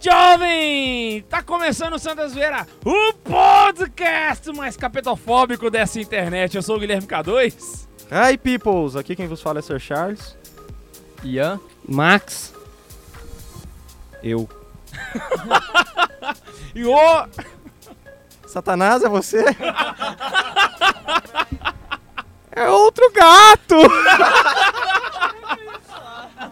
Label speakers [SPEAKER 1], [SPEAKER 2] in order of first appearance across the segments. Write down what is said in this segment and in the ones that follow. [SPEAKER 1] Jovem! Tá começando o Santa Zoeira, o podcast mais capetofóbico dessa internet. Eu sou o Guilherme K2.
[SPEAKER 2] Hi, peoples! Aqui quem vos fala é Sir Charles.
[SPEAKER 3] Ian?
[SPEAKER 4] Max,
[SPEAKER 2] Eu.
[SPEAKER 1] E o...
[SPEAKER 2] Satanás, é você? é outro gato!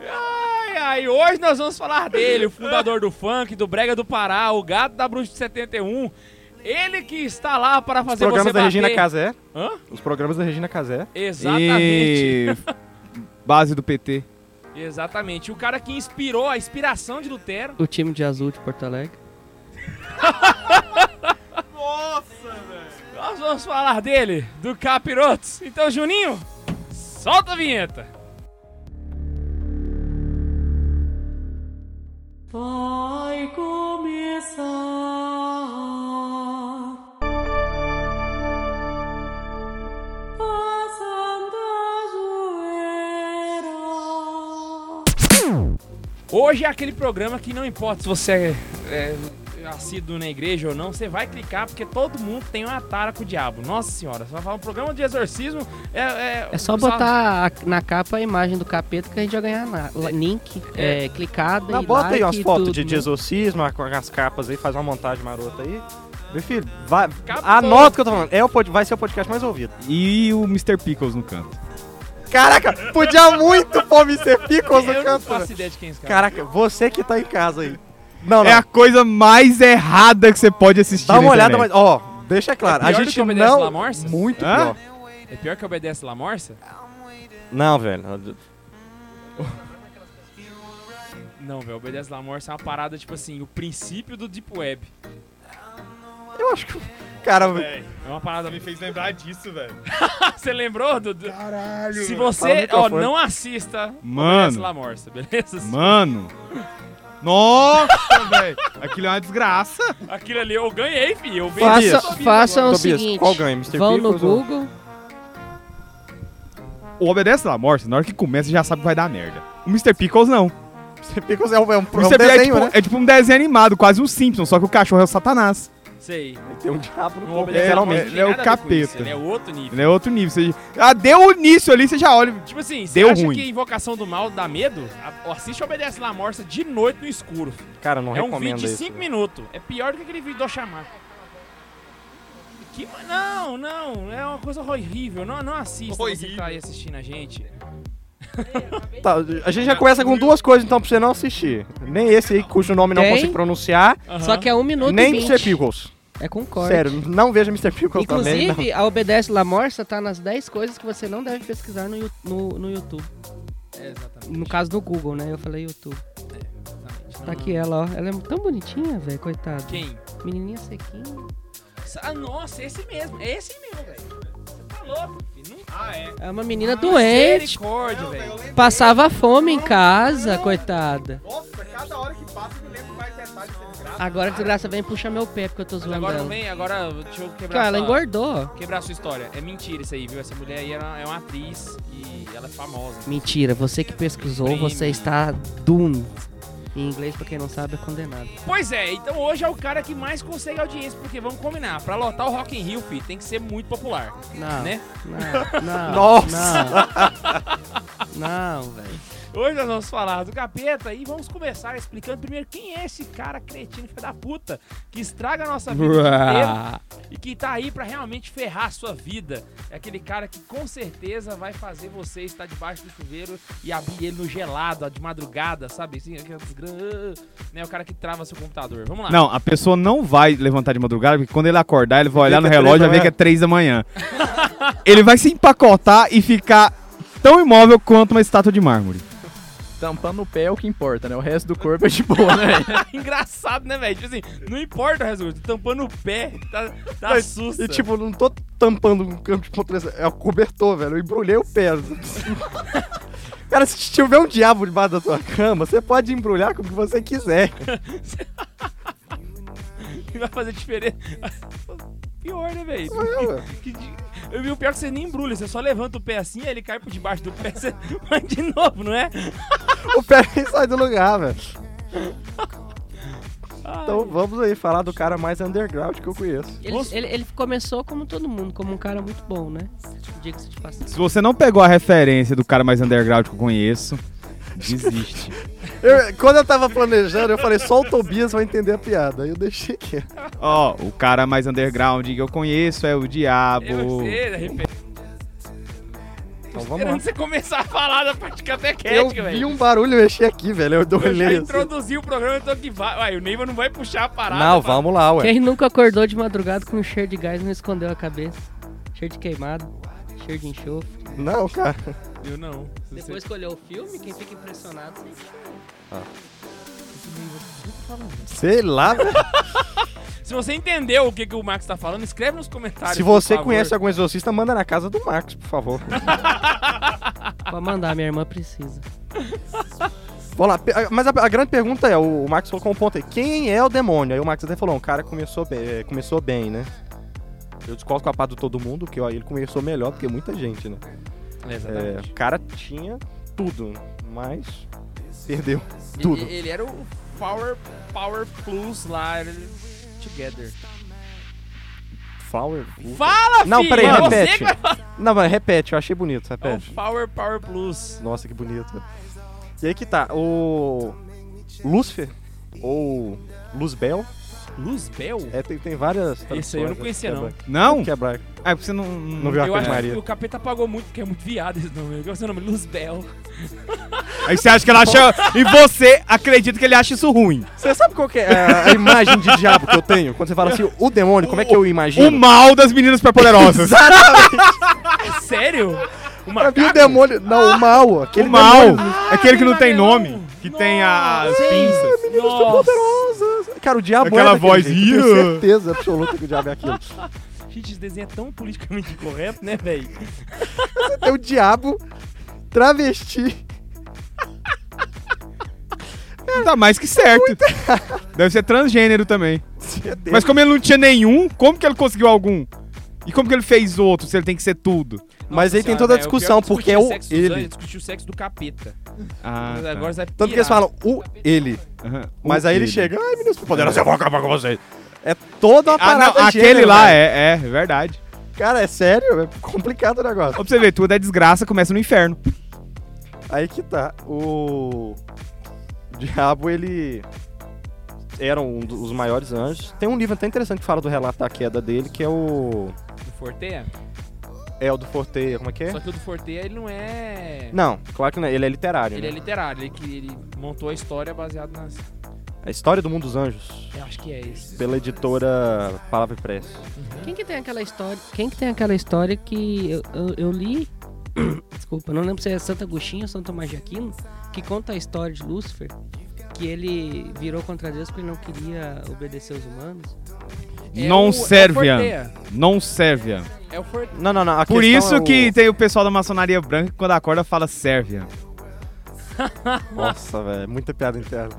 [SPEAKER 1] Ai, ai, hoje nós vamos falar dele, o fundador do funk, do Brega do Pará, o gato da bruxa de 71. Ele que está lá para
[SPEAKER 2] Os
[SPEAKER 1] fazer
[SPEAKER 2] programas
[SPEAKER 1] você
[SPEAKER 2] da Regina
[SPEAKER 1] bater.
[SPEAKER 2] Casé.
[SPEAKER 1] Hã?
[SPEAKER 2] Os programas da Regina Casé.
[SPEAKER 1] Exatamente.
[SPEAKER 3] E base do PT.
[SPEAKER 1] Exatamente. O cara que inspirou a inspiração de Lutero.
[SPEAKER 4] o time de azul de Porto Alegre.
[SPEAKER 1] Nós vamos falar dele, do Capirotos. Então, Juninho, solta a vinheta.
[SPEAKER 5] Vai começar passando a zoeira.
[SPEAKER 1] Hoje é aquele programa que não importa se você é, é assíduo na igreja ou não, você vai clicar porque todo mundo tem uma tara com o diabo. Nossa senhora, você vai falar um programa de exorcismo é. É,
[SPEAKER 4] É só botar a- na capa a imagem do capeta que a gente vai ganhar na, la- link é, clicada
[SPEAKER 2] Não,
[SPEAKER 4] e
[SPEAKER 2] bota aí
[SPEAKER 4] like
[SPEAKER 2] umas
[SPEAKER 4] e
[SPEAKER 2] fotos
[SPEAKER 4] tudo,
[SPEAKER 2] de,
[SPEAKER 4] né?
[SPEAKER 2] de exorcismo com as capas aí, faz uma montagem marota aí. Meu filho, vai,
[SPEAKER 1] Captou.
[SPEAKER 2] anota o que eu tô falando. É o, pod- vai ser o podcast mais ouvido.
[SPEAKER 3] E o Mr. Pickles no canto.
[SPEAKER 2] Caraca, podia muito pôr Mr. Pickles no
[SPEAKER 1] Eu não
[SPEAKER 2] canto.
[SPEAKER 1] faço ideia de quem é esse cara.
[SPEAKER 2] Caraca, você que tá em casa aí. Não, não.
[SPEAKER 3] É a coisa mais errada que você pode assistir.
[SPEAKER 2] Dá uma
[SPEAKER 3] na
[SPEAKER 2] olhada, mas.
[SPEAKER 3] internet.
[SPEAKER 2] Ó, deixa claro.
[SPEAKER 1] É
[SPEAKER 2] a
[SPEAKER 1] pior do
[SPEAKER 2] gente
[SPEAKER 1] que obedece
[SPEAKER 2] não.
[SPEAKER 1] La Morsa?
[SPEAKER 2] Muito
[SPEAKER 3] Hã?
[SPEAKER 2] pior.
[SPEAKER 1] É pior que obedece La Morsa?
[SPEAKER 2] Não, velho.
[SPEAKER 1] Não, velho, obedece La Morsa é uma parada tipo assim, o princípio do Deep Web.
[SPEAKER 2] Eu acho que. Cara,
[SPEAKER 1] É uma parada.
[SPEAKER 6] Me fez lembrar disso, velho.
[SPEAKER 1] Você lembrou? Do, do-
[SPEAKER 6] Caralho.
[SPEAKER 1] Se
[SPEAKER 2] Fala no
[SPEAKER 1] você, ó,
[SPEAKER 2] microfone.
[SPEAKER 1] não assista Obedece La
[SPEAKER 3] Mano,
[SPEAKER 1] Morsa, beleza?
[SPEAKER 3] mano. Nossa, velho. Aquilo é uma desgraça.
[SPEAKER 1] Aquilo ali eu ganhei, fi. Eu vendi.
[SPEAKER 2] Tobias,
[SPEAKER 4] Faça, façam o
[SPEAKER 2] Tobias,
[SPEAKER 4] seguinte,
[SPEAKER 2] qual ganha, Mr.
[SPEAKER 4] vão no
[SPEAKER 2] Pickles ou-
[SPEAKER 4] Google,
[SPEAKER 3] O Obedece lá, Morse. Na hora que começa, você já sabe que vai dar merda. O Mr. Pickles não.
[SPEAKER 2] Mr. Pickles é um, é um, é um
[SPEAKER 3] O Mr. Pickles é,
[SPEAKER 2] desenho,
[SPEAKER 3] tipo,
[SPEAKER 2] né?
[SPEAKER 3] é tipo um desenho animado, quase um Simpson, só que o cachorro é o Satanás.
[SPEAKER 1] Sei.
[SPEAKER 2] Tem um diabo no
[SPEAKER 1] Não
[SPEAKER 2] corpo,
[SPEAKER 1] obedece La Morsa
[SPEAKER 3] literalmente.
[SPEAKER 1] não tem
[SPEAKER 3] Ele é o
[SPEAKER 1] nada a ver com isso,
[SPEAKER 3] capeta.
[SPEAKER 1] Ele é outro nível.
[SPEAKER 3] Ele é outro nível. Você... Ah, deu o início ali, você já olha.
[SPEAKER 1] Tipo assim, você
[SPEAKER 3] Deu
[SPEAKER 1] acha
[SPEAKER 3] ruim.
[SPEAKER 1] que Invocação do Mal dá medo? A- Assiste Obedece La Morsa de noite no escuro.
[SPEAKER 2] Cara, não
[SPEAKER 1] é um vídeo
[SPEAKER 2] recomendo
[SPEAKER 1] de
[SPEAKER 2] isso.
[SPEAKER 1] 5 minutos. É pior do que aquele vídeo do Oxamar. Que, ma- não, não. É uma coisa horrível. Não, não assista você que tá aí assistindo a gente.
[SPEAKER 2] Tá, a gente já começa com duas coisas, então, pra você não assistir. Nem esse aí, cujo nome não
[SPEAKER 4] Tem?
[SPEAKER 2] consigo pronunciar,
[SPEAKER 1] Aham.
[SPEAKER 4] só que é um minuto
[SPEAKER 2] nem
[SPEAKER 4] e vinte.
[SPEAKER 2] Mr. Pickles.
[SPEAKER 4] É com corte.
[SPEAKER 2] Sério, não veja Mr. Pickles também.
[SPEAKER 4] Inclusive,
[SPEAKER 2] não.
[SPEAKER 4] a Obedece La Morsa tá nas 10 coisas que você não deve pesquisar no, Yu- no, no YouTube.
[SPEAKER 1] É, exatamente.
[SPEAKER 4] No caso, no Google, né? Eu falei YouTube.
[SPEAKER 1] exatamente. Não,
[SPEAKER 4] Tá aqui
[SPEAKER 1] não.
[SPEAKER 4] ela, ó. Ela é tão bonitinha, velho, coitada.
[SPEAKER 1] Quem?
[SPEAKER 4] Menininha sequinha.
[SPEAKER 1] Ah, nossa, esse mesmo. É esse mesmo, velho. Você tá louco, filho. Não... Ah, é.
[SPEAKER 4] É uma menina doente,
[SPEAKER 1] Misericórdia, velho.
[SPEAKER 4] Passava fome em casa, coitada.
[SPEAKER 6] Nossa, cada hora que passa eu me lembro mais detalhes desse graça.
[SPEAKER 4] Agora a desgraça vem puxar meu pé porque eu tô
[SPEAKER 1] Mas
[SPEAKER 4] zoando
[SPEAKER 1] agora não
[SPEAKER 4] ela.
[SPEAKER 1] vem, agora deixa eu quebrar
[SPEAKER 4] Cara, ela
[SPEAKER 1] sua-
[SPEAKER 4] engordou.
[SPEAKER 1] Quebrar sua história. É mentira isso aí, viu? Essa mulher aí ela é uma atriz e ela é famosa.
[SPEAKER 4] Mentira, você que pesquisou,
[SPEAKER 1] Prêmio.
[SPEAKER 4] você está doomed. Em inglês, pra quem não sabe, é condenado.
[SPEAKER 1] Pois é, então hoje é o cara que mais consegue audiência, porque vamos combinar, pra lotar o Rock in Rio, fi, tem que ser muito popular,
[SPEAKER 4] Não,
[SPEAKER 1] né?
[SPEAKER 4] não, não.
[SPEAKER 2] Nossa!
[SPEAKER 4] Não, não velho.
[SPEAKER 1] Hoje nós vamos falar do capeta e vamos começar explicando primeiro quem é esse cara cretino, filho da puta, que estraga a nossa vida o dia inteiro. e que tá aí pra realmente ferrar a sua vida. É aquele cara que com certeza vai fazer você estar debaixo do chuveiro e abrir ele no gelado, ó, de madrugada, sabe? Assim, aquelas gran- né? O cara que trava seu computador. Vamos lá.
[SPEAKER 3] Não, a pessoa não vai levantar de madrugada, porque quando ele acordar, ele vai
[SPEAKER 2] Vê
[SPEAKER 3] olhar
[SPEAKER 2] que
[SPEAKER 3] no
[SPEAKER 2] é três
[SPEAKER 3] relógio
[SPEAKER 2] da
[SPEAKER 3] e vai
[SPEAKER 2] manhã.
[SPEAKER 3] ver que é 3 da manhã. ele vai se empacotar e ficar tão imóvel quanto uma estátua de mármore.
[SPEAKER 7] Tampando o pé é o que importa, né? O resto do corpo é de boa, né?
[SPEAKER 1] Engraçado, né, velho? Tipo assim, não importa o resultado, tampando o pé, tá, tá
[SPEAKER 2] Mas,
[SPEAKER 1] susto.
[SPEAKER 2] E tipo, não tô tampando um campo de ponto É o cobertor, velho. Eu embrulhei o pé. Cara, se tiver um diabo debaixo da sua cama, você pode embrulhar como que você quiser.
[SPEAKER 1] vai fazer diferença. Pior, né, velho?
[SPEAKER 2] É, ué.
[SPEAKER 1] Que di- Eu vi o pior é que você nem embrulha, você só levanta o pé assim, aí ele cai por debaixo do pé, você vai
[SPEAKER 2] Tá
[SPEAKER 1] de novo, não é?
[SPEAKER 2] O pé nem sai do lugar, velho. Então vamos aí falar do cara mais underground que eu conheço.
[SPEAKER 4] Ele, ele, ele começou como todo mundo, como um cara muito bom, né? Diga-se de passagem.
[SPEAKER 3] Se você não pegou a referência do cara mais underground que eu conheço, desiste.
[SPEAKER 2] Eu- quando eu tava planejando, eu falei, só o Tobias vai entender a piada. Aí eu deixei quieto.
[SPEAKER 3] Ó, o cara mais underground que eu conheço é o Diabo.
[SPEAKER 1] Eu sei, arrependo.
[SPEAKER 2] Então vamos lá.
[SPEAKER 1] Esperando você começar a falar da parte
[SPEAKER 2] Eu
[SPEAKER 1] catequética,
[SPEAKER 2] vi
[SPEAKER 1] velho.
[SPEAKER 2] um barulho mexer aqui, velho. Eu assim.
[SPEAKER 1] Eu já
[SPEAKER 2] dolei.
[SPEAKER 1] introduzi o programa, eu tô aqui. vai- Uai, o Neiva não vai puxar a parada.
[SPEAKER 2] Não,
[SPEAKER 1] pra-
[SPEAKER 2] vamos lá, ué.
[SPEAKER 4] Quem nunca acordou de madrugada com um cheiro de gás e não escondeu a cabeça? Cheiro de queimado, cheiro de enxofre.
[SPEAKER 2] Não, cara.
[SPEAKER 1] Eu não. Se você-
[SPEAKER 4] Depois que olhou o filme, quem fica impressionado, você...
[SPEAKER 2] Sei lá, velho.
[SPEAKER 1] Se você entendeu o que, que o Max tá falando, escreve nos comentários.
[SPEAKER 2] Se você
[SPEAKER 1] por favor.
[SPEAKER 2] conhece algum exorcista, manda na casa do Marcos, por favor.
[SPEAKER 4] Pra mandar, minha irmã precisa.
[SPEAKER 2] Vamos lá. pe- a- Mas a, a grande pergunta é, o, o Max colocou um ponto aí. Quem é o demônio? Aí o Max até falou, um cara começou bem, é, começou bem, né? Eu discordo com a pá do todo mundo, que ó, ele começou melhor do que muita gente, né? É,
[SPEAKER 1] Exatamente.
[SPEAKER 2] o cara tinha tudo, mas perdeu tudo.
[SPEAKER 1] Ele, ele era o Power, Power Plus lá. Ele... Together.
[SPEAKER 2] Power.
[SPEAKER 1] Fala,
[SPEAKER 2] Não,
[SPEAKER 1] filho!
[SPEAKER 2] peraí,
[SPEAKER 1] é você
[SPEAKER 2] repete.
[SPEAKER 1] que vai falar.
[SPEAKER 2] Não, mas repete, eu achei
[SPEAKER 1] É
[SPEAKER 2] bonito,
[SPEAKER 1] o
[SPEAKER 2] repete.
[SPEAKER 1] Power Power Plus.
[SPEAKER 2] Nossa, que bonito. E aí que tá, o Lúcifer, ou Luzbel,
[SPEAKER 1] Luzbel?
[SPEAKER 2] é, tem, tem várias... né,
[SPEAKER 1] Esse aí eu não conhecia, não.
[SPEAKER 3] Não?
[SPEAKER 2] Que é branco.
[SPEAKER 3] É porque você não.
[SPEAKER 2] Não viu a
[SPEAKER 1] Eu acho
[SPEAKER 2] Maria.
[SPEAKER 1] que o capeta pagou muito, porque é muito viado esse nome. Qual é o seu nome? Luzbel.
[SPEAKER 3] Aí você acha que ela acha. e você acredita que ele acha isso ruim.
[SPEAKER 2] Você sabe qual que é a a imagem de diabo que eu tenho? Quando você fala assim, o demônio, como é que eu
[SPEAKER 3] O
[SPEAKER 2] imagino?
[SPEAKER 3] mal das meninas superpoderosas.
[SPEAKER 1] É sério? Uma
[SPEAKER 2] Pra mim, o demônio. Não, o mal. Aquele
[SPEAKER 3] o mal.
[SPEAKER 2] demônio.
[SPEAKER 3] é aquele que não tem
[SPEAKER 1] Magrelão.
[SPEAKER 3] nome. Que tem as
[SPEAKER 1] Nossa.
[SPEAKER 3] pinças.
[SPEAKER 1] Nossa.
[SPEAKER 2] Poderosa. é Cara, o diabo
[SPEAKER 3] Aquela
[SPEAKER 2] é daquele
[SPEAKER 3] voz,
[SPEAKER 2] jeito, Eu
[SPEAKER 3] "Ih".
[SPEAKER 2] tenho certeza absoluta que o diabo é aquilo.
[SPEAKER 1] Gente, esse desenho é tão politicamente correto, né, velho?
[SPEAKER 2] É o diabo travesti.
[SPEAKER 3] Tá mais que certo. Deve ser transgênero também.
[SPEAKER 2] Certeza.
[SPEAKER 3] Mas como ele não tinha nenhum, como que ele conseguiu algum? E como que ele fez outro se ele tem que ser tudo?
[SPEAKER 2] Mas aí tem
[SPEAKER 1] Senhora,
[SPEAKER 2] toda a
[SPEAKER 1] velho,
[SPEAKER 2] discussão,
[SPEAKER 1] o pior discutir
[SPEAKER 2] porque é o
[SPEAKER 1] sexo dos anjos,
[SPEAKER 2] ele.
[SPEAKER 1] discutir o sexo do capeta.
[SPEAKER 3] Ah.
[SPEAKER 1] Mas
[SPEAKER 3] tá.
[SPEAKER 1] agora é você vai
[SPEAKER 2] Tanto que eles
[SPEAKER 1] pirar.
[SPEAKER 2] falam o ele.
[SPEAKER 3] Aham.
[SPEAKER 2] Mas
[SPEAKER 3] O
[SPEAKER 2] aí ele
[SPEAKER 3] ele.
[SPEAKER 2] chega, ai, menino poderoso, eu vou acabar com vocês. É toda uma
[SPEAKER 3] Ah,
[SPEAKER 2] parada
[SPEAKER 3] não, aquele
[SPEAKER 2] gênero,
[SPEAKER 3] lá
[SPEAKER 2] velho.
[SPEAKER 3] é, é, verdade.
[SPEAKER 2] Cara, é sério? É complicado o negócio.
[SPEAKER 3] Ó, pra você ver, tudo é desgraça, começa no inferno.
[SPEAKER 2] Aí que tá. O diabo, ele era um dos maiores anjos. Tem um livro até interessante que fala do relato da queda dele, que é o
[SPEAKER 1] Do Forteia?
[SPEAKER 2] É o do Forteia, como é que é?
[SPEAKER 1] Só que o do Forteia, ele não é...
[SPEAKER 2] Não, claro que não. é. Ele é literário,
[SPEAKER 1] Ele
[SPEAKER 2] né?
[SPEAKER 1] é literário, ele, que- ele montou a história baseada nas...
[SPEAKER 2] A História do Mundo dos Anjos,
[SPEAKER 1] Eu acho que é esse.
[SPEAKER 2] pela editora Palavra Press.
[SPEAKER 4] Quem que tem aquela história? Quem que tem aquela história que eu, eu- eu li? Desculpa, não lembro se é Santa Agostinho ou São Tomás de Aquino, que conta a história de Lúcifer, que ele virou contra Deus porque ele não queria obedecer os humanos.
[SPEAKER 1] É o- é
[SPEAKER 3] não
[SPEAKER 1] o
[SPEAKER 3] serve.
[SPEAKER 1] Forteia.
[SPEAKER 3] não serve.
[SPEAKER 1] É o Forteia.
[SPEAKER 2] Não, não, não. a
[SPEAKER 3] Por
[SPEAKER 2] questão
[SPEAKER 3] isso
[SPEAKER 2] é o-
[SPEAKER 3] que tem o pessoal da maçonaria branca que quando acorda fala Sérvia.
[SPEAKER 2] Nossa, velho, muita piada interna.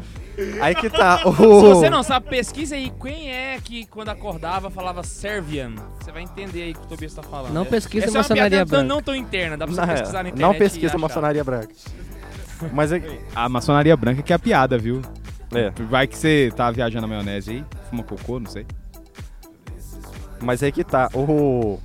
[SPEAKER 2] Aí que tá.
[SPEAKER 1] Se
[SPEAKER 2] O...
[SPEAKER 1] você não sabe, pesquisa aí quem é que quando acordava falava Servian. Você vai entender aí o que o Tobias tá falando.
[SPEAKER 4] Não
[SPEAKER 1] É-
[SPEAKER 4] pesquisa
[SPEAKER 1] Essa é uma
[SPEAKER 4] maçonaria
[SPEAKER 1] piada
[SPEAKER 4] branca.
[SPEAKER 1] não tão interna, dá pra você
[SPEAKER 2] Não, é,
[SPEAKER 1] pesquisar na internet.
[SPEAKER 2] não
[SPEAKER 1] e
[SPEAKER 2] pesquisa
[SPEAKER 1] achar.
[SPEAKER 2] maçonaria branca. Mas é.
[SPEAKER 3] A maçonaria branca que é a piada, viu?
[SPEAKER 2] é.
[SPEAKER 3] Vai que você tá viajando a maionese aí, fuma cocô, não sei.
[SPEAKER 2] Mas aí que tá, o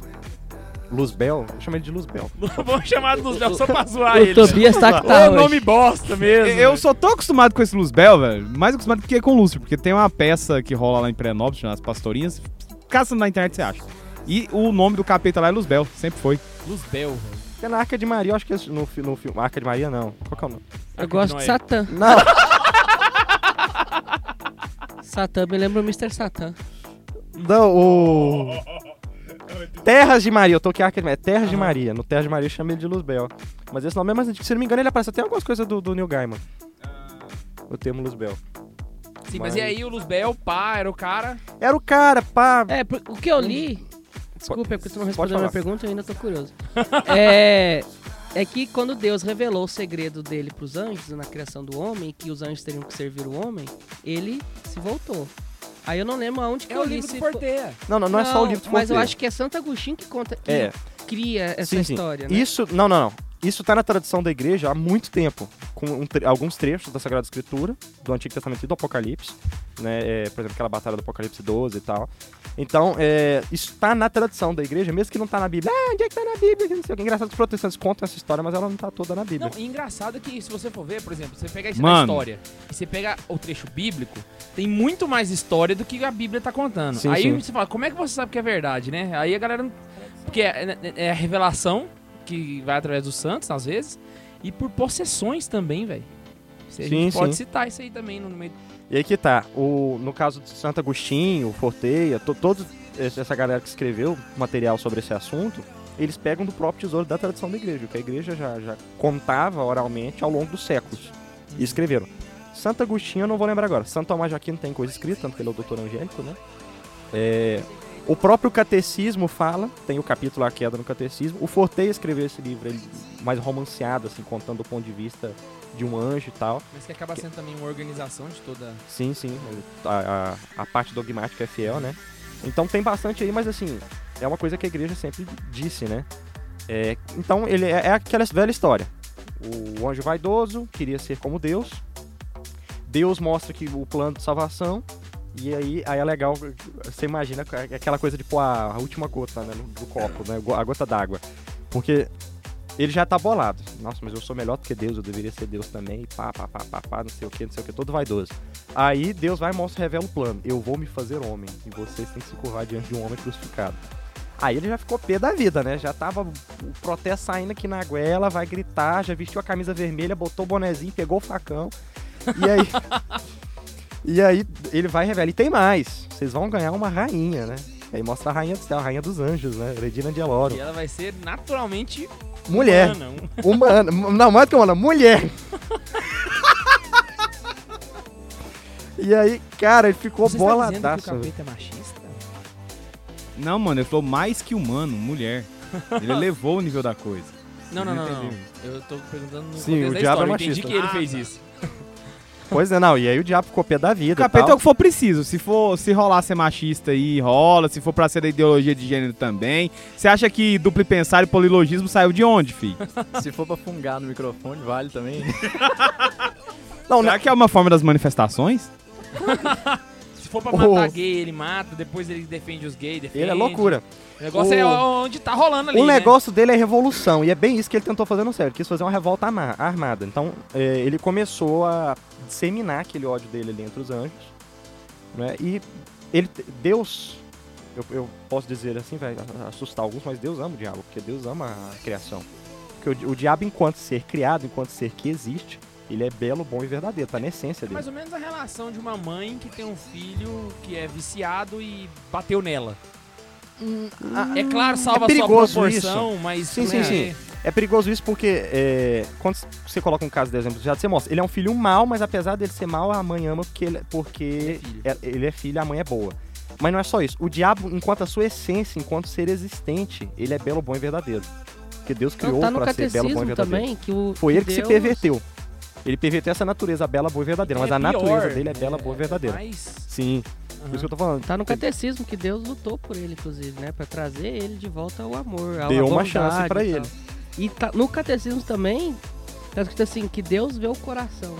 [SPEAKER 2] Luzbel, eu chamo ele de Luzbel.
[SPEAKER 1] Vamos chamar dos Léo só pra zoar
[SPEAKER 4] O
[SPEAKER 1] Ah, ele.
[SPEAKER 4] Tobias tá que
[SPEAKER 2] É
[SPEAKER 4] tá
[SPEAKER 1] Ô, É nome
[SPEAKER 4] hoje.
[SPEAKER 1] bosta mesmo.
[SPEAKER 3] Eu só tô acostumado com esse Luzbel, velho. Mais acostumado que com o Lúcio, porque tem uma peça que rola lá em Prenópolis, nas Pastorinhas. Caça na internet, você acha. E o nome do capeta lá é Luzbel, sempre foi.
[SPEAKER 1] Luzbel, velho.
[SPEAKER 2] É na Arca de Maria, eu acho que é no, fi- no filme. Arca de Maria não. Qual que é o nome?
[SPEAKER 4] Eu gosto de
[SPEAKER 1] Noé.
[SPEAKER 4] Satã.
[SPEAKER 2] Não!
[SPEAKER 4] Satã me lembra o Mr. Satã.
[SPEAKER 2] não, o. Terras de Maria, eu tô aqui Arca de Maria. Terras de Maria. No Terras de Maria eu chamo ele de Luzbel. Mas esse nome é mais antigo. Se não me engano, ele aparece até em algumas coisas do, do Neil Gaiman.
[SPEAKER 4] Ah.
[SPEAKER 2] O termo Luzbel.
[SPEAKER 1] Sim, mas
[SPEAKER 2] Mas-
[SPEAKER 1] e aí o Luzbel, pá, era o cara.
[SPEAKER 2] Era o cara, pá.
[SPEAKER 4] É, por- o que eu li. Desculpa, é porque tu não respondeu a minha
[SPEAKER 2] falar.
[SPEAKER 4] pergunta e eu ainda tô curioso. é. É que quando Deus revelou o segredo dele pros anjos na criação do homem, que os anjos teriam que servir o homem, ele se voltou. Aí eu não lembro aonde que
[SPEAKER 1] É
[SPEAKER 4] eu
[SPEAKER 1] o
[SPEAKER 4] li.
[SPEAKER 1] livro do
[SPEAKER 4] se foi-
[SPEAKER 1] Porteia.
[SPEAKER 2] Não, não, não, é só o livro do
[SPEAKER 4] Mas eu
[SPEAKER 2] Forteiro.
[SPEAKER 4] acho que é Santo Agostinho que conta, que
[SPEAKER 2] É.
[SPEAKER 4] cria essa
[SPEAKER 2] Sim, sim.
[SPEAKER 4] história, né?
[SPEAKER 2] Isso. Não, não, não. Isso tá na tradição da igreja há muito tempo, com um tre- alguns trechos da Sagrada Escritura, do Antigo Testamento e do Apocalipse, né? É, por exemplo, aquela batalha do Apocalipse 12 e tal. Então, é, isso tá na tradição da igreja, mesmo que não tá na Bíblia. Ah, onde é que tá na Bíblia? Que Não sei o que. Engraçado que os protestantes contam essa história, mas ela não tá toda na Bíblia.
[SPEAKER 1] Não, e engraçado que se você for ver, por exemplo, você pega isso na
[SPEAKER 3] Mano.
[SPEAKER 1] história e você pega o trecho bíblico, tem muito mais história do que a Bíblia tá contando.
[SPEAKER 2] Sim,
[SPEAKER 1] Aí
[SPEAKER 2] sim.
[SPEAKER 1] você fala, como é que você sabe que é verdade, né? Aí a galera. não- Porque é, é- é a revelação que vai através dos santos, às vezes, e por possessões também, velho. Você- A
[SPEAKER 2] Sim,
[SPEAKER 1] gente pode
[SPEAKER 2] sim.
[SPEAKER 1] citar isso aí também no meio.
[SPEAKER 2] E aí que tá, o, no caso de Santo Agostinho, Forteia, to, toda essa galera que escreveu material sobre esse assunto, eles pegam do próprio tesouro da tradição da igreja, que a igreja já, já contava oralmente ao longo dos séculos. E escreveram. Santo Agostinho, eu não vou lembrar agora. Santo Tomás de Aquino tem coisa escrita, tanto que ele é o doutor angélico, né? É, o próprio catecismo fala, tem o capítulo A Queda no Catecismo. O Forteia escreveu esse livro, ele, mais romanceado, assim, contando o ponto de vista de um anjo e tal.
[SPEAKER 1] Mas que acaba sendo também uma organização de toda.
[SPEAKER 2] Sim, sim. A, a, a parte dogmática é fiel, né? Então tem bastante aí, mas assim, é uma coisa que a igreja sempre disse, né? É, então ele é, é aquela velha história. O anjo vaidoso queria ser como Deus. Deus mostra que o plano de salvação. E aí, aí é legal, você imagina aquela coisa de pôr a última gota né, no- do copo, né? A gota d'água. Porque ele já tá bolado. Nossa, mas eu sou melhor do que Deus, eu deveria ser Deus também. E pá, pá, pá, pá, pá, não sei o que, não sei o que, todo vaidoso. Aí Deus vai e mostra, revela o plano. Eu vou me fazer homem. E vocês têm que se curvar diante de um homem crucificado. Aí ele já ficou pé da vida, né? Já tava o protesto saindo aqui na goela, vai gritar, já vestiu a camisa vermelha, botou o bonezinho, pegou o facão. E aí. e aí ele vai e revela. E tem mais. Vocês vão ganhar uma rainha, né? Aí mostra a rainha do céu, a rainha dos anjos, né? Regina de Aloro.
[SPEAKER 1] E ela vai ser naturalmente
[SPEAKER 2] Mulher.
[SPEAKER 1] humana. um-
[SPEAKER 2] Humana. Não, mais do que humana, mulher. e aí, cara, ele ficou
[SPEAKER 1] Você está dizendo que o
[SPEAKER 2] boladaço.
[SPEAKER 1] capeta é machista?
[SPEAKER 3] Não, mano, ele falou mais que humano, mulher. Ele elevou o nível da coisa.
[SPEAKER 1] Não, não, não, não.
[SPEAKER 3] Entendi.
[SPEAKER 1] Eu tô perguntando no
[SPEAKER 2] Sim,
[SPEAKER 1] contexto
[SPEAKER 2] o
[SPEAKER 1] da
[SPEAKER 2] diabo é
[SPEAKER 1] história. Eu entendi
[SPEAKER 2] machista.
[SPEAKER 1] que ele fez isso.
[SPEAKER 2] pois é, não. E aí o diabo ficou pé da vida.
[SPEAKER 3] O capeta
[SPEAKER 2] e
[SPEAKER 3] é
[SPEAKER 2] tal.
[SPEAKER 3] o que for preciso. Se for se rolar ser machista aí, rola. Se for pra ser da ideologia de gênero também. Você acha que duplo pensar e polilogismo saiu de onde, fi?
[SPEAKER 7] Se for pra fungar no microfone, vale também.
[SPEAKER 2] Não,
[SPEAKER 3] Será que é uma forma das manifestações?
[SPEAKER 1] Se for pra
[SPEAKER 2] O-
[SPEAKER 1] matar gay, ele mata, depois ele defende os gays, defende.
[SPEAKER 2] Ele é loucura.
[SPEAKER 1] O negócio é
[SPEAKER 2] O-
[SPEAKER 1] onde tá rolando ali.
[SPEAKER 2] o
[SPEAKER 1] né?
[SPEAKER 2] negócio dele é revolução, e é bem isso que ele tentou fazer no sério. Ele quis fazer uma revolta ama- armada. Então, é, ele começou a disseminar aquele ódio dele ali entre os anjos. Né? E ele, Deus, eu, eu posso dizer assim, vai assustar alguns, mas Deus ama o diabo, porque Deus ama a criação. Porque o, di- o diabo, enquanto ser criado, enquanto ser que existe, ele é belo, bom e verdadeiro, tá na essência
[SPEAKER 1] É
[SPEAKER 2] dele.
[SPEAKER 1] mais ou menos a relação de uma mãe que tem um filho que é viciado e bateu nela. é claro, salva a sua
[SPEAKER 2] é perigoso
[SPEAKER 1] proporção, mas.
[SPEAKER 2] Sim, sim,
[SPEAKER 1] né,
[SPEAKER 2] sim. É perigoso isso porque é, quando você coloca um caso de exemplo já você mostra. Ele é um filho mau, mas apesar dele ser mau, a mãe ama porque, ele, porque é- ele é filho e a mãe é boa. Mas não é só isso. O diabo, enquanto a sua essência, enquanto ser existente, ele é belo, bom e verdadeiro. Porque Deus criou
[SPEAKER 4] Então, tá no
[SPEAKER 2] pra ser belo, bom e
[SPEAKER 4] catecismo
[SPEAKER 2] verdadeiro.
[SPEAKER 4] também que o.
[SPEAKER 2] Foi ele que
[SPEAKER 4] Deus-
[SPEAKER 2] se perverteu. Ele perverteu essa natureza bela, boa e verdadeira. Mas
[SPEAKER 1] é
[SPEAKER 2] a natureza
[SPEAKER 1] pior, né?
[SPEAKER 2] dele é bela, boa e verdadeira.
[SPEAKER 1] Mas.
[SPEAKER 2] Sim, por isso que eu tô falando.
[SPEAKER 4] Tá no catecismo que Deus lutou por ele, inclusive, né? Pra trazer ele de volta ao amor. à
[SPEAKER 2] Deu uma
[SPEAKER 4] bondade
[SPEAKER 2] chance pra
[SPEAKER 4] e tal.
[SPEAKER 2] ele.
[SPEAKER 4] E tá, no catecismo também, tá escrito assim: que Deus vê o coração.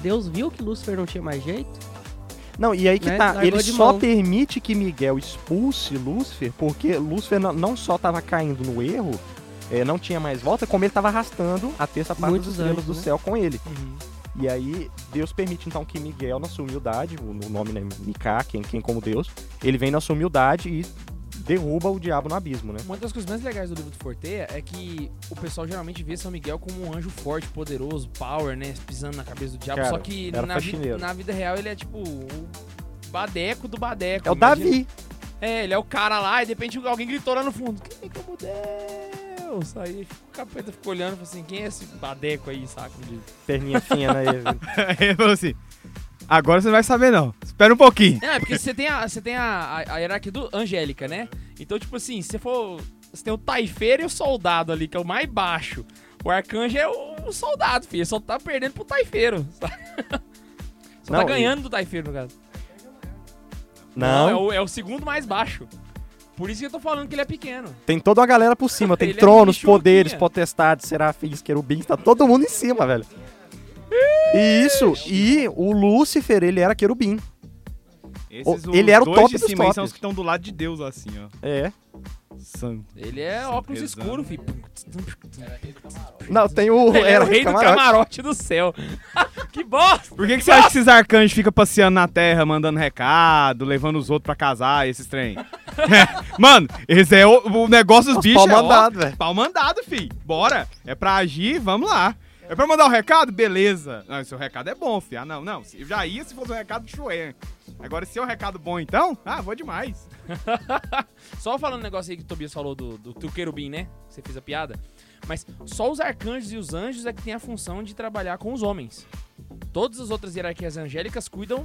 [SPEAKER 4] Deus viu que Lúcifer não tinha mais jeito.
[SPEAKER 2] Não, e aí que
[SPEAKER 4] Né?
[SPEAKER 2] tá.
[SPEAKER 4] Largou
[SPEAKER 2] Ele
[SPEAKER 4] de
[SPEAKER 2] só
[SPEAKER 4] mão.
[SPEAKER 2] permite que Miguel expulse Lúcifer, porque Lúcifer não- não só tava caindo no erro, eh, não tinha mais volta, como ele tava arrastando a terça parte
[SPEAKER 4] Muitos
[SPEAKER 2] dos estrelas do
[SPEAKER 4] anjos, né?
[SPEAKER 2] céu com ele. E aí, Deus permite então que Miguel, na sua humildade, o o nome né, Miká, quem, quem como Deus, ele vem na sua humildade e derruba o diabo no abismo, né?
[SPEAKER 1] Uma das coisas mais legais do livro do Forteia é que o pessoal geralmente vê São Miguel como um anjo forte, poderoso, power, né? Pisando na cabeça do diabo.
[SPEAKER 2] Cara,
[SPEAKER 1] Só que
[SPEAKER 2] era
[SPEAKER 1] na, vi-
[SPEAKER 2] faxineiro.
[SPEAKER 1] na vida real ele é tipo o badeco do badeco.
[SPEAKER 2] É o
[SPEAKER 1] imagina.
[SPEAKER 2] Davi.
[SPEAKER 1] É, ele é o cara lá e de repente alguém gritou lá no fundo. Quem é que como Deus? Aí o capeta ficou olhando e falou assim, quem é esse badeco aí, saco? De...
[SPEAKER 2] Perninha fina, né?
[SPEAKER 3] Aí ele falou assim: agora você não vai saber, não. Espera um pouquinho.
[SPEAKER 1] Não, é porque você tem, a, você tem a, a, a hierarquia do Angélica, né? Então, tipo assim, se você for... Você tem o taifeiro e o soldado ali, que é o mais baixo. O arcanjo é o, o soldado, filho. Ele só tá perdendo pro taifeiro. sabe? Só tá
[SPEAKER 2] Não, e-
[SPEAKER 1] ganhando do taifeiro, no caso.
[SPEAKER 2] Não,
[SPEAKER 1] é, o, é o segundo mais baixo. Por isso que eu tô falando que ele é pequeno.
[SPEAKER 2] Tem toda uma galera por cima. Tem
[SPEAKER 1] Ele é
[SPEAKER 2] tronos,
[SPEAKER 1] Michuruquinha.
[SPEAKER 2] poderes, potestades, serafins, querubins. Tá todo mundo em cima, velho. E isso. E o Lúcifer, ele era querubim.
[SPEAKER 3] Esses,
[SPEAKER 2] O-
[SPEAKER 3] os
[SPEAKER 2] ele era o
[SPEAKER 3] dois
[SPEAKER 2] top
[SPEAKER 3] de
[SPEAKER 2] dos
[SPEAKER 3] cima aí
[SPEAKER 2] tops.
[SPEAKER 3] são os que estão do lado de Deus, assim, ó.
[SPEAKER 2] É.
[SPEAKER 3] San-
[SPEAKER 1] Ele é
[SPEAKER 3] Sim,
[SPEAKER 1] óculos
[SPEAKER 3] pesado.
[SPEAKER 1] escuros, filho.
[SPEAKER 2] Não, tem o...
[SPEAKER 1] Ele é o
[SPEAKER 2] Era
[SPEAKER 1] rei do camarote do céu. que bosta!
[SPEAKER 3] Por que, que você acha que esses arcanjos ficam passeando na terra, mandando recado, levando os outros pra casar, esses trem? Mano, esse é o, o negócio dos
[SPEAKER 2] Os
[SPEAKER 3] bichos.
[SPEAKER 2] pau
[SPEAKER 3] é, ó,
[SPEAKER 2] mandado, velho.
[SPEAKER 3] Pau mandado, fi. Bora. É pra agir, vamos lá. É pra mandar um recado? Beleza. Não, seu recado é bom, fi. Ah, não, não. Eu já ia se fosse um recado chué. Agora, se é um recado bom, então, ah, vou demais.
[SPEAKER 1] Só falando um negócio aí que o Tobias falou do, do, do querubim, né? Que Você fez a piada. Mas só os arcanjos e os anjos é que tem a função de trabalhar com os homens. Todas as outras hierarquias angélicas cuidam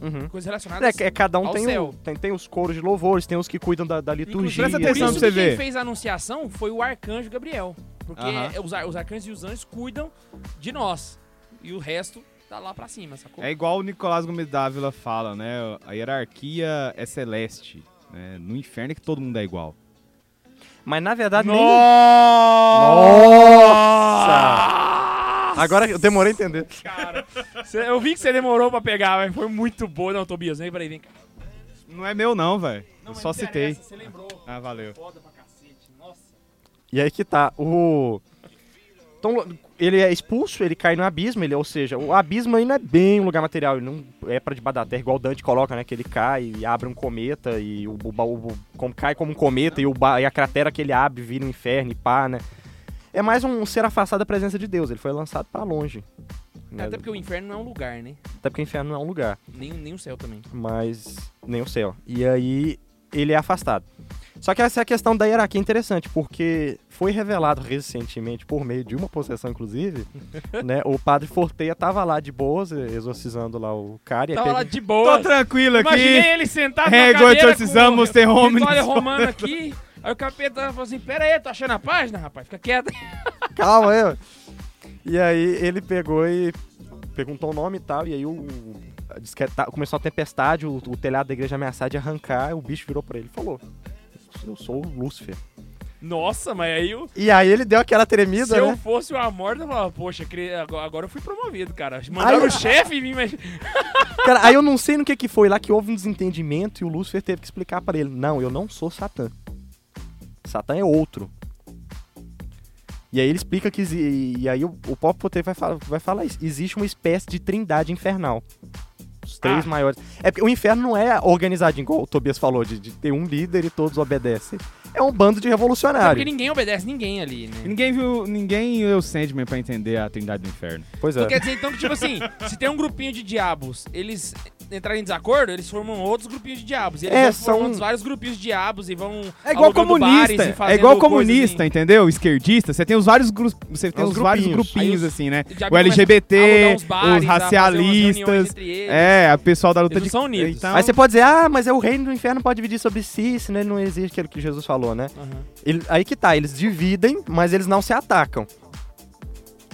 [SPEAKER 2] Uhum.
[SPEAKER 1] de coisas relacionadas
[SPEAKER 2] É, é, cada um
[SPEAKER 1] Ao
[SPEAKER 2] tem,
[SPEAKER 1] céu.
[SPEAKER 2] o, tem, tem os coros de louvores, tem os que cuidam da, da
[SPEAKER 1] Inclusive,
[SPEAKER 2] liturgia.
[SPEAKER 3] Presta
[SPEAKER 1] Por
[SPEAKER 3] atenção
[SPEAKER 1] isso
[SPEAKER 3] pra
[SPEAKER 1] que
[SPEAKER 3] você ver.
[SPEAKER 1] quem fez a anunciação foi o arcanjo Gabriel. Porque é,
[SPEAKER 3] Aham.
[SPEAKER 1] os, ar- os arcanjos e os anjos cuidam de nós. E o resto tá lá pra cima, sacou?
[SPEAKER 3] É igual o Nicolás Gomes Dávila fala, né? A hierarquia é celeste. né? No inferno é que todo mundo é igual.
[SPEAKER 2] Mas na verdade nem...
[SPEAKER 3] Nossa!
[SPEAKER 2] Agora eu demorei a entender.
[SPEAKER 1] Cê- eu vi que você demorou pra pegar, mas foi muito boa. Não, Tobias, vem pra aí, vem cá.
[SPEAKER 3] Não é meu não, velho. Eu só citei.
[SPEAKER 1] Você lembrou.
[SPEAKER 3] Ah, valeu.
[SPEAKER 1] Foda pra cacete. Nossa.
[SPEAKER 2] E aí que tá, o... Então, ele é expulso, ele cai no abismo, ele, ou seja, o abismo ainda é bem um lugar material, ele não é pra debaixo da terra, igual o Dante coloca, né, que ele cai e abre um cometa, e o, o, ba- o- como- cai como um cometa, e, o, ba- e a cratera que ele abre vira um inferno e pá, né. É mais um ser afastado da presença de Deus, ele foi lançado pra longe. né?
[SPEAKER 1] Até porque o inferno não é um lugar, né?
[SPEAKER 2] Até porque o inferno não é um lugar.
[SPEAKER 1] Nem, nem o céu também.
[SPEAKER 2] mas nem o céu. E aí ele é afastado. Só que essa questão da hierarquia é interessante, porque foi revelado recentemente, por meio de uma possessão, inclusive, né? O padre Forteia tava lá de boas, exorcizando lá o cara. e aí
[SPEAKER 1] Tava
[SPEAKER 2] pegou-
[SPEAKER 1] Tá lá de
[SPEAKER 3] Tô
[SPEAKER 1] boa.
[SPEAKER 3] tranquilo
[SPEAKER 1] Imaginei
[SPEAKER 3] aqui.
[SPEAKER 1] ele sentado na
[SPEAKER 3] Rego,
[SPEAKER 1] cadeira
[SPEAKER 3] exorcizamos, ter
[SPEAKER 1] com o
[SPEAKER 3] homens.
[SPEAKER 1] Vitória Romano aqui. Aí o capeta falou assim, pera aí, tô achando a página, rapaz? Fica quieto.
[SPEAKER 2] Calma aí. ó. E aí ele pegou e perguntou o nome e tal, e aí o. o- diz que tá- começou a tempestade, o, o telhado da igreja ameaçado de arrancar, e o bicho virou pra ele e falou: Eu sou o Lúcifer.
[SPEAKER 1] Nossa, mas aí o...
[SPEAKER 2] E aí ele deu aquela tremida,
[SPEAKER 1] Se
[SPEAKER 2] né?
[SPEAKER 1] eu fosse o Amorda, eu falava, poxa, cre- agora agora eu fui promovido, cara. Mandaram
[SPEAKER 2] Aí-
[SPEAKER 1] o chefe em mim, mas...
[SPEAKER 2] Cara, aí eu não sei no que que foi lá que houve um desentendimento e o Lúcifer teve que explicar pra ele: "Não, eu não sou Satã. Satã é outro." E aí ele explica que exi- e aí o, o próprio Potter vai falar, vai falar isso. Existe uma espécie de trindade infernal. Os três
[SPEAKER 1] Ah.
[SPEAKER 2] maiores. É porque o inferno não é organizado igual o Tobias falou de, de ter um líder e todos obedecem. É um bando de
[SPEAKER 1] É porque
[SPEAKER 2] revolucionários.
[SPEAKER 1] ninguém obedece ninguém ali, né?
[SPEAKER 3] Ninguém viu, ninguém eu Sandman pra entender a Trindade do Inferno.
[SPEAKER 2] Pois é.
[SPEAKER 1] Então quer dizer, então, que tipo assim, se tem um grupinho de diabos, eles entrarem em desacordo, eles formam outros grupinhos de diabos. E eles
[SPEAKER 2] É,
[SPEAKER 1] vão formando
[SPEAKER 2] são-
[SPEAKER 1] vários grupinhos de diabos e vão
[SPEAKER 3] um É igual
[SPEAKER 1] alugando bares e
[SPEAKER 3] comunista, é
[SPEAKER 1] fazendo
[SPEAKER 3] igual
[SPEAKER 1] coisas assim.
[SPEAKER 3] comunista,
[SPEAKER 1] em-
[SPEAKER 3] entendeu? Esquerdista, você tem os vários gru- você tem
[SPEAKER 2] Os
[SPEAKER 3] os, vários
[SPEAKER 2] grupinhos.
[SPEAKER 1] É
[SPEAKER 3] grupinhos
[SPEAKER 1] Aí os-
[SPEAKER 3] assim, né?
[SPEAKER 1] o diabo
[SPEAKER 3] O
[SPEAKER 1] começa a
[SPEAKER 3] LGBT,
[SPEAKER 1] alugar uns bares,
[SPEAKER 3] os
[SPEAKER 1] a fazer umas reuniões
[SPEAKER 3] racialistas,
[SPEAKER 1] entre eles.
[SPEAKER 3] é, o pessoal da luta
[SPEAKER 1] Eles
[SPEAKER 3] de
[SPEAKER 1] não são unidos.
[SPEAKER 3] Então,
[SPEAKER 2] Aí você pode dizer, ah, mas é o reino do inferno pode dividir sobre si, senão ele não existe aquilo que Jesus falou, né?
[SPEAKER 1] Aham.
[SPEAKER 2] Ele- aí que tá, eles dividem, mas eles não se atacam.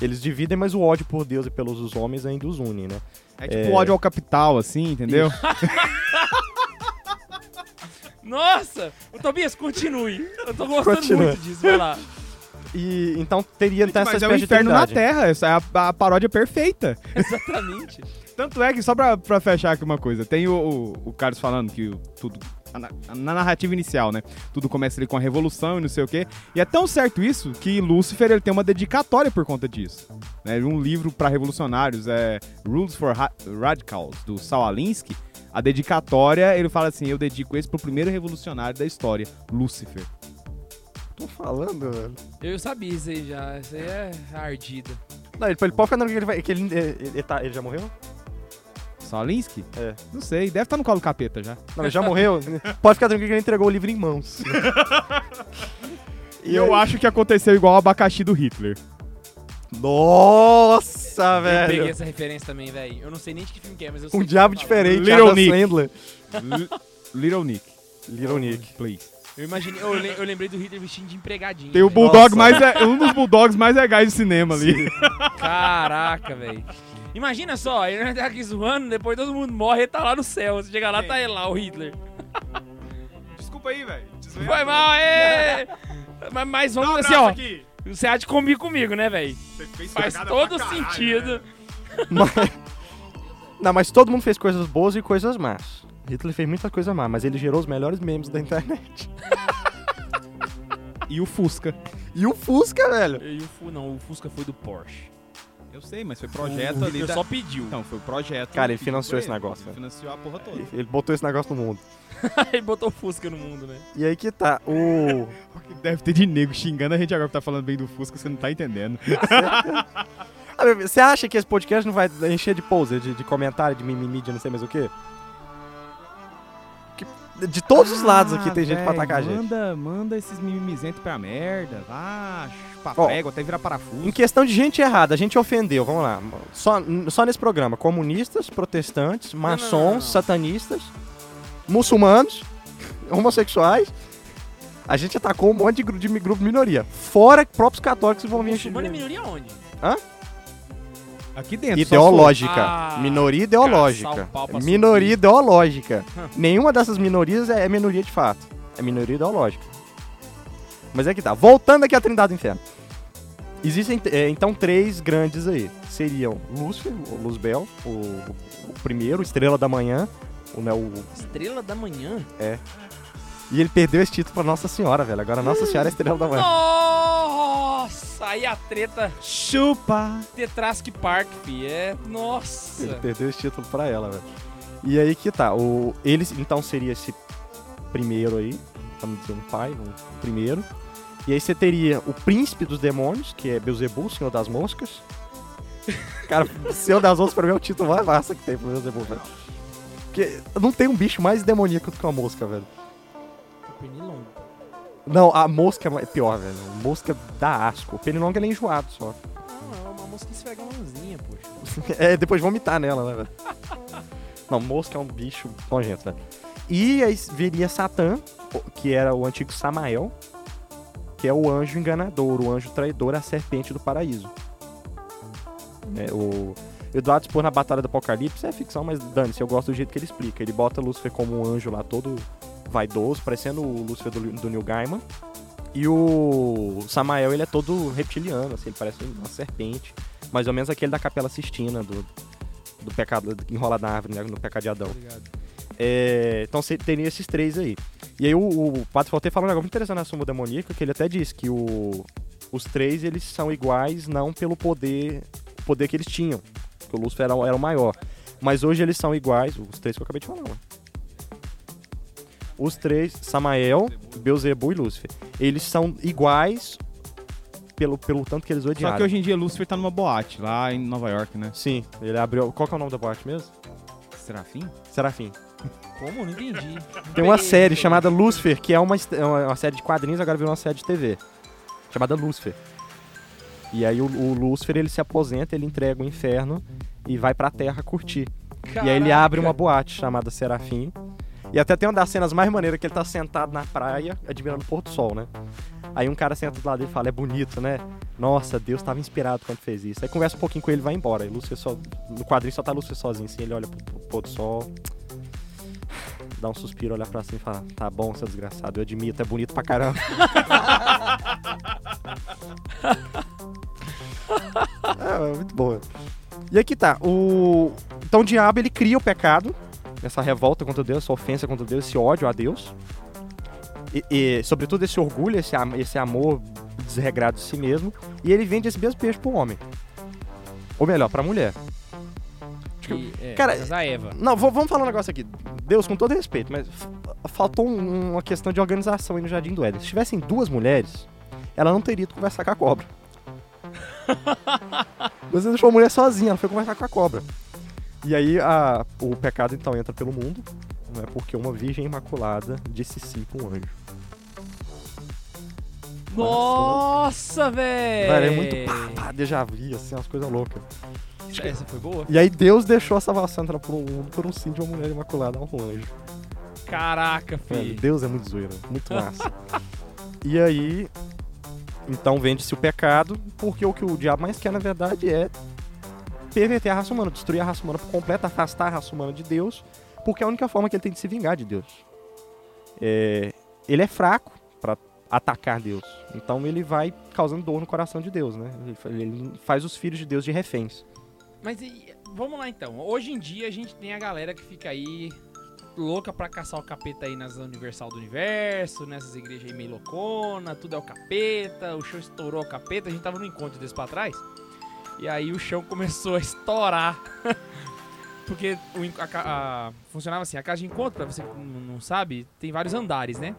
[SPEAKER 2] Eles dividem, mas o ódio por Deus e pelos os homens ainda os une, né?
[SPEAKER 3] é tipo ódio ao capital assim, entendeu?
[SPEAKER 1] Nossa! Ô, Tobias, continue. Eu tô gostando
[SPEAKER 2] Continua.
[SPEAKER 1] muito disso, vai lá.
[SPEAKER 2] E então teria
[SPEAKER 1] Tá,
[SPEAKER 2] então, essa
[SPEAKER 3] Mas é o
[SPEAKER 2] espécie
[SPEAKER 3] inferno
[SPEAKER 2] de
[SPEAKER 3] na
[SPEAKER 2] trindade.
[SPEAKER 3] Terra, essa é a, a paródia perfeita.
[SPEAKER 1] Exatamente.
[SPEAKER 3] Tanto é que, só pra, pra fechar aqui uma coisa, tem o, o, o Carlos falando que o- tudo. a na, a- na narrativa inicial, né? Tudo começa ali com a revolução e não sei o quê. E é tão certo isso que Lúcifer ele tem uma dedicatória por conta disso. Né? Um livro pra revolucionários, é Rules for Ra- Radicals, do Saul Alinsky. A dedicatória, ele fala assim: Eu dedico esse pro primeiro revolucionário da história, Lúcifer.
[SPEAKER 2] Tô falando, velho.
[SPEAKER 1] Eu sabia isso aí já. Isso aí é ardida.
[SPEAKER 2] Não, ele, ele pode ficar que ele vai. Que ele, ele, ele tá- ele já morreu?
[SPEAKER 3] Saul Alinsky?
[SPEAKER 2] É.
[SPEAKER 3] Não sei, deve estar no colo do capeta já.
[SPEAKER 2] Não, ele já morreu? pode ficar tranquilo que ele entregou o livro em mãos.
[SPEAKER 3] E eu acho que aconteceu igual o abacaxi do Hitler.
[SPEAKER 2] Nossa,
[SPEAKER 3] Tá
[SPEAKER 1] Eu peguei
[SPEAKER 2] velho!
[SPEAKER 1] essa referência também, velho. Eu não sei nem de que filme que é, mas eu sei.
[SPEAKER 2] Um
[SPEAKER 1] que
[SPEAKER 2] diabo
[SPEAKER 1] você tá
[SPEAKER 2] diferente,
[SPEAKER 3] Little
[SPEAKER 2] Adam
[SPEAKER 3] Nick.
[SPEAKER 2] Sandler.
[SPEAKER 3] Li- Little Nick.
[SPEAKER 2] Little Nick.
[SPEAKER 3] Please.
[SPEAKER 1] falando. Eu imaginei, eu, lem- eu lembrei do Hitler vestindo de empregadinho.
[SPEAKER 3] Tem o
[SPEAKER 1] velho.
[SPEAKER 3] Bulldog mais. É, um dos Bulldogs mais legais de cinema ali.
[SPEAKER 1] Caraca, velho. Imagina só, ele tá aqui zoando, depois todo mundo morre, ele tá lá no céu. Você chega lá, tá ele lá, o Hitler.
[SPEAKER 3] Desculpa aí, velho. um
[SPEAKER 1] Foi mal, é! Mas, mas vamos assim, ó.
[SPEAKER 6] aqui.
[SPEAKER 1] Você há de comigo comigo, né, velho?
[SPEAKER 6] Você fez
[SPEAKER 1] Faz
[SPEAKER 6] cagada
[SPEAKER 1] todo
[SPEAKER 6] pra caralho,
[SPEAKER 1] sentido.
[SPEAKER 6] né?
[SPEAKER 2] Mas... Não, mas todo mundo fez coisas boas e coisas más. Hitler fez muita coisa má, mas ele gerou os melhores memes da internet.
[SPEAKER 3] E o Fusca.
[SPEAKER 2] E o Fusca, velho.
[SPEAKER 1] E o Fu, não, o Fusca foi do Porsche.
[SPEAKER 3] Eu sei, mas foi
[SPEAKER 1] O-
[SPEAKER 3] projeto
[SPEAKER 1] o
[SPEAKER 3] ali.
[SPEAKER 1] Hitler
[SPEAKER 3] Da...
[SPEAKER 1] só pediu.
[SPEAKER 3] Então, foi o projeto.
[SPEAKER 2] Cara, ele
[SPEAKER 3] que
[SPEAKER 2] financiou
[SPEAKER 3] foi
[SPEAKER 2] esse negócio,
[SPEAKER 3] Ele
[SPEAKER 2] velho.
[SPEAKER 3] Financiou a porra toda.
[SPEAKER 2] Ele botou esse negócio no mundo.
[SPEAKER 1] Aí botou o Fusca no mundo, né?
[SPEAKER 2] E aí que tá, o...
[SPEAKER 3] Deve ter de nego xingando a gente agora que tá falando bem do Fusca, você não tá entendendo.
[SPEAKER 2] Ah, meu, Você acha que esse podcast não vai encher de poser, de, de comentário, de mimimi, de não sei mais o quê? Que- De todos os lados aqui tem gente pra atacar a gente.
[SPEAKER 3] Ah, Manda, manda esses mimimizentos pra merda. Vá, chupa
[SPEAKER 2] Ó.
[SPEAKER 3] prego, até virar parafuso.
[SPEAKER 2] Em questão de gente errada, a gente ofendeu, vamos lá. Só, só nesse programa, comunistas, protestantes, maçons,
[SPEAKER 1] não, não, não.
[SPEAKER 2] satanistas, muçulmanos, homossexuais. A gente atacou um monte de, gru- de mi- grupo minoria. Fora próprios católicos que vão vir
[SPEAKER 1] Muçulmano e minoria é onde?
[SPEAKER 3] Aqui dentro. só
[SPEAKER 2] Ideológica.
[SPEAKER 1] Ah,
[SPEAKER 2] minoria
[SPEAKER 1] caçar
[SPEAKER 2] ideológica.
[SPEAKER 1] o pau pra
[SPEAKER 2] Minoria
[SPEAKER 1] subir.
[SPEAKER 2] ideológica. Nenhuma dessas minorias é é minoria de fato. É minoria ideológica. Mas é que tá. Voltando aqui à Trindade do Inferno. Existem, é, então, três grandes aí. Seriam Lúcifer, o Luzbel, o, o primeiro, Estrela da Manhã. O, né, o-
[SPEAKER 1] Estrela da manhã?
[SPEAKER 2] e ele perdeu esse título pra Nossa Senhora, velho. Agora Nossa Senhora é Estrela da Manhã.
[SPEAKER 1] Nossa! Aí a treta
[SPEAKER 3] sua. Chupa.
[SPEAKER 1] Tetrask Park, fi. É.
[SPEAKER 2] Ele
[SPEAKER 1] Nossa!
[SPEAKER 2] perdeu esse título pra ela, velho. E aí que tá. O, ele então seria esse primeiro aí. Estamos dizendo pai, o primeiro. E aí você teria o príncipe dos demônios, que é Beuzebu, senhor das moscas. Cara, senhor das moscas pra mim é o título mais massa que tem pro Beuzebu, velho. Porque não tem um bicho mais demoníaco do que uma mosca, velho.
[SPEAKER 1] Pernilongo.
[SPEAKER 2] Não, a mosca é ma- é pior, velho. A mosca dá asco. O pernilongo ele é enjoado só.
[SPEAKER 1] Ah, não, uma mosca esfrega a mãozinha, poxa.
[SPEAKER 2] É, depois vomitar nela, né, velho? Não, mosca é um bicho nojento, velho. E aí viria Satã, o- que era o antigo Samael, que é o anjo enganador, o anjo traidor, a serpente do paraíso. É, o Eduardo Spor na Batalha do Apocalipse é ficção, mas dane-se, eu gosto do jeito que ele explica. Ele bota Lúcifer como um anjo lá todo vaidoso, parecendo o Lúcifer do, do Neil Gaiman. E o Samael, ele é todo reptiliano, assim, ele parece uma serpente. Mais ou menos aquele da Capela Sistina, do, do pecado que enrola na árvore, né, no pecado de Adão. É, então você teria esses três aí. E aí o, o Padre Forte falou um negócio muito interessante na Suma Demoníaca, que ele até diz que o- os três eles são iguais não pelo poder, o poder que eles tinham, que o Lúcifer era, o- era o maior. Mas hoje eles são iguais, os três que eu acabei de falar. né? Os três, Samael, Beuzebu e Lúcifer, eles são iguais pelo, pelo tanto que eles odiaram.
[SPEAKER 3] Só que hoje em dia Lúcifer tá numa boate lá em Nova York, né?
[SPEAKER 2] Sim, ele abriu. Qual que é o nome da boate mesmo?
[SPEAKER 3] Serafim?
[SPEAKER 2] Serafim.
[SPEAKER 1] Como? Não entendi.
[SPEAKER 2] Tem uma série chamada Lucifer, que é uma, est- é uma uma série de quadrinhos, agora virou uma série de TV. Chamada Lucifer. E aí o, o Lucifer ele se aposenta, ele entrega o inferno e vai pra terra curtir. E aí ele abre uma boate chamada Serafim. E até tem uma das cenas mais maneiras que ele tá sentado na praia, admirando o pôr do sol, né? Aí um cara senta do lado dele e fala, é bonito, né? Nossa, Deus tava inspirado quando fez isso. Aí conversa um pouquinho com ele e vai embora. E Lúcifer só. No quadrinho só tá Lúcifer sozinho, assim, ele olha pro, pro pôr do sol. Dá um suspiro, olha pra cima e fala, tá bom, seu desgraçado, eu admito, é bonito pra caramba. é, é muito boa. E aqui tá, o... Então o diabo, ele cria o pecado, essa revolta contra Deus, essa ofensa contra Deus, esse ódio a Deus. E, e, sobretudo esse orgulho, esse, am- esse amor desregrado de si mesmo. E ele vende esse mesmo peixe pro homem. Ou melhor, pra mulher.
[SPEAKER 1] E, é,
[SPEAKER 2] Cara,
[SPEAKER 1] mas a Eva.
[SPEAKER 2] Não, vo- vamos falar um negócio aqui. Deus, com todo respeito, mas f- faltou um- uma questão de organização aí no Jardim do Éden. Se tivessem duas mulheres, ela não teria ido conversar com a cobra. Você deixou a mulher sozinha, ela foi conversar com a cobra. E aí a- o pecado então entra pelo mundo, não é porque uma virgem imaculada disse sim pra um anjo.
[SPEAKER 1] Nossa, velho!
[SPEAKER 2] Velho, é muito pá, pá, déjà vu, assim, umas coisas loucas.
[SPEAKER 1] Essa- Essa foi boa?
[SPEAKER 2] E aí Deus deixou a salvação entrar pro mundo por um sim de uma mulher imaculada a um anjo.
[SPEAKER 1] Caraca,
[SPEAKER 2] Mano,
[SPEAKER 1] fi.
[SPEAKER 2] Deus é muito zoeira, muito massa. e aí, então vende-se o pecado, porque o que o diabo mais quer, na verdade, é perverter a raça humana, destruir a raça humana por completo, afastar a raça humana de Deus, porque é a única forma que ele tem de se vingar de Deus. É, ele é fraco pra atacar Deus. Então ele vai causando dor no coração de Deus, né? Ele fa- Ele faz os filhos de Deus de reféns.
[SPEAKER 1] Mas e- vamos lá então. Hoje em dia a gente tem a galera que fica aí louca pra caçar o capeta aí nas Universal do Universo, nessas igrejas aí meio loucona, tudo é o capeta, o chão estourou o capeta, a gente tava num encontro desse pra trás, e aí o chão começou a estourar. Porque o en- a ca- a- funcionava assim, a casa de encontro, pra você que n- não sabe, tem vários andares, né?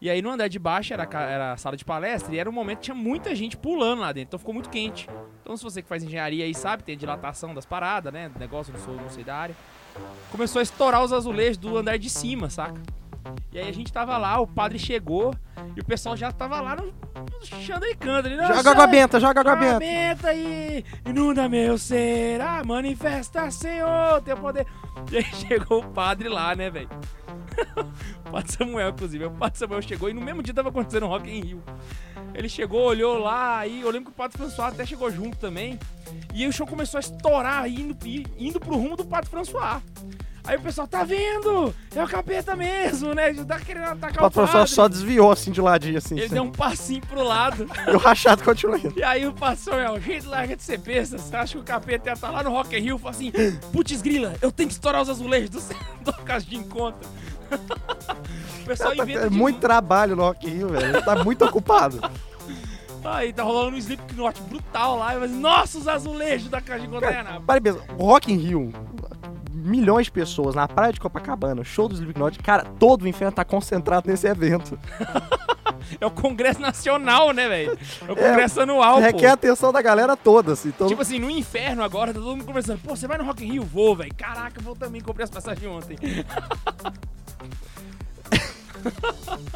[SPEAKER 1] E aí no andar de baixo era, a ca- era a sala de palestra e era um momento que tinha muita gente pulando lá dentro, então ficou muito quente. Então, se você que faz engenharia aí sabe, tem a dilatação das paradas, né? do Negócio, não sou, não sei da área. Começou a estourar os azulejos do andar de cima, saca? E aí a gente tava lá, o padre chegou e o pessoal já tava lá no, no xandricando ali.
[SPEAKER 2] Joga água benta, joga água benta.
[SPEAKER 1] Aumenta e inunda meu ser, ah, manifesta, Senhor, teu poder. E aí chegou o padre lá, né, velho? O padre Samuel, inclusive. O padre Samuel chegou e no mesmo dia tava acontecendo o Rock in Rio. Ele chegou, olhou lá, aí eu lembro que o padre François até chegou junto também. E aí o show começou a estourar, indo, i- indo pro rumo do padre François. Aí o pessoal, tá vendo? É o capeta mesmo, né? Já tá querendo atacar
[SPEAKER 2] O
[SPEAKER 1] o
[SPEAKER 2] professor
[SPEAKER 1] padre.
[SPEAKER 2] só desviou assim de ladinho, assim.
[SPEAKER 1] Ele
[SPEAKER 2] assim.
[SPEAKER 1] deu um passinho pro lado.
[SPEAKER 2] E o rachado continua indo.
[SPEAKER 1] E aí o pastor é o jeito larga de ser besta. Você acha que o capeta ia estar lá no Rock in Rio e fala assim: putz, grila, eu tenho que estourar os azulejos do, do caso de encontro. Tá o pessoal inventa.
[SPEAKER 2] É
[SPEAKER 1] de-
[SPEAKER 2] muito trabalho no Rock in Rio, velho. Ele tá muito ocupado.
[SPEAKER 1] Aí tá rolando um Slipknot brutal lá. Mas, nossa, os azulejos da casa de encontro é na
[SPEAKER 2] Para e pensa, o Rock in Rio, milhões de pessoas na praia de Copacabana, show do Slipknot, cara, todo o inferno tá concentrado nesse evento.
[SPEAKER 1] É o Congresso Nacional, né, velho? É o Congresso Anual, pô.
[SPEAKER 2] Requer a atenção da galera toda, assim. Então,
[SPEAKER 1] Tipo assim, no inferno agora, tá todo mundo conversando. Pô, você vai no Rock in Rio? Vou, velho. Caraca, eu vou também, comprei as passagens ontem.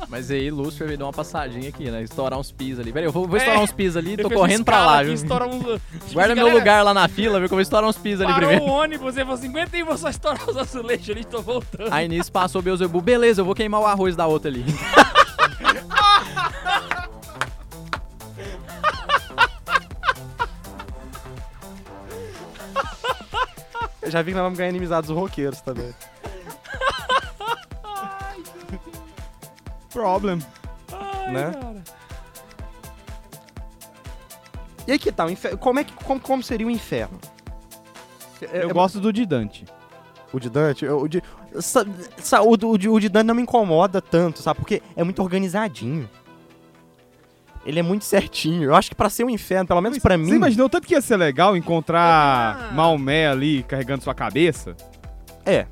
[SPEAKER 7] Mas aí Lúcifer veio dar uma passadinha aqui, né? Estourar uns pis ali. Peraí, eu vou, vou
[SPEAKER 1] É.
[SPEAKER 7] estourar uns pis ali, tô
[SPEAKER 1] Ele fez um
[SPEAKER 7] correndo pra
[SPEAKER 1] escala
[SPEAKER 7] lá.
[SPEAKER 1] aqui,
[SPEAKER 7] viu?
[SPEAKER 1] estoura um- Tipo assim,
[SPEAKER 7] Guarda meu
[SPEAKER 1] galera,
[SPEAKER 7] lugar lá na fila, viu? Que eu vou estourar uns pis ali
[SPEAKER 1] Parou
[SPEAKER 7] primeiro.
[SPEAKER 1] o ônibus, ele falou assim, aguenta aí, vou só estourar os azulejos ali, tô voltando.
[SPEAKER 7] Aí nisso passou o Beuzebu, beleza, eu vou queimar o arroz da outra ali.
[SPEAKER 2] eu já vi que nós vamos ganhar inimizados dos roqueiros também.
[SPEAKER 3] Problem.
[SPEAKER 1] Ai,
[SPEAKER 2] né?
[SPEAKER 1] cara.
[SPEAKER 2] E aí que tá, o infer- como, é que, como, como seria o inferno? É,
[SPEAKER 3] Eu gosto do de Dante.
[SPEAKER 2] O de Dante, eu- o de, sa- sa- o, do- o de, o de Dante não me incomoda tanto, sabe? Porque é muito organizadinho. Ele é muito certinho. Eu acho que pra ser um inferno, pelo menos pra
[SPEAKER 3] Você
[SPEAKER 2] mim...
[SPEAKER 3] imaginou tanto que ia ser legal encontrar
[SPEAKER 1] Ah.
[SPEAKER 3] Maomé ali carregando sua cabeça?
[SPEAKER 2] É.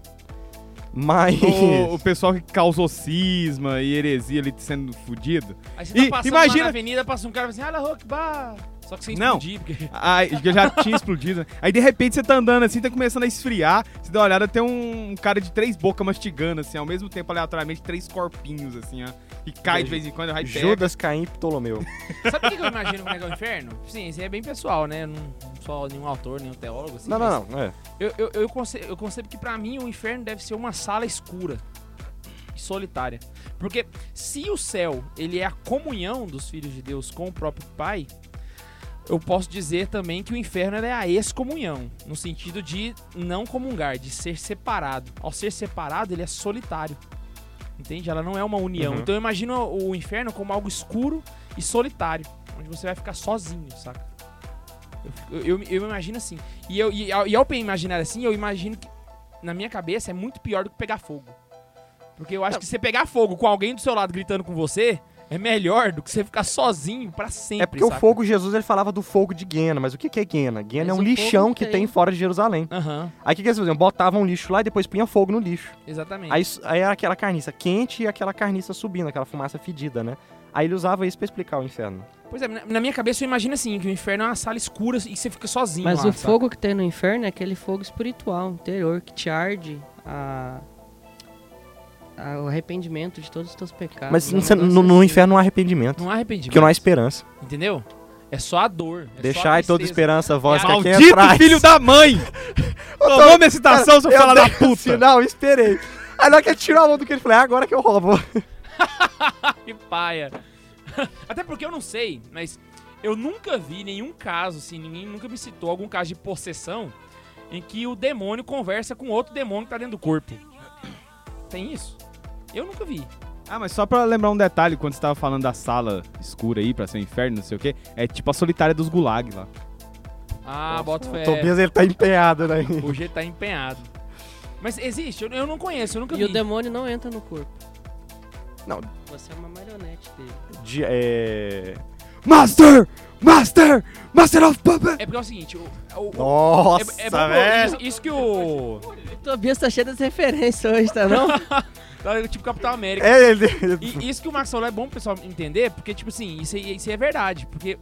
[SPEAKER 2] Mas...
[SPEAKER 3] O, o pessoal que causou cisma e heresia ali sendo fudido.
[SPEAKER 1] Aí você
[SPEAKER 3] E
[SPEAKER 1] tá passando
[SPEAKER 3] imagina-
[SPEAKER 1] lá na avenida, passa um cara e fala assim, olha, Rock Bar. Só que sem
[SPEAKER 3] Não.
[SPEAKER 1] explodir, porque...
[SPEAKER 3] Aí já- já tinha explodido. né? Aí de repente você tá andando assim, tá começando a esfriar. Você dá uma olhada, tem um cara de três bocas mastigando, assim, ao mesmo tempo, aleatoriamente, três corpinhos, assim, ó. E cai de vez em quando, aí pega.
[SPEAKER 2] Judas, Caim e Ptolomeu.
[SPEAKER 1] Sabe por que que eu imagino como é que é o inferno? Sim, isso aí é bem pessoal, né? Eu Não sou nenhum autor, nenhum teólogo, assim.
[SPEAKER 2] Não,
[SPEAKER 1] mas
[SPEAKER 2] não, não. É.
[SPEAKER 1] Eu, eu, eu, conce- eu concebo que pra mim o inferno deve ser uma sala escura e solitária. Porque se o céu ele é a comunhão dos filhos de Deus com o próprio Pai, eu posso dizer também que o inferno ele é a excomunhão, no sentido de não comungar, de ser separado. Ao ser separado, ele é solitário. Entende? Ela não é uma união.
[SPEAKER 2] Uhum.
[SPEAKER 1] Então eu imagino o inferno como algo escuro e solitário, onde você vai ficar sozinho, saca? Eu, fico- eu, eu- eu imagino assim. E, eu, e, ao, e ao imaginar assim, eu imagino que na minha cabeça é muito pior do que pegar fogo. Porque eu acho que você pegar fogo com alguém do seu lado gritando com você é melhor do que você ficar sozinho pra sempre.
[SPEAKER 2] É porque o
[SPEAKER 1] saca?
[SPEAKER 2] fogo, Jesus, ele falava do fogo de Guiena, mas o que que é Guiena? Guiena
[SPEAKER 4] Mas
[SPEAKER 2] é um
[SPEAKER 4] o fogo
[SPEAKER 2] lixão que
[SPEAKER 4] tem.
[SPEAKER 2] tem fora de Jerusalém.
[SPEAKER 1] Aham,
[SPEAKER 2] Aí o que que eles faziam? Botavam um lixo lá e depois punha fogo no lixo.
[SPEAKER 1] exatamente.
[SPEAKER 2] Aí, s- aí era aquela carniça quente e aquela carniça subindo, aquela fumaça fedida, né? Aí ele usava isso pra explicar o inferno.
[SPEAKER 1] Pois é, na na minha cabeça eu imagino assim, que o inferno é uma sala escura e você fica sozinho
[SPEAKER 4] Mas
[SPEAKER 1] lá,
[SPEAKER 4] o
[SPEAKER 1] saca?
[SPEAKER 4] fogo que tem no inferno é aquele fogo espiritual, interior, que te arde a, a- o arrependimento de todos os teus pecados.
[SPEAKER 2] Mas
[SPEAKER 4] né?
[SPEAKER 2] você-
[SPEAKER 4] Um
[SPEAKER 2] no,
[SPEAKER 4] negócio
[SPEAKER 2] no
[SPEAKER 4] assim.
[SPEAKER 2] inferno não há arrependimento.
[SPEAKER 1] Não há arrependimento,
[SPEAKER 2] Porque não há esperança.
[SPEAKER 1] entendeu? É só a dor. É só
[SPEAKER 2] Deixai
[SPEAKER 1] a
[SPEAKER 2] toda
[SPEAKER 1] tristeza.
[SPEAKER 2] esperança, vós
[SPEAKER 1] É
[SPEAKER 2] que aqui
[SPEAKER 3] Maldito
[SPEAKER 2] entrais.
[SPEAKER 3] filho da mãe! Tomou minha citação, seu
[SPEAKER 2] Eu
[SPEAKER 3] filho da
[SPEAKER 2] dei o
[SPEAKER 3] puta!
[SPEAKER 2] Sinal, esperei. Aí na hora que ele tirou a mão do que ele falou, é agora que eu roubo.
[SPEAKER 1] Que paia. Até porque eu não sei, mas eu nunca vi nenhum caso, assim, ninguém nunca me citou algum caso de possessão em que o demônio conversa com outro demônio que tá dentro do corpo. Tem isso? Eu nunca vi.
[SPEAKER 3] Ah, mas só pra lembrar um detalhe, quando você tava falando da sala escura aí, pra ser um inferno, não sei o quê, é tipo a solitária dos gulag lá.
[SPEAKER 1] Ah, bota fé.
[SPEAKER 2] Tobias, ele tá empenhado, né?
[SPEAKER 1] O G tá empenhado. Mas existe, eu, eu não conheço, eu nunca
[SPEAKER 4] E
[SPEAKER 1] vi.
[SPEAKER 4] o demônio não entra no corpo.
[SPEAKER 2] é Não.
[SPEAKER 4] Você é uma marionete dele.
[SPEAKER 2] De, é... Master! Master! Master of Puppet!
[SPEAKER 1] É porque é o seguinte, o, o- o-
[SPEAKER 2] Nossa,
[SPEAKER 1] é, é bom-
[SPEAKER 2] velho!
[SPEAKER 1] Isso, isso que o...
[SPEAKER 4] O Tobias tá cheio das referências hoje, tá não?
[SPEAKER 1] tá Tipo Capitão América.
[SPEAKER 2] É, ele...
[SPEAKER 1] E isso que o Max falou é bom pro pessoal entender, porque, tipo assim, isso aí, isso aí é verdade. Porque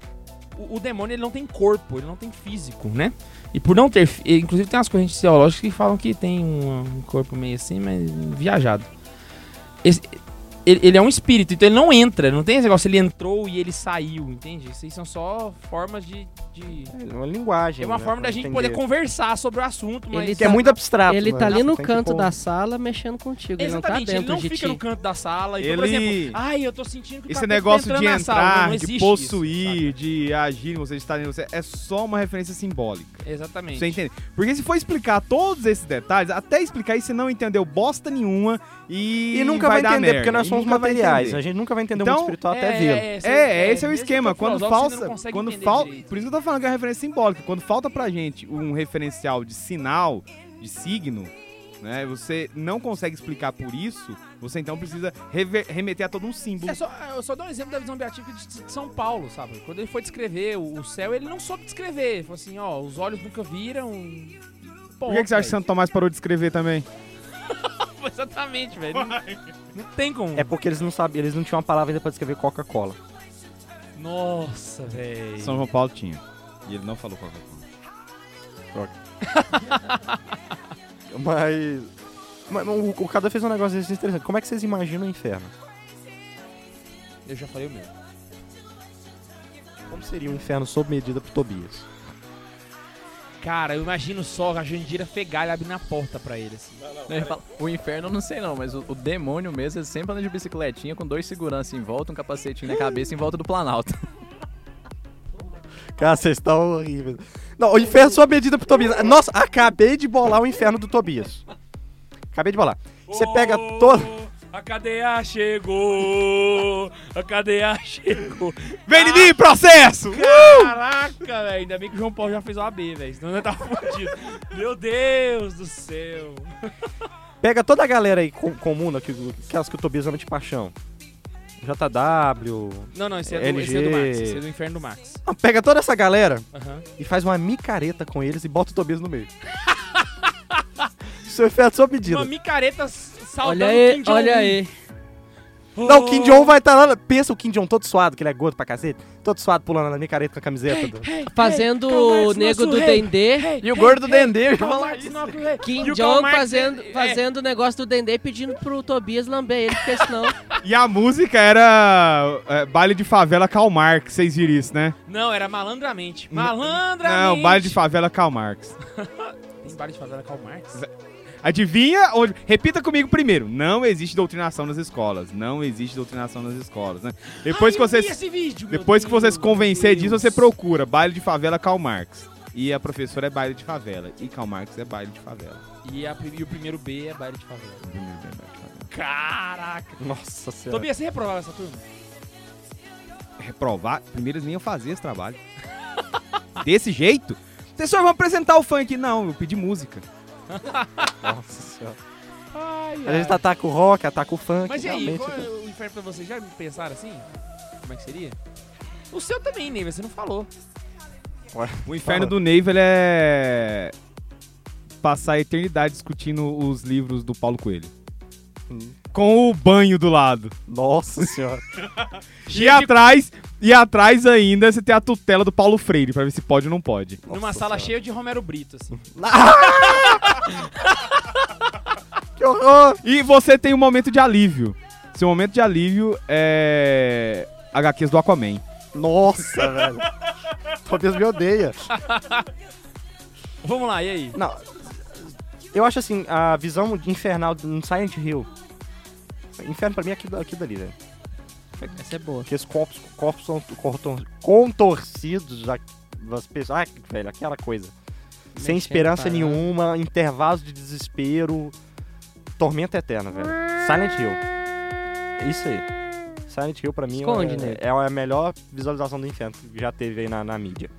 [SPEAKER 1] o, o demônio ele não tem corpo, ele não tem físico, né? E por não ter. fi- e, Inclusive tem umas correntes teológicas que falam que tem um, um corpo meio assim, mas viajado. Esse- ele, ele é um espírito, então ele não entra, não tem esse negócio, ele entrou e ele saiu, entende? Isso aí são só formas de. de-
[SPEAKER 2] É uma linguagem.
[SPEAKER 1] É uma
[SPEAKER 2] né,
[SPEAKER 1] forma
[SPEAKER 2] pra
[SPEAKER 1] da gente poder
[SPEAKER 2] entender.
[SPEAKER 1] conversar sobre o assunto, mas.
[SPEAKER 4] Ele
[SPEAKER 2] Que é muito abstrato.
[SPEAKER 4] Ele tá
[SPEAKER 2] velho.
[SPEAKER 4] ali no
[SPEAKER 2] Tem tipo que
[SPEAKER 4] canto
[SPEAKER 2] pôr-
[SPEAKER 4] da sala mexendo contigo. Ele não tá
[SPEAKER 1] um Exatamente,
[SPEAKER 4] dentro
[SPEAKER 1] ele não
[SPEAKER 4] de
[SPEAKER 1] fica
[SPEAKER 4] ti.
[SPEAKER 1] no canto da sala. Então, por
[SPEAKER 3] Ele-
[SPEAKER 1] exemplo, ai, eu tô sentindo que o
[SPEAKER 3] Esse
[SPEAKER 1] capeta tá
[SPEAKER 3] negócio
[SPEAKER 1] entrando
[SPEAKER 3] de
[SPEAKER 1] na sala", não-
[SPEAKER 3] entrar,
[SPEAKER 1] não
[SPEAKER 3] de
[SPEAKER 1] existe isso,
[SPEAKER 3] possuir, de agir em você, de estar em você, é só uma referência simbólica.
[SPEAKER 1] saca? Exatamente.
[SPEAKER 3] Você entende? Porque se for explicar todos esses detalhes, até explicar isso, você não entendeu bosta nenhuma e.
[SPEAKER 2] E nunca vai,
[SPEAKER 3] dar
[SPEAKER 2] entender,
[SPEAKER 3] merda,
[SPEAKER 2] porque nós
[SPEAKER 3] e
[SPEAKER 2] somos
[SPEAKER 3] nunca vai
[SPEAKER 2] materiais. A
[SPEAKER 3] entender.
[SPEAKER 2] gente nunca vai entender o
[SPEAKER 3] Então,
[SPEAKER 2] mundo espiritual até vê-lo.
[SPEAKER 3] É, esse é o esquema. Quando falta. Quando fal...
[SPEAKER 1] falta
[SPEAKER 3] Por isso que eu tô falando que é uma referência simbólica. Quando falta pra gente um referencial de sinal, de signo, né? Você não consegue explicar por isso, você então precisa rever- remeter a todo um símbolo.
[SPEAKER 1] É só, eu só dou um exemplo da visão beatífica de, de São Paulo, sabe? Quando ele foi descrever o, o céu, ele não soube descrever. Ele falou assim, ó, os olhos nunca viram.
[SPEAKER 3] Por que, que você acha que Santo Tomás parou de escrever também?
[SPEAKER 1] que Exatamente, velho. Não, não tem como.
[SPEAKER 2] É porque eles não sabiam, eles não tinham uma palavra ainda pra descrever Coca-Cola.
[SPEAKER 1] Nossa, velho.
[SPEAKER 3] São João Paulo tinha. E ele não falou qual foi.
[SPEAKER 2] Mas. Mas o, o Cadu fez um negócio desse interessante. Como é que vocês imaginam o inferno?
[SPEAKER 1] Eu já falei o meu.
[SPEAKER 2] Como seria um inferno sob medida pro Tobias?
[SPEAKER 1] Cara, eu imagino só a Jandira Fegalha abrindo a porta pra ele, assim.
[SPEAKER 7] Não, eu ia falar, Né, o inferno eu não sei não, mas o, o demônio mesmo, ele sempre anda de bicicletinha com dois seguranças em volta, um capacetinho na cabeça em volta do Planalto.
[SPEAKER 2] Cara, vocês estão horríveis. Não, o inferno sob medida pro Tobias. Nossa, acabei de bolar o inferno do Tobias. Acabei de bolar. Você pega todo.
[SPEAKER 1] A cadeia chegou! A cadeia chegou!
[SPEAKER 3] Vem de mim, processo!
[SPEAKER 1] Caraca, velho. Ainda bem que o João Paulo já fez o AB, velho. Senão eu tava fudido. Meu Deus do céu.
[SPEAKER 2] Pega toda a galera aí com, comum, né, que, aquelas que o Tobias ama de paixão. JW.
[SPEAKER 1] Não, não, esse é, do, esse é do
[SPEAKER 2] LG.
[SPEAKER 1] Max. Esse é do inferno do Max.
[SPEAKER 2] Não, pega toda essa galera
[SPEAKER 1] Aham.
[SPEAKER 2] e faz uma micareta com eles e bota o Tobias no meio. Seu inferno sob medida.
[SPEAKER 1] Uma micareta s- saudando
[SPEAKER 4] Olha aí,
[SPEAKER 1] Kim Jong-un.
[SPEAKER 4] olha aí.
[SPEAKER 1] Oh.
[SPEAKER 2] Não, o Kim Jong vai estar lá. Pensa o Kim Jong todo suado, que ele é gordo pra cacete. Todo suado pulando na micareta com a camiseta. do-
[SPEAKER 4] Fazendo
[SPEAKER 1] Karl Marx,
[SPEAKER 4] o
[SPEAKER 1] nosso
[SPEAKER 4] nego do
[SPEAKER 1] rei.
[SPEAKER 4] Dendê.
[SPEAKER 1] Hey,
[SPEAKER 7] E o gordo Dendê, eu já
[SPEAKER 1] Karl
[SPEAKER 7] falar
[SPEAKER 1] Marx,
[SPEAKER 7] isso.
[SPEAKER 1] nosso rei. E
[SPEAKER 4] Kim
[SPEAKER 1] o Karl
[SPEAKER 4] Jong
[SPEAKER 1] Marx,
[SPEAKER 4] fazendo,
[SPEAKER 1] é-
[SPEAKER 4] fazendo o negócio do Dendê pedindo pro Tobias lamber ele, porque senão.
[SPEAKER 3] E a música era é, baile de favela Karl Marx, vocês viram isso, né?
[SPEAKER 1] Não, era malandramente. Malandramente.
[SPEAKER 3] Não, baile de favela Karl Marx.
[SPEAKER 1] Tem baile de favela é Karl Marx?
[SPEAKER 3] Adivinha onde. Repita comigo primeiro. Não existe doutrinação nas escolas. Não existe doutrinação nas escolas, né? Depois
[SPEAKER 1] Ai,
[SPEAKER 3] que
[SPEAKER 1] eu vi
[SPEAKER 3] vocês.
[SPEAKER 1] esse vídeo, meu
[SPEAKER 3] Depois que você
[SPEAKER 1] Deus
[SPEAKER 3] se convencer
[SPEAKER 1] Deus.
[SPEAKER 3] disso, você procura baile de favela Karl Marx. E a professora é baile de favela. E Karl Marx é baile de favela.
[SPEAKER 1] E, a pri- e o primeiro B é baile de favela.
[SPEAKER 3] Primeiro é baile de favela.
[SPEAKER 1] Caraca.
[SPEAKER 2] Nossa senhora.
[SPEAKER 1] Tobias, você reprovava essa turma?
[SPEAKER 3] Reprovar. Primeiro eles nem eu fazia esse trabalho. Desse jeito? Professor, vamos apresentar o funk. Não, eu pedi música.
[SPEAKER 2] Nossa senhora.
[SPEAKER 1] Ai,
[SPEAKER 2] A gente ataca o rock, ataca o funk.
[SPEAKER 1] Mas e aí,
[SPEAKER 2] realmente.
[SPEAKER 1] qual é o inferno pra vocês? Já pensaram assim? Como é que seria? O seu também, Ney, mas você não falou.
[SPEAKER 3] O inferno
[SPEAKER 2] Fala.
[SPEAKER 3] do Neiva ele é passar a eternidade discutindo os livros do Paulo Coelho.
[SPEAKER 2] Hum.
[SPEAKER 3] Com o banho do lado.
[SPEAKER 2] Nossa senhora.
[SPEAKER 3] E atrás, e atrás ainda você tem a tutela do Paulo Freire pra ver se pode ou não pode.
[SPEAKER 1] Numa
[SPEAKER 2] Nossa
[SPEAKER 1] sala
[SPEAKER 2] Senhora.
[SPEAKER 1] cheia de Romero Brito, assim.
[SPEAKER 2] que horror.
[SPEAKER 3] E você tem um momento de alívio. Seu momento de alívio é HQs do Aquaman.
[SPEAKER 2] Nossa, velho. Tobias me odeia.
[SPEAKER 1] Vamos lá, e aí?
[SPEAKER 2] Não. Eu acho assim, a visão de infernal no Silent Hill. Inferno pra mim é aquilo, aquilo dali, né?
[SPEAKER 4] Essa é boa.
[SPEAKER 2] Porque os corpos, corpos são corton- contorcidos da- das pessoas. Ah, velho, aquela coisa. Sem
[SPEAKER 4] Mexendo,
[SPEAKER 2] esperança
[SPEAKER 4] parando.
[SPEAKER 2] nenhuma, intervalos de desespero. Tormenta eterna, velho. Silent Hill. É Isso aí. Silent Hill pra mim
[SPEAKER 4] Esconde,
[SPEAKER 2] é,
[SPEAKER 4] né?
[SPEAKER 2] é a melhor visualização do inferno que já teve aí na, na mídia.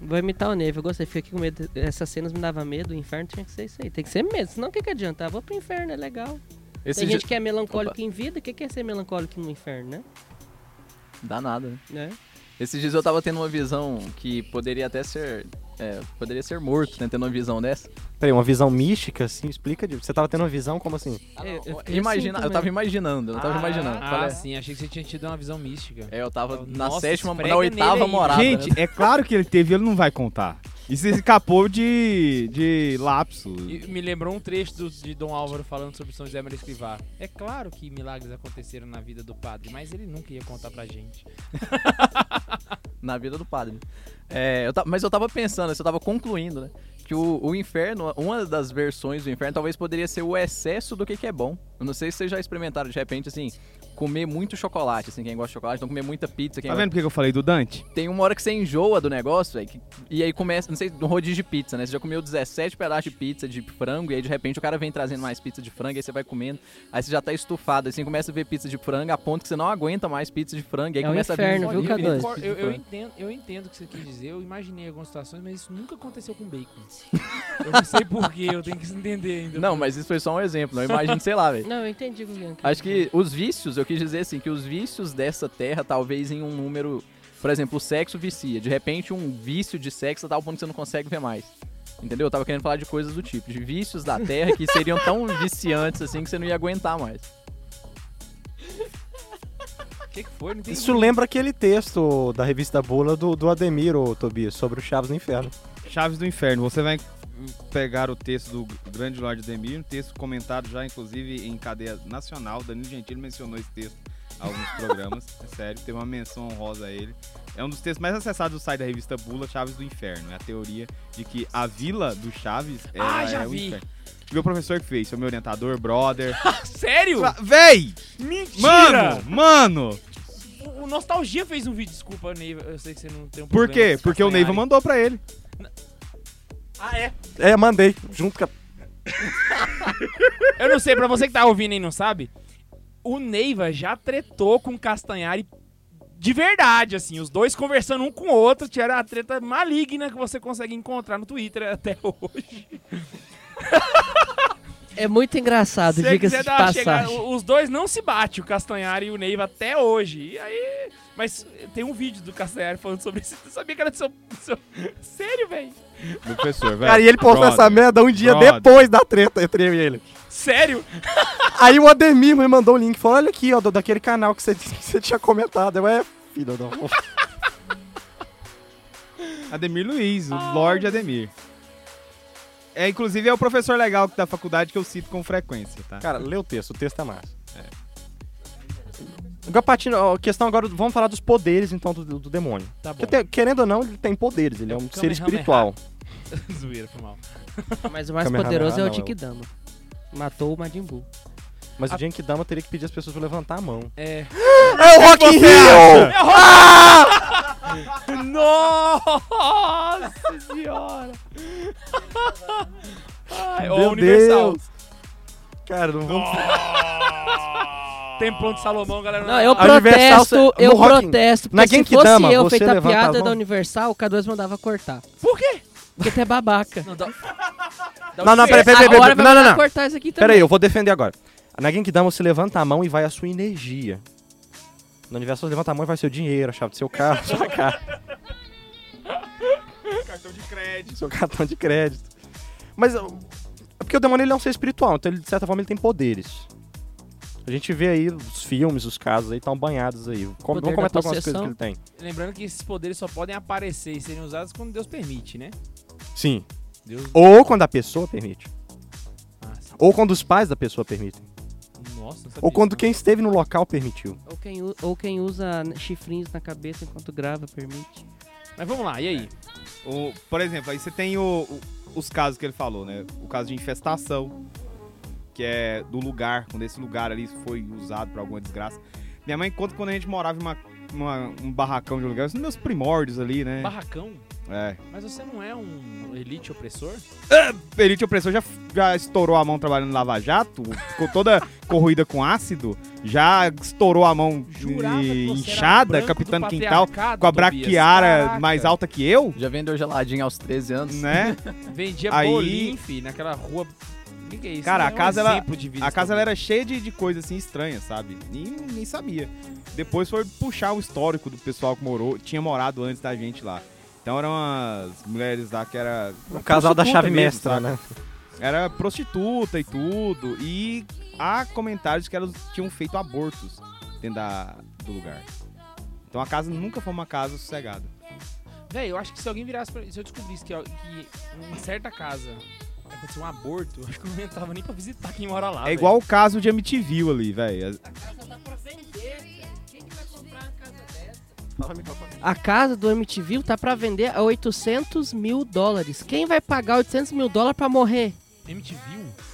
[SPEAKER 4] Vou imitar o Neve, eu gostei. Fiquei aqui com medo. Essas cenas me davam medo, o inferno tinha que ser isso aí. Tem que ser medo, senão o que, que adianta? Ah, vou pro inferno, é legal.
[SPEAKER 7] Esse
[SPEAKER 4] Tem
[SPEAKER 7] jo-
[SPEAKER 4] gente que é melancólico em vida, o que, que é ser melancólico no inferno, né?
[SPEAKER 7] Dá nada, né?
[SPEAKER 4] né?
[SPEAKER 7] Esses dias eu tava tendo uma visão que poderia até ser. é, poderia ser morto, né? Tendo uma visão dessa.
[SPEAKER 2] Peraí, uma visão mística, assim, explica. de- Você tava tendo uma visão como assim?
[SPEAKER 4] Eu- eu fiquei
[SPEAKER 7] Imagina,
[SPEAKER 4] assim
[SPEAKER 7] eu tava
[SPEAKER 4] também.
[SPEAKER 7] imaginando, eu tava
[SPEAKER 1] Ah,
[SPEAKER 7] imaginando.
[SPEAKER 1] Ah,
[SPEAKER 7] Falei-
[SPEAKER 1] sim, achei que você tinha tido uma visão mística.
[SPEAKER 7] É, eu tava na
[SPEAKER 1] Nossa,
[SPEAKER 7] sétima, na
[SPEAKER 1] esfrega nele
[SPEAKER 7] oitava
[SPEAKER 1] aí.
[SPEAKER 7] morada. né?
[SPEAKER 3] Gente, é claro que ele teve, ele não vai contar. Isso escapou de, de lapso.
[SPEAKER 1] E me lembrou um trecho do- de Dom Álvaro falando sobre São José Maria Escrivá. É claro que milagres aconteceram na vida do padre, mas ele nunca ia contar pra gente.
[SPEAKER 7] na vida do padre. É, eu ta- mas eu tava pensando, eu tava concluindo, né? Que o, o inferno, uma das versões do inferno, talvez poderia ser o excesso do que, que é bom. Eu não sei se vocês já experimentaram, de repente, assim, comer muito chocolate, assim, quem gosta de chocolate, não comer muita pizza, quem
[SPEAKER 3] Tá
[SPEAKER 7] gosta-
[SPEAKER 3] vendo por que que eu falei do Dante?
[SPEAKER 7] Tem uma hora que você enjoa do negócio, véi, que- e aí começa, não sei, no rodízio de pizza, né? Você já comeu 17 pedaços de pizza de frango, e aí de repente o cara vem trazendo mais pizza de frango, aí você vai comendo, aí você já tá estufado, aí você começa a ver pizza de frango, a ponto que você não aguenta mais pizza de frango, e aí
[SPEAKER 4] É um
[SPEAKER 7] começa
[SPEAKER 4] inferno,
[SPEAKER 7] a
[SPEAKER 4] viu,
[SPEAKER 7] vir
[SPEAKER 1] Eu,
[SPEAKER 7] infinito de
[SPEAKER 4] K2?
[SPEAKER 1] concordo-
[SPEAKER 7] pizza de
[SPEAKER 1] eu- eu
[SPEAKER 7] frango.
[SPEAKER 1] entendo, eu entendo o que você quis dizer, eu imaginei algumas situações, mas isso nunca aconteceu com bacon. Eu não sei porquê, eu tenho que entender ainda.
[SPEAKER 7] Não, mas isso foi só um exemplo, não imagino, sei lá, velho.
[SPEAKER 4] Não, eu entendi, Guilherme.
[SPEAKER 7] Acho que os vícios, eu quis dizer assim, que os vícios dessa terra, talvez em um número. Por exemplo, o sexo vicia. De repente, um vício de sexo a tal ponto que você não consegue ver mais. Entendeu? Eu tava querendo falar de coisas do tipo, de vícios da terra que seriam tão viciantes assim que você não ia aguentar mais.
[SPEAKER 1] O que, que foi? Não entendi.
[SPEAKER 2] Isso lembra aquele texto da revista Bula do, do Ademiro, Tobias, sobre o Chaves no Inferno.
[SPEAKER 3] Chaves do Inferno. Você vai pegar o texto do grande Lorde Demir, um texto comentado já, inclusive, em cadeia nacional. Danilo Gentili mencionou esse texto em alguns programas. É sério, teve uma menção honrosa a ele. É um dos textos mais acessados do site da revista Bula, Chaves do Inferno. É a teoria de que a vila do Chaves ela
[SPEAKER 1] Ah, já
[SPEAKER 3] é o
[SPEAKER 1] vi.
[SPEAKER 3] inferno. Meu professor que fez, seu meu orientador, brother.
[SPEAKER 1] Sério?
[SPEAKER 3] Véi!
[SPEAKER 1] Mentira!
[SPEAKER 3] Mano! Mano!
[SPEAKER 1] O, o Nostalgia fez um vídeo, desculpa, Neiva. Eu sei que você não tem um
[SPEAKER 3] Por
[SPEAKER 1] problema
[SPEAKER 3] quê?
[SPEAKER 1] com
[SPEAKER 3] Porque o Neiva
[SPEAKER 1] castanhari.
[SPEAKER 3] mandou pra ele.
[SPEAKER 1] Ah, é?
[SPEAKER 2] É, mandei, junto com a...
[SPEAKER 1] Eu não sei, pra você que tá ouvindo e não sabe, o Neiva já tretou com o Castanhari de verdade, assim. Os dois conversando um com o outro, tiveram a treta maligna que você consegue encontrar no Twitter até hoje.
[SPEAKER 4] É muito engraçado,
[SPEAKER 1] Se você
[SPEAKER 4] diga-se
[SPEAKER 1] quiser
[SPEAKER 4] de
[SPEAKER 1] dar uma
[SPEAKER 4] passagem.
[SPEAKER 1] chegada, o- os dois não se batem, o Castanhari e o Neiva, até hoje. E aí... Mas tem um vídeo do Castanhari falando sobre isso. Você sabia que era do seu... do seu- Sério, velho?
[SPEAKER 3] Meu professor, velho.
[SPEAKER 2] Cara, e ele postou
[SPEAKER 3] Brother.
[SPEAKER 2] essa merda um dia
[SPEAKER 3] Brother.
[SPEAKER 2] depois da treta entre eu e ele.
[SPEAKER 1] Sério?
[SPEAKER 2] Aí o Ademir me mandou o link, falou, olha aqui, ó, do- daquele canal que você, disse que você tinha comentado. Eu, é, filho, não.
[SPEAKER 3] Ademir Luiz, o Lorde Ademir. É, inclusive é o professor legal da faculdade que eu cito com frequência, tá?
[SPEAKER 2] Cara, lê o texto, o texto é massa. Agora, partindo, ó, a questão agora, vamos falar dos poderes, então, do, do demônio.
[SPEAKER 1] Tá bom.
[SPEAKER 2] Porque tem- querendo ou não, ele tem poderes, ele é
[SPEAKER 1] É o
[SPEAKER 2] um ser
[SPEAKER 1] Kamehameha.
[SPEAKER 2] espiritual.
[SPEAKER 1] Zoeira, foi mal.
[SPEAKER 4] Mas o mais
[SPEAKER 2] Kamehameha
[SPEAKER 4] poderoso é
[SPEAKER 2] não,
[SPEAKER 4] o
[SPEAKER 2] é o-
[SPEAKER 4] Jinkidama. Matou o Majin Buu.
[SPEAKER 2] Mas o Genkidama teria que pedir as pessoas pra levantar a mão.
[SPEAKER 1] É...
[SPEAKER 2] É o Rock in Rio!
[SPEAKER 1] Nossa senhora! Ai, ó,
[SPEAKER 2] Meu
[SPEAKER 1] Universal.
[SPEAKER 2] Deus. Cara, não vamos...
[SPEAKER 1] Templão de Salomão, galera. é?
[SPEAKER 4] Não, eu
[SPEAKER 2] A Universal,
[SPEAKER 4] protesto,
[SPEAKER 2] no
[SPEAKER 4] eu
[SPEAKER 2] Rock in-
[SPEAKER 4] protesto.
[SPEAKER 2] na
[SPEAKER 4] Porque se
[SPEAKER 2] Genkidama,
[SPEAKER 4] fosse eu
[SPEAKER 2] você
[SPEAKER 4] feita a
[SPEAKER 2] levanta as
[SPEAKER 4] piada
[SPEAKER 2] mãos?
[SPEAKER 4] da Universal, o K2 mandava cortar.
[SPEAKER 1] Por quê?
[SPEAKER 4] Porque tu é babaca.
[SPEAKER 1] Não, dá...
[SPEAKER 2] Não, não, peraí, peraí, peraí, peraí.
[SPEAKER 4] Agora vai
[SPEAKER 2] Não, não,
[SPEAKER 4] mandar
[SPEAKER 2] não.
[SPEAKER 4] cortar isso aqui
[SPEAKER 2] Pera aí,
[SPEAKER 4] também.
[SPEAKER 2] eu vou defender agora. Na Genkidama você levanta a mão e vai a sua energia. No universo você levanta a mão e vai seu dinheiro, a chave do seu carro, sua casa,
[SPEAKER 6] Cartão de crédito.
[SPEAKER 2] seu cartão de crédito. Mas ó, é porque o demônio ele é um ser espiritual, então ele, de certa forma ele tem poderes. A gente vê aí os filmes, os casos aí estão banhados aí. Com-
[SPEAKER 4] Poder
[SPEAKER 2] vamos
[SPEAKER 4] da
[SPEAKER 2] comentar algumas coisas
[SPEAKER 4] possessão.
[SPEAKER 2] que ele tem.
[SPEAKER 1] Lembrando que esses poderes só podem aparecer e serem usados quando Deus permite, né?
[SPEAKER 2] Sim.
[SPEAKER 1] Deus.
[SPEAKER 2] Ou quando a pessoa permite.
[SPEAKER 1] Ah, sim.
[SPEAKER 2] Ou quando os pais da pessoa permitem.
[SPEAKER 1] Nossa, não sabia
[SPEAKER 2] Ou quando
[SPEAKER 1] disso,
[SPEAKER 2] quem esteve no local permitiu.
[SPEAKER 4] Ou quem, u- ou quem usa chifrinhos na cabeça enquanto grava, permite.
[SPEAKER 1] não. Mas vamos lá, e aí?
[SPEAKER 3] O- por exemplo, aí você tem o- o- os casos que ele falou, né? O caso de infestação, que é do lugar, quando esse lugar ali foi usado pra alguma desgraça. Minha é mãe conta que quando a gente morava em uma- uma- um barracão de lugar, isso nos meus um primórdios ali, né?
[SPEAKER 1] Barracão?
[SPEAKER 3] É.
[SPEAKER 1] Mas você não é um elite opressor?
[SPEAKER 3] Perite opressor já, já estourou a mão trabalhando no Lava Jato, ficou toda corroída com ácido, já estourou a mão
[SPEAKER 1] Jurava
[SPEAKER 3] eh,
[SPEAKER 1] que você era
[SPEAKER 3] inchada,
[SPEAKER 1] branco
[SPEAKER 3] capitando
[SPEAKER 1] do
[SPEAKER 3] quintal,
[SPEAKER 1] patriarcado,
[SPEAKER 3] com a
[SPEAKER 1] Tobias.
[SPEAKER 3] braquiara
[SPEAKER 1] Caraca.
[SPEAKER 3] mais alta que eu,
[SPEAKER 7] Já vendeu geladinho aos 13 anos.
[SPEAKER 3] né?
[SPEAKER 1] Vendia
[SPEAKER 3] Aí-
[SPEAKER 1] bolim, fi, naquela rua. O que, que é isso?
[SPEAKER 3] Cara, a
[SPEAKER 1] é
[SPEAKER 3] casa, ela-
[SPEAKER 1] exemplo de vida
[SPEAKER 3] A casa ela
[SPEAKER 1] também.
[SPEAKER 3] era cheia de, de coisa assim estranha, sabe? E ninguém sabia. Depois foi puxar o histórico do pessoal que morou, tinha morado antes da gente lá. Então eram as mulheres lá que era
[SPEAKER 2] O Um casal da
[SPEAKER 3] prostituta
[SPEAKER 2] chave
[SPEAKER 3] mesmo,
[SPEAKER 2] mestra,
[SPEAKER 3] sabe?
[SPEAKER 2] né?
[SPEAKER 3] Era prostituta e tudo. E há comentários que elas tinham feito abortos dentro da- do lugar. Então a casa nunca foi uma casa sossegada. é
[SPEAKER 1] Véi, eu acho que se alguém virasse pra... Se eu descobrisse que, que em certa casa aconteceu um aborto, eu acho que eu não entrava nem pra visitar quem mora lá.
[SPEAKER 3] é
[SPEAKER 1] véi.
[SPEAKER 3] igual o caso de Amityville ali, velho.
[SPEAKER 4] A casa do MTV tá pra vender a 800 mil dólares. Quem vai pagar 800 mil dólares pra morrer?
[SPEAKER 1] MTV?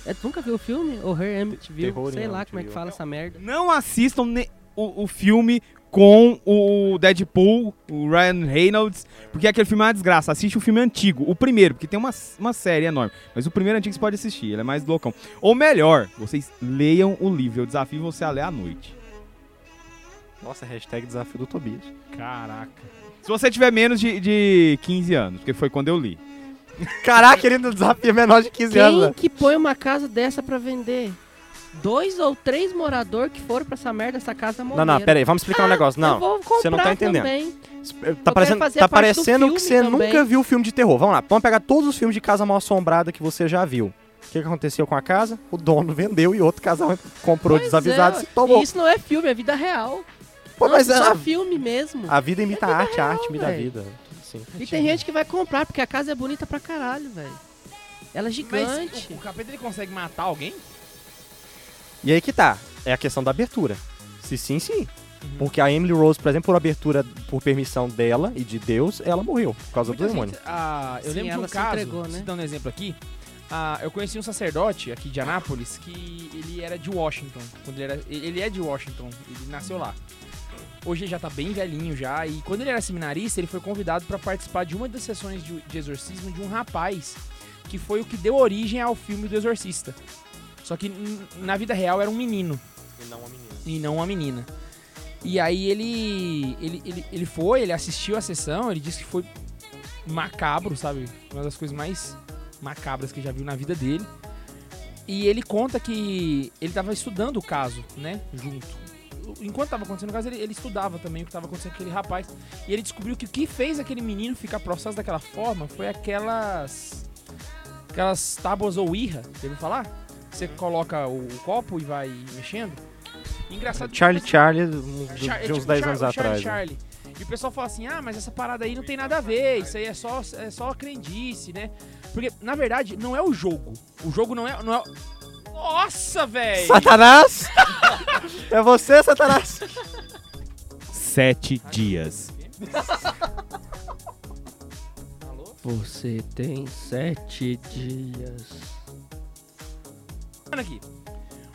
[SPEAKER 4] É, tu nunca viu o filme? Ou Her MTV?
[SPEAKER 2] Terror em
[SPEAKER 4] Sei lá como é
[SPEAKER 2] MTV.
[SPEAKER 4] que fala essa merda.
[SPEAKER 3] Não assistam ne- o, o filme com o Deadpool, o Ryan Reynolds, porque aquele filme é uma desgraça. Assiste o filme antigo, o primeiro, porque tem uma, uma série enorme. Mas o primeiro antigo você pode assistir, ele é mais loucão. Ou melhor, vocês leiam o livro. Eu desafio você a ler à noite.
[SPEAKER 2] Nossa, hashtag desafio do Tobias.
[SPEAKER 1] Caraca.
[SPEAKER 3] Se você tiver menos de, de 15 anos, porque foi quando eu li.
[SPEAKER 2] Caraca, ele ainda desafia menor de 15 anos.
[SPEAKER 4] Quem
[SPEAKER 2] né?
[SPEAKER 4] que põe uma casa dessa pra vender? Dois ou três moradores que foram pra essa merda, essa casa
[SPEAKER 2] Não,
[SPEAKER 4] morreram.
[SPEAKER 2] não, pera aí, vamos explicar um negócio.
[SPEAKER 4] Ah, Eu
[SPEAKER 2] Não,
[SPEAKER 4] vou comprar
[SPEAKER 2] não tá entendendo.
[SPEAKER 4] Também.
[SPEAKER 2] tá
[SPEAKER 4] quero
[SPEAKER 2] parecendo,
[SPEAKER 4] fazer
[SPEAKER 2] tá
[SPEAKER 4] a parte do
[SPEAKER 2] parecendo que
[SPEAKER 4] filme
[SPEAKER 2] você
[SPEAKER 4] também.
[SPEAKER 2] nunca viu filme de terror. Vamos lá, vamos pegar todos os filmes de casa mal assombrada que você já viu. O que que aconteceu com a casa? O dono vendeu e outro casal comprou
[SPEAKER 4] Pois
[SPEAKER 2] desavisado
[SPEAKER 4] é,
[SPEAKER 2] e tomou.
[SPEAKER 4] Isso não é filme, é vida real.
[SPEAKER 2] Pô, mas ah,
[SPEAKER 4] Não,
[SPEAKER 2] a,
[SPEAKER 4] só filme mesmo.
[SPEAKER 2] a vida imita a arte, a arte imita a
[SPEAKER 4] velho.
[SPEAKER 2] vida. Tudo assim.
[SPEAKER 4] E tem gente que vai comprar, porque a casa é bonita pra caralho, velho. Ela é
[SPEAKER 1] Mas
[SPEAKER 4] gigante.
[SPEAKER 1] o, o capeta ele consegue matar alguém?
[SPEAKER 2] E aí que tá. É a questão da abertura. Se sim, sim.
[SPEAKER 4] Uhum.
[SPEAKER 2] Porque a Emily Rose, por exemplo, por abertura, por permissão dela e de Deus, ela morreu por causa
[SPEAKER 1] Muita
[SPEAKER 2] do demônio.
[SPEAKER 1] gente- ah, eu
[SPEAKER 4] Sim,
[SPEAKER 1] lembro de
[SPEAKER 4] ela
[SPEAKER 1] um
[SPEAKER 4] se
[SPEAKER 1] caso,
[SPEAKER 4] entregou, né?
[SPEAKER 1] dando um exemplo aqui. ah, eu conheci um sacerdote aqui de Anápolis que ele era de Washington. Quando ele, era, ele ele é de Washington, ele nasceu lá. Hoje ele já tá bem velhinho já, e quando ele era seminarista, ele foi convidado pra participar de uma das sessões de, de exorcismo de um rapaz, que foi o que deu origem ao filme do Exorcista. Só que n- na vida real era um menino e não uma menina. E aí ele, ele, ele, ele foi, ele assistiu a sessão, ele disse que foi macabro, sabe? Uma das coisas mais macabras que ele já viu na vida dele. E ele conta que ele tava estudando o caso, né? Junto. Enquanto tava acontecendo o caso, ele, ele estudava também o que tava acontecendo com aquele rapaz. E ele descobriu que o que fez aquele menino ficar processo daquela forma foi aquelas. Aquelas tábuas ou irra, já ouviu falar? Você coloca o, o copo e vai mexendo. Engraçado que
[SPEAKER 2] Charlie
[SPEAKER 1] depois-
[SPEAKER 2] Charlie, um- de,
[SPEAKER 1] Char- é
[SPEAKER 2] de uns
[SPEAKER 1] tipo
[SPEAKER 2] 10
[SPEAKER 1] Char-
[SPEAKER 2] anos
[SPEAKER 1] o Charlie
[SPEAKER 2] atrás. né?
[SPEAKER 1] Charlie. E o pessoal fala assim: ah, mas essa parada aí não tem nada a ver, isso aí é só, é só crendice, né? Porque, na verdade, não é o jogo. O jogo não é. Não é... Nossa, velho!
[SPEAKER 2] Satanás! é você, Satanás!
[SPEAKER 3] Sete dias.
[SPEAKER 4] Você tem sete dias.
[SPEAKER 1] aqui.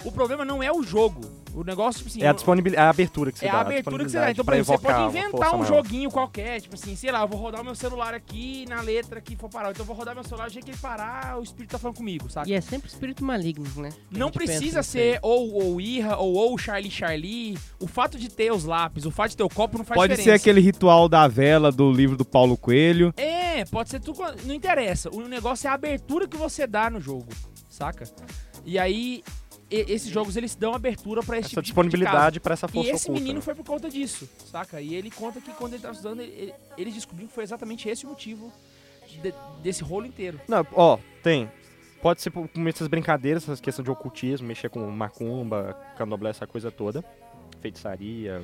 [SPEAKER 1] O problema não é o jogo. O negócio, tipo assim.
[SPEAKER 2] É a
[SPEAKER 1] não-
[SPEAKER 2] disponibilidade, a abertura que você
[SPEAKER 1] é
[SPEAKER 2] dá.
[SPEAKER 1] a abertura que você dá. Então, por
[SPEAKER 2] pra
[SPEAKER 1] exemplo, você
[SPEAKER 2] evocar
[SPEAKER 1] pode
[SPEAKER 2] uma
[SPEAKER 1] inventar
[SPEAKER 2] força
[SPEAKER 1] um
[SPEAKER 2] maior.
[SPEAKER 1] joguinho qualquer, tipo assim, sei lá, eu vou rodar o meu celular aqui na letra que for parar. Então eu vou rodar meu celular, o jeito que ele parar, o espírito tá falando comigo, saca?
[SPEAKER 4] E é sempre espírito maligno, né? Que a
[SPEAKER 1] Não
[SPEAKER 4] gente pensa
[SPEAKER 1] precisa
[SPEAKER 4] nisso
[SPEAKER 1] ser
[SPEAKER 4] aí.
[SPEAKER 1] ou ou Irra ou ou Charlie Charlie. O fato de ter os lápis, o fato de ter o copo não faz
[SPEAKER 3] Pode ser
[SPEAKER 1] diferença.
[SPEAKER 3] aquele ritual da vela do livro do Paulo Coelho.
[SPEAKER 1] É, pode ser tudo. Não interessa. O negócio é a abertura que você dá no jogo, saca? E aí e- esses jogos eles dão abertura pra esse
[SPEAKER 2] Essa
[SPEAKER 1] tipo de- de caso.
[SPEAKER 2] disponibilidade pra essa
[SPEAKER 1] E
[SPEAKER 2] força
[SPEAKER 1] esse
[SPEAKER 2] oculta.
[SPEAKER 1] menino
[SPEAKER 2] né?
[SPEAKER 1] foi por conta disso, saca? E ele conta que quando ele tava estudando, ele- ele- eles descobriram que foi exatamente esse o motivo de- desse rolo inteiro.
[SPEAKER 2] Não, ó, tem. Pode ser por por essas brincadeiras, essas questões de ocultismo, mexer com macumba, candomblé, essa coisa toda. Feitiçaria,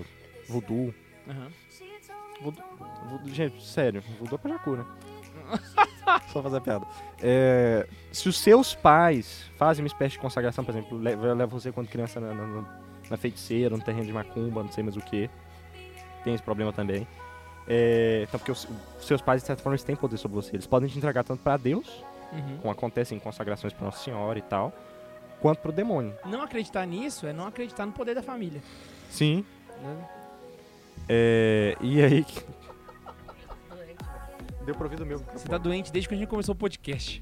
[SPEAKER 2] voodoo.
[SPEAKER 1] Aham.
[SPEAKER 2] Voodoo, voodoo- gente, sério, voodoo é pra jacu, né? Só fazer a piada. É, se os seus pais fazem uma espécie de consagração, por exemplo, le- leva você quando criança na, na- na- na feiticeira, no terreno de macumba, não sei mais o que. Tem esse problema também. É, então, porque os, os seus pais, de certa forma, eles têm poder sobre você. Eles podem te entregar tanto pra Deus,
[SPEAKER 1] Uhum.
[SPEAKER 2] como acontecem consagrações pra Nossa Senhora e tal, quanto pro demônio.
[SPEAKER 1] Não acreditar nisso é não acreditar no poder da família.
[SPEAKER 2] Sim. É, e aí. que- Deu pra ouvir do meu.
[SPEAKER 1] Você tá doente desde que a gente começou o podcast.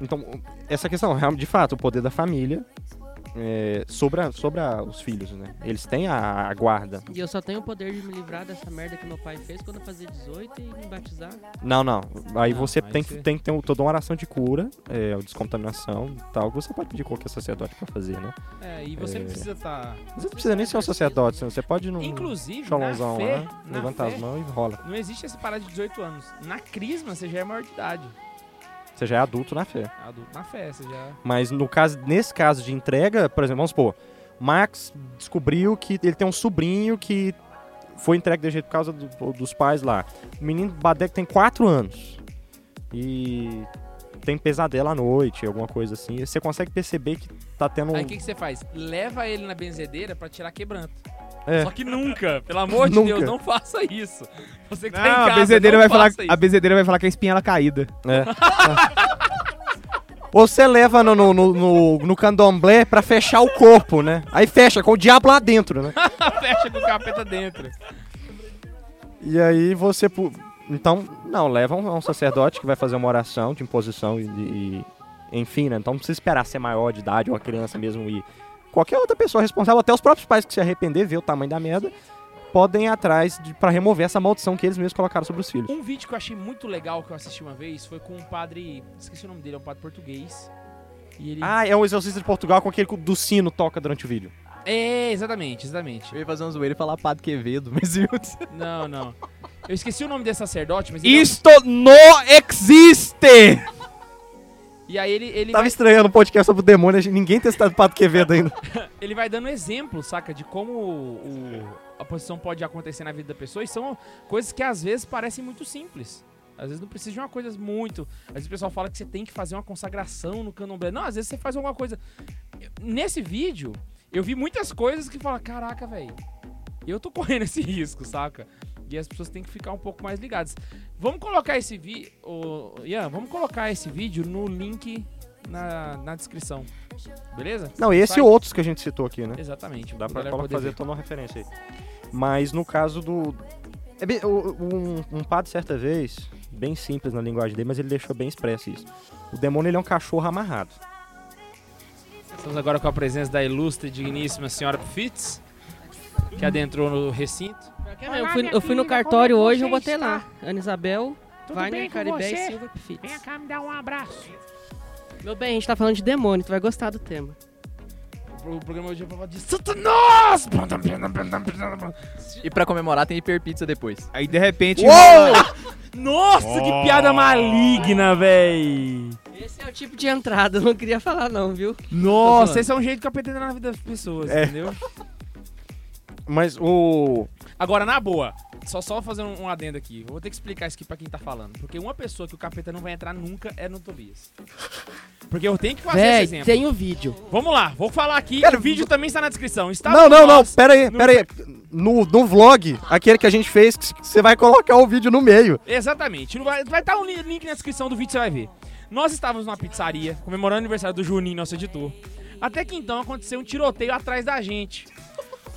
[SPEAKER 2] Então, essa questão, real- de fato, o poder da família é, sobre, a- sobre a- os filhos, né? Eles têm a, a guarda.
[SPEAKER 4] E eu só tenho o poder de me livrar dessa merda que meu pai fez quando eu fazia 18 e me batizar.
[SPEAKER 2] Não, não. Aí
[SPEAKER 1] Não,
[SPEAKER 2] você
[SPEAKER 1] aí
[SPEAKER 2] tem, que-
[SPEAKER 1] você-
[SPEAKER 2] tem que ter um- toda uma oração de cura, é, descontaminação e tal, que você pode pedir qualquer sacerdote pra fazer, né?
[SPEAKER 1] É, e você
[SPEAKER 2] É.
[SPEAKER 1] não precisa estar.
[SPEAKER 2] Mas Você não precisa nem ser um sacerdote, senão você pode ir num
[SPEAKER 1] Inclusive, na
[SPEAKER 2] xolonzão
[SPEAKER 1] fé,
[SPEAKER 2] lá,
[SPEAKER 1] na
[SPEAKER 2] levantar
[SPEAKER 1] fé,
[SPEAKER 2] as mãos e rola.
[SPEAKER 1] Não existe essa parada de 18 anos. Na crisma, você já é maior de idade.
[SPEAKER 2] Você já é adulto na fé.
[SPEAKER 1] Adulto na fé, você já.
[SPEAKER 2] Mas no caso, nesse caso de entrega, por exemplo, vamos supor, Max descobriu que ele tem um sobrinho que foi entregue de jeito por causa do- dos pais lá. O menino Badek tem 4 anos e tem pesadelo à noite, alguma coisa assim. Você consegue perceber que tá tendo um...
[SPEAKER 1] Aí o que, que você faz? Leva ele na benzedeira pra tirar quebranto.
[SPEAKER 2] É.
[SPEAKER 1] Só que nunca, pelo amor de
[SPEAKER 2] Nunca.
[SPEAKER 1] Deus, não faça isso. Você que
[SPEAKER 3] Não,
[SPEAKER 1] tá em casa,
[SPEAKER 3] a bezedeira
[SPEAKER 1] não
[SPEAKER 3] vai falar,
[SPEAKER 1] faça
[SPEAKER 3] a
[SPEAKER 1] isso.
[SPEAKER 3] bezedeira vai falar que a espinhela caída.
[SPEAKER 2] É. Ou você leva no, no, no, no, no candomblé pra fechar o corpo, né? Aí fecha com o diabo lá dentro, né?
[SPEAKER 1] Fecha com o capeta dentro.
[SPEAKER 2] E aí você. pu- Então, não, leva um, um sacerdote que vai fazer uma oração de imposição e. e- enfim, né? Então não precisa esperar ser maior de idade ou a criança mesmo e. Qualquer outra pessoa responsável, até os próprios pais que se arrepender, ver o tamanho da merda, podem ir atrás de- pra remover essa maldição que eles mesmos colocaram sobre os filhos.
[SPEAKER 1] Um vídeo que eu achei muito legal que eu assisti uma vez foi com um padre. Esqueci o nome dele, é um padre português. E ele.
[SPEAKER 2] Ah, é um exorcista de Portugal com aquele que o do sino toca durante o vídeo.
[SPEAKER 1] É, exatamente, exatamente.
[SPEAKER 7] Eu ia fazer um zoeiro e falar Padre Quevedo, mas eu...
[SPEAKER 1] Não, não. Eu esqueci o nome desse sacerdote, mas ele é um-
[SPEAKER 3] Isto não existe!
[SPEAKER 1] E aí ele, ele,
[SPEAKER 2] Tava estranhando o podcast sobre o demônio, a gente- ninguém tem citado o Pato Quevedo ainda.
[SPEAKER 1] ele vai dando exemplo, saca? De como o- o- a posição pode acontecer na vida da pessoa. E são coisas que às vezes parecem muito simples. Às vezes não precisa de uma coisa muito. Às vezes o pessoal fala que você tem que fazer uma consagração no candomblé. Não, às vezes você faz alguma coisa. Nesse vídeo, eu vi muitas coisas que fala: caraca, velho, eu tô correndo esse risco, saca? E as pessoas têm que ficar um pouco mais ligadas. Vamos colocar esse vídeo. Ian, vamos colocar esse vídeo no link na, na descrição. Beleza?
[SPEAKER 2] Não, e esse e
[SPEAKER 1] Site.
[SPEAKER 2] outros que a gente citou aqui, né?
[SPEAKER 1] Exatamente.
[SPEAKER 2] Dá pra
[SPEAKER 1] galera
[SPEAKER 2] colocar,
[SPEAKER 1] poder
[SPEAKER 2] fazer
[SPEAKER 1] ver.
[SPEAKER 2] toda uma referência aí. Mas no caso do. é bem- o- um, um padre, certa vez, bem simples na linguagem dele, mas ele deixou bem expresso isso. O demônio ele é um cachorro amarrado.
[SPEAKER 1] Estamos agora com a presença da ilustre e digníssima senhora Fitz, que adentrou no recinto.
[SPEAKER 4] eu, fui, eu fui no cartório hoje, eu botei lá. Ana Isabel, Wagner, Caribé e Silva Pifitz. Vem cá, me dá um abraço. Meu bem, a gente tá falando de demônio, tu vai gostar do tema.
[SPEAKER 1] O programa hoje é pra falar de Satanás!
[SPEAKER 7] E pra comemorar tem hiperpizza depois.
[SPEAKER 3] Aí de repente.
[SPEAKER 1] Nossa, que piada maligna, véi!
[SPEAKER 4] Esse é o tipo de entrada, eu não queria falar não, viu?
[SPEAKER 1] Nossa, esse é um jeito que eu pretendo na vida das pessoas,
[SPEAKER 2] É.
[SPEAKER 1] entendeu?
[SPEAKER 2] Mas o.
[SPEAKER 1] Agora, na boa, só só fazer um, um adendo aqui. Vou ter que explicar isso aqui pra quem tá falando. Porque uma pessoa que o capeta não vai entrar nunca é no Tobias. Porque eu tenho que fazer esse
[SPEAKER 4] Véi,
[SPEAKER 1] exemplo.
[SPEAKER 4] tem o vídeo.
[SPEAKER 1] Vamos lá, vou falar aqui.
[SPEAKER 2] Cara,
[SPEAKER 1] o vídeo também está na descrição. Está
[SPEAKER 2] não,
[SPEAKER 1] com
[SPEAKER 2] não, não,
[SPEAKER 1] nós.
[SPEAKER 2] pera aí, pera aí. No, no vlog, aquele que a gente fez, que você vai colocar o vídeo no meio.
[SPEAKER 1] Exatamente. Não Vai estar um li- link na descrição do vídeo, você vai ver. Nós estávamos numa pizzaria, comemorando o aniversário do Juninho, nosso editor. Até que então aconteceu um tiroteio atrás da gente.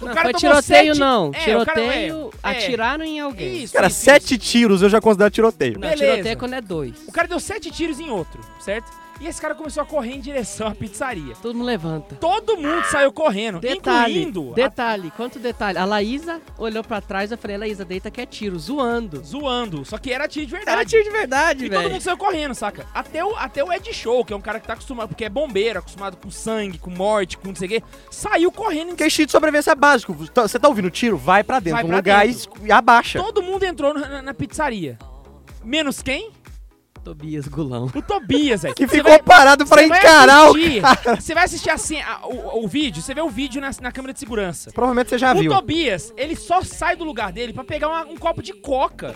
[SPEAKER 1] O
[SPEAKER 4] Não,
[SPEAKER 1] cara
[SPEAKER 4] foi
[SPEAKER 1] tomou
[SPEAKER 4] tiroteio
[SPEAKER 1] sete-
[SPEAKER 4] não,
[SPEAKER 1] É, o cara-
[SPEAKER 4] tiroteio,
[SPEAKER 1] é, é.
[SPEAKER 4] atiraram em alguém.
[SPEAKER 1] Isso,
[SPEAKER 2] Cara,
[SPEAKER 1] isso,
[SPEAKER 2] sete tiros eu já considero tiroteio.
[SPEAKER 4] Não,
[SPEAKER 1] beleza.
[SPEAKER 4] tiroteio é quando é dois.
[SPEAKER 1] isso. O cara deu sete tiros em outro, certo? E esse cara começou a correr em direção à pizzaria.
[SPEAKER 4] Todo mundo levanta.
[SPEAKER 1] Todo mundo saiu correndo,
[SPEAKER 4] Detalhe,
[SPEAKER 1] incluindo a-
[SPEAKER 4] detalhe, quanto detalhe. A Laísa olhou pra trás, eu falei, Laísa, deita que é tiro, zoando.
[SPEAKER 1] zoando. Só que era tiro de verdade.
[SPEAKER 4] Era tiro de verdade,
[SPEAKER 1] E todo
[SPEAKER 4] velho.
[SPEAKER 1] mundo saiu correndo, saca? Até o, até o Ed Show, que é um cara que tá acostumado, porque é bombeiro, acostumado com sangue, com morte, com não sei o quê, saiu correndo.
[SPEAKER 2] Porque instinto de sobrevivência é básico. Tá- Você tá ouvindo tiro? Vai pra dentro
[SPEAKER 1] Vai
[SPEAKER 2] do
[SPEAKER 1] pra
[SPEAKER 2] lugar e
[SPEAKER 1] dentro.
[SPEAKER 2] es- e abaixa.
[SPEAKER 1] Todo mundo entrou na, na- na pizzaria. Menos quem?
[SPEAKER 4] Tobias Gulão.
[SPEAKER 1] O Tobias, velho.
[SPEAKER 2] Que
[SPEAKER 1] Você
[SPEAKER 2] ficou
[SPEAKER 1] vai-
[SPEAKER 2] parado pra
[SPEAKER 1] você vai
[SPEAKER 2] encarar o
[SPEAKER 1] assistir- Você vai assistir assim a- o, o vídeo, você vê o vídeo na, na câmera de segurança.
[SPEAKER 2] Provavelmente você já
[SPEAKER 1] O
[SPEAKER 2] Ah, viu.
[SPEAKER 1] Tobias, ele só sai do lugar dele pra pegar uma- um copo de coca.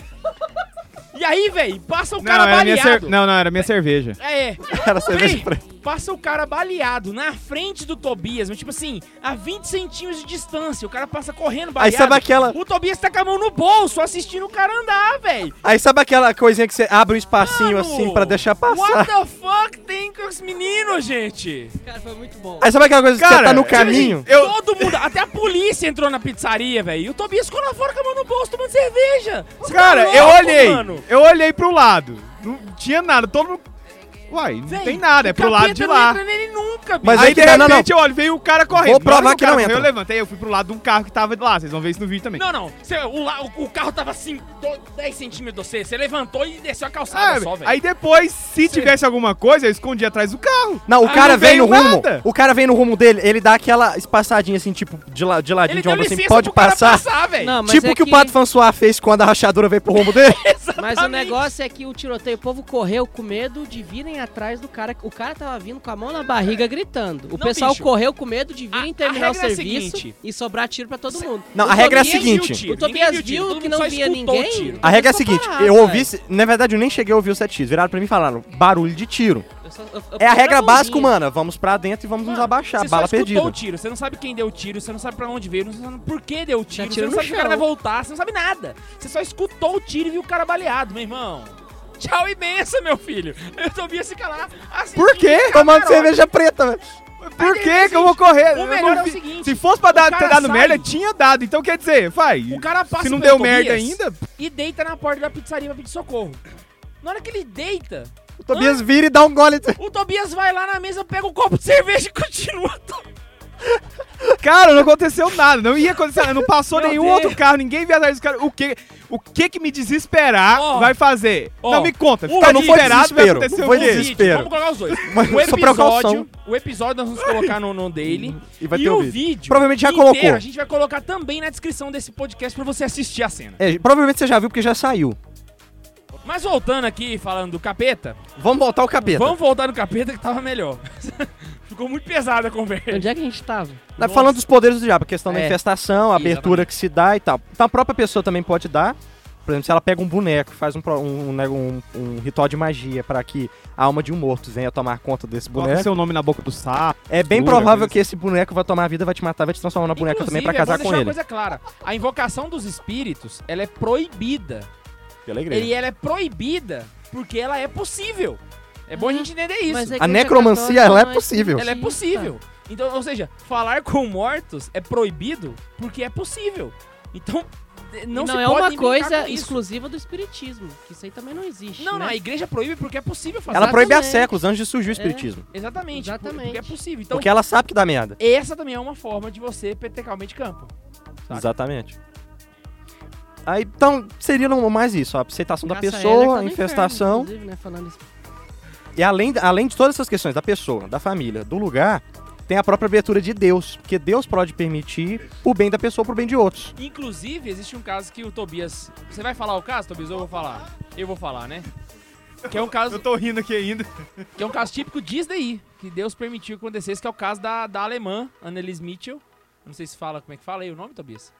[SPEAKER 1] E aí, velho, passa o
[SPEAKER 3] Não,
[SPEAKER 2] é
[SPEAKER 1] cara
[SPEAKER 3] era é minha cer-
[SPEAKER 1] baleado.
[SPEAKER 3] não, não, era minha cerveja.
[SPEAKER 1] É,
[SPEAKER 2] Cara, você vê
[SPEAKER 1] Bem,
[SPEAKER 2] esse pre-
[SPEAKER 1] passa o cara baleado na frente do Tobias, mas tipo assim, a 20 centímetros de distância. O cara passa correndo
[SPEAKER 2] Aí
[SPEAKER 1] baleado.
[SPEAKER 2] sabe aquela.
[SPEAKER 1] O Tobias tá com a mão no bolso assistindo o cara andar, velho.
[SPEAKER 2] Aí sabe aquela coisinha que você abre um espacinho
[SPEAKER 1] Mano,
[SPEAKER 2] assim pra deixar passar?
[SPEAKER 1] What the fuck tem com com esse menino, gente?
[SPEAKER 4] Cara, foi muito bom.
[SPEAKER 2] Aí sabe aquela coisa que você
[SPEAKER 3] Cara,
[SPEAKER 2] tá no
[SPEAKER 3] tipo
[SPEAKER 2] caminho?
[SPEAKER 3] Eu-
[SPEAKER 1] Todo mundo, até a polícia entrou na pizzaria, velho. E o Tobias ficou lá fora com a mão no bolso tomando cerveja. Você tá
[SPEAKER 3] Cara, eu
[SPEAKER 1] louco,
[SPEAKER 3] olhei.
[SPEAKER 1] mano.
[SPEAKER 3] Eu olhei pro lado. Não tinha nada. Todo mundo. Uai, não
[SPEAKER 1] Véi,
[SPEAKER 3] tem nada. É
[SPEAKER 1] o
[SPEAKER 3] pro lado
[SPEAKER 1] capeta
[SPEAKER 3] de
[SPEAKER 1] Não
[SPEAKER 3] lá.
[SPEAKER 1] entra nele nunca, bicho.
[SPEAKER 2] Mas
[SPEAKER 3] aí,
[SPEAKER 2] aí que
[SPEAKER 3] de
[SPEAKER 2] dá- não,
[SPEAKER 3] repente, olha, veio o cara correndo.
[SPEAKER 2] Vou
[SPEAKER 3] Na hora
[SPEAKER 2] provar
[SPEAKER 3] o
[SPEAKER 2] que
[SPEAKER 3] cara
[SPEAKER 2] não
[SPEAKER 3] correu,
[SPEAKER 2] entra.
[SPEAKER 3] Eu levantei, eu fui pro lado de um carro que tava lá. Vocês vão ver isso no vídeo também.
[SPEAKER 1] Não, não. Cê- o, la- o- o carro tava assim, do- 10 centímetros de você. Você levantou e desceu a calçada
[SPEAKER 2] Ah,
[SPEAKER 3] Sabe?
[SPEAKER 1] só, velho.
[SPEAKER 3] aí depois, se
[SPEAKER 1] Cê-
[SPEAKER 3] tivesse alguma coisa, eu escondi atrás do carro.
[SPEAKER 2] Não, o
[SPEAKER 3] Ah,
[SPEAKER 2] cara
[SPEAKER 3] não
[SPEAKER 2] vem no
[SPEAKER 3] veio
[SPEAKER 2] rumo.
[SPEAKER 3] nada.
[SPEAKER 2] O cara vem no rumo dele, ele dá aquela espaçadinha assim, tipo, de, la, de ladinho
[SPEAKER 1] Ele
[SPEAKER 2] de
[SPEAKER 1] deu
[SPEAKER 2] ombro
[SPEAKER 1] licença
[SPEAKER 2] assim, pode
[SPEAKER 1] pro cara
[SPEAKER 2] passar.
[SPEAKER 1] passar velho.
[SPEAKER 4] Não, mas
[SPEAKER 2] tipo o
[SPEAKER 4] é
[SPEAKER 2] que, o Pato François fez quando a rachadura veio pro rumo dele.
[SPEAKER 4] Mas o negócio é que o tiroteio, o povo correu com medo de virem atrás do cara. O cara tava vindo com a mão na barriga gritando. O
[SPEAKER 1] Não,
[SPEAKER 4] pessoal
[SPEAKER 1] bicho.
[SPEAKER 4] correu com medo de virem
[SPEAKER 1] A- a
[SPEAKER 4] terminar o
[SPEAKER 1] regra é a
[SPEAKER 4] serviço
[SPEAKER 1] seguinte.
[SPEAKER 4] e sobrar tiro pra todo mundo.
[SPEAKER 2] Não,
[SPEAKER 4] O
[SPEAKER 2] a regra é a
[SPEAKER 4] Tobias-
[SPEAKER 2] seguinte.
[SPEAKER 4] O Tobias viu que não via ninguém.
[SPEAKER 2] A regra é a
[SPEAKER 4] Tobias
[SPEAKER 2] seguinte,
[SPEAKER 4] parado,
[SPEAKER 2] eu ouvi,
[SPEAKER 4] velho.
[SPEAKER 2] na verdade eu nem cheguei a ouvir o 7x, viraram pra mim e falaram, barulho de tiro.
[SPEAKER 4] Eu só- eu- eu-
[SPEAKER 2] É a
[SPEAKER 4] eu
[SPEAKER 2] regra
[SPEAKER 4] não
[SPEAKER 2] básica,
[SPEAKER 4] vi.
[SPEAKER 2] humana, vamos pra dentro e vamos nos abaixar,
[SPEAKER 1] Você só
[SPEAKER 2] bala
[SPEAKER 1] escutou
[SPEAKER 2] perdida.
[SPEAKER 1] o tiro, você não sabe quem deu o tiro, você não sabe pra onde veio, você não sabe por que deu o tiro,
[SPEAKER 4] tiro
[SPEAKER 1] você
[SPEAKER 4] no
[SPEAKER 1] não sabe se o cara vai
[SPEAKER 4] chão.
[SPEAKER 1] voltar, você não sabe nada. Você só escutou o tiro e viu o cara baleado, meu irmão. Tchau e benção, meu filho. Eu Tobias fica lá assim.
[SPEAKER 2] Por quê? Tomando cerveja preta, velho.
[SPEAKER 3] Por
[SPEAKER 1] Aí,
[SPEAKER 3] que
[SPEAKER 1] assim,
[SPEAKER 3] que eu vou correr?
[SPEAKER 1] o
[SPEAKER 3] Eu
[SPEAKER 1] melhor
[SPEAKER 3] não
[SPEAKER 1] é o
[SPEAKER 3] vi-
[SPEAKER 1] seguinte,
[SPEAKER 3] Se fosse pra
[SPEAKER 1] o
[SPEAKER 3] dar, ter
[SPEAKER 1] cara
[SPEAKER 3] dado
[SPEAKER 1] sai.
[SPEAKER 3] merda, tinha dado. Então, quer dizer, vai.
[SPEAKER 1] O cara passa
[SPEAKER 3] se não
[SPEAKER 1] pelo
[SPEAKER 3] deu merda
[SPEAKER 1] Tobias
[SPEAKER 3] ainda...
[SPEAKER 1] E deita na porta da pizzaria pra pedir socorro. Na hora que ele deita,
[SPEAKER 2] O Tobias vira e dá um gole.
[SPEAKER 1] o Tobias vai lá na mesa, pega um copo de cerveja e continua.
[SPEAKER 3] Cara, não aconteceu nada, não ia acontecer nada, não passou
[SPEAKER 4] Meu
[SPEAKER 3] nenhum
[SPEAKER 4] Deus.
[SPEAKER 3] outro carro, ninguém veio atrás dos caras. O que, o que que me desesperar
[SPEAKER 1] Ó,
[SPEAKER 3] vai fazer?
[SPEAKER 1] ó,
[SPEAKER 3] não, me conta,
[SPEAKER 1] o
[SPEAKER 3] ficar
[SPEAKER 1] Ari-
[SPEAKER 3] desesperado vai
[SPEAKER 2] desespero,
[SPEAKER 3] acontecer
[SPEAKER 2] foi
[SPEAKER 3] o quê?
[SPEAKER 2] desespero. Desespero.
[SPEAKER 1] Vamos colocar os dois.
[SPEAKER 2] Mas
[SPEAKER 1] O
[SPEAKER 2] só precaução.
[SPEAKER 1] episódio, o episódio nós vamos colocar no, no daily.
[SPEAKER 2] E vai
[SPEAKER 1] e
[SPEAKER 2] ter
[SPEAKER 1] o
[SPEAKER 2] o
[SPEAKER 1] vídeo.
[SPEAKER 2] vídeo. Provavelmente já
[SPEAKER 1] inteiro
[SPEAKER 2] colocou.
[SPEAKER 1] A gente vai colocar também na descrição desse podcast pra você assistir a cena.
[SPEAKER 2] É, provavelmente você já viu porque já saiu.
[SPEAKER 1] Mas voltando aqui, falando do capeta,
[SPEAKER 2] Vamos voltar o capeta.
[SPEAKER 1] vamos voltar no capeta que tava melhor. Ficou muito pesada a conversa.
[SPEAKER 4] Onde é que a gente
[SPEAKER 2] Mas
[SPEAKER 4] tava?
[SPEAKER 1] Nossa.
[SPEAKER 2] Tá Falando dos poderes do diabo, a questão
[SPEAKER 4] É.
[SPEAKER 2] da infestação, a abertura que se dá e tal. Então a própria pessoa também pode dar. Por exemplo, se ela pega um boneco, faz um, pro- um, né, um- um ritual de magia para que a alma de um morto venha tomar conta desse
[SPEAKER 3] Coloca
[SPEAKER 2] boneco.
[SPEAKER 3] seu um nome na boca do sapo.
[SPEAKER 2] né? É bem
[SPEAKER 3] Jura,
[SPEAKER 2] provável
[SPEAKER 3] coisa
[SPEAKER 2] que esse boneco vai tomar a vida, vai te matar, vai te transformar na boneca também pra casar
[SPEAKER 1] é bom
[SPEAKER 2] com
[SPEAKER 1] deixar uma
[SPEAKER 2] ele.
[SPEAKER 1] coisa clara. A invocação dos espíritos, ela é proibida.
[SPEAKER 2] Pela
[SPEAKER 1] E ela é proibida porque ela é possível. É bom a gente entender isso.
[SPEAKER 4] Hum, Mas a
[SPEAKER 2] A
[SPEAKER 4] igreja
[SPEAKER 2] necromancia,
[SPEAKER 4] católica
[SPEAKER 2] ela é
[SPEAKER 4] não
[SPEAKER 2] possível.
[SPEAKER 1] Ela é possível.
[SPEAKER 4] tá.
[SPEAKER 1] Então, ou seja, falar com mortos é proibido porque é possível. Então, eh, não,
[SPEAKER 4] Não, e
[SPEAKER 1] se
[SPEAKER 4] não é
[SPEAKER 1] pode
[SPEAKER 4] uma
[SPEAKER 1] brincar
[SPEAKER 4] coisa
[SPEAKER 1] com isso.
[SPEAKER 4] exclusiva do espiritismo, que isso aí também não existe.
[SPEAKER 1] Não, não,
[SPEAKER 4] né?
[SPEAKER 1] a igreja proíbe porque é possível fazer.
[SPEAKER 2] Ela proíbe há
[SPEAKER 4] Exatamente.
[SPEAKER 2] séculos, antes de surgir o espiritismo.
[SPEAKER 1] Exatamente. por-
[SPEAKER 4] Exatamente.
[SPEAKER 1] Porque é possível. É, Então,
[SPEAKER 2] Porque ela sabe que dá merda.
[SPEAKER 1] essa também é uma forma de você pentecalmente campo. Saca.
[SPEAKER 2] Exatamente. Aí, então, seria no- mais isso, a aceitação da
[SPEAKER 4] Caça Heller
[SPEAKER 2] pessoa,
[SPEAKER 4] tá
[SPEAKER 2] a
[SPEAKER 4] no
[SPEAKER 2] infestação.
[SPEAKER 4] inferno, inclusive, né, falando isso.
[SPEAKER 2] E além, além de todas essas questões da pessoa, da família, do lugar, tem a própria abertura de Deus, porque Deus pode permitir o bem da pessoa pro bem de outros.
[SPEAKER 1] Inclusive, existe um caso que o Tobias. Você vai falar o caso, Tobias? Ou eu vou falar? Eu vou falar, né? Que é um caso,
[SPEAKER 3] Eu tô rindo aqui ainda.
[SPEAKER 1] que é um caso típico Disney, que Deus permitiu que acontecesse, que é o caso da, da alemã, Annelies Mitchell. Não sei se fala como é que fala aí o nome, Tobias.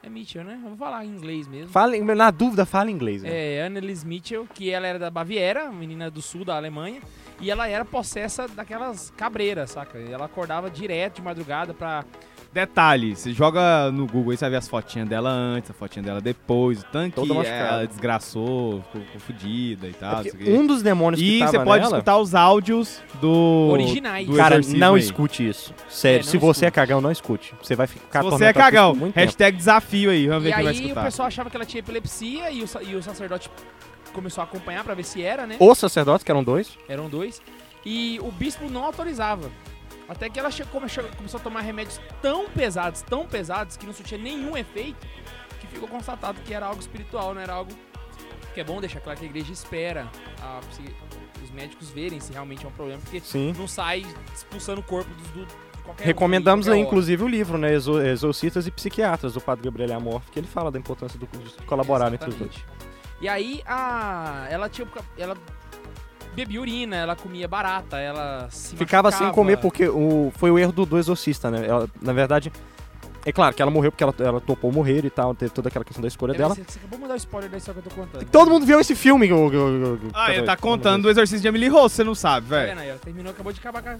[SPEAKER 1] É Mitchell, né? Eu vou falar em inglês mesmo.
[SPEAKER 2] Fala, em- na dúvida, fala em inglês. né?
[SPEAKER 1] É, Annelies Mitchell, que ela era da Baviera, uma menina do sul da Alemanha, e ela era possessa daquelas cabreiras, saca? E ela acordava direto de madrugada pra.
[SPEAKER 3] Detalhe, você joga no Google aí, você vai ver as fotinhas dela antes, a fotinha dela depois, o tanque
[SPEAKER 2] Toda machucada.
[SPEAKER 3] ela desgraçou, ficou confundida e
[SPEAKER 2] É
[SPEAKER 3] tal.
[SPEAKER 2] porque
[SPEAKER 3] não sei o quê.
[SPEAKER 2] um dos demônios que
[SPEAKER 3] e
[SPEAKER 2] tava
[SPEAKER 3] você pode
[SPEAKER 2] nela...
[SPEAKER 3] escutar os áudios do...
[SPEAKER 1] Originais.
[SPEAKER 3] do
[SPEAKER 2] Cara,
[SPEAKER 3] exorcismo
[SPEAKER 2] não
[SPEAKER 3] aí.
[SPEAKER 2] escute isso. Sério,
[SPEAKER 1] É, não
[SPEAKER 2] se você
[SPEAKER 1] escute.
[SPEAKER 2] é cagão, não escute. Você vai ficar
[SPEAKER 3] Se você é
[SPEAKER 2] atormentado por isso
[SPEAKER 3] cagão,
[SPEAKER 2] por muito tempo.
[SPEAKER 3] hashtag desafio aí, vamos ver
[SPEAKER 1] E
[SPEAKER 3] quem vai
[SPEAKER 1] aí o
[SPEAKER 3] escutar.
[SPEAKER 1] pessoal achava que ela tinha epilepsia e o, sa- e o sacerdote começou a acompanhar pra ver se era, né?
[SPEAKER 2] Os sacerdotes, que eram dois,
[SPEAKER 1] Eram dois. E o bispo não autorizava. Até que ela che- come- che- começou a tomar remédios tão pesados, tão pesados, que não surtia nenhum efeito, que ficou constatado que era algo espiritual, não era algo. Que é bom deixar claro que a igreja espera a psi- os médicos verem se realmente é um problema, porque
[SPEAKER 2] sim.
[SPEAKER 1] não sai expulsando o corpo dos, do, de qualquer um,
[SPEAKER 2] Recomendamos
[SPEAKER 1] de qualquer
[SPEAKER 2] aí,
[SPEAKER 1] hora.
[SPEAKER 2] inclusive, o livro, né? Exo- Exorcistas e Psiquiatras, do padre Gabriel Amorf, que ele fala da importância do, de colaborar entre os dois.
[SPEAKER 1] Exatamente. E aí a ela tinha ela bebia urina, ela comia barata, ela se
[SPEAKER 2] Ficava sem
[SPEAKER 1] machucava.
[SPEAKER 2] comer porque o, foi o erro do, do exorcista, né? Ela, na verdade, é claro que ela morreu porque ela, ela topou morrer e tal, teve toda aquela questão da escolha
[SPEAKER 1] Peraí,
[SPEAKER 2] dela. Então,
[SPEAKER 1] Você, você acabou de mandar o spoiler da história que eu tô contando.
[SPEAKER 2] Todo mundo viu esse filme. O,
[SPEAKER 3] Ah, ele tá contando o exorcismo de Emily Rose, você não sabe,
[SPEAKER 1] Tá
[SPEAKER 3] velho.
[SPEAKER 1] vendo aí, ó? Terminou, acabou de acabar com a-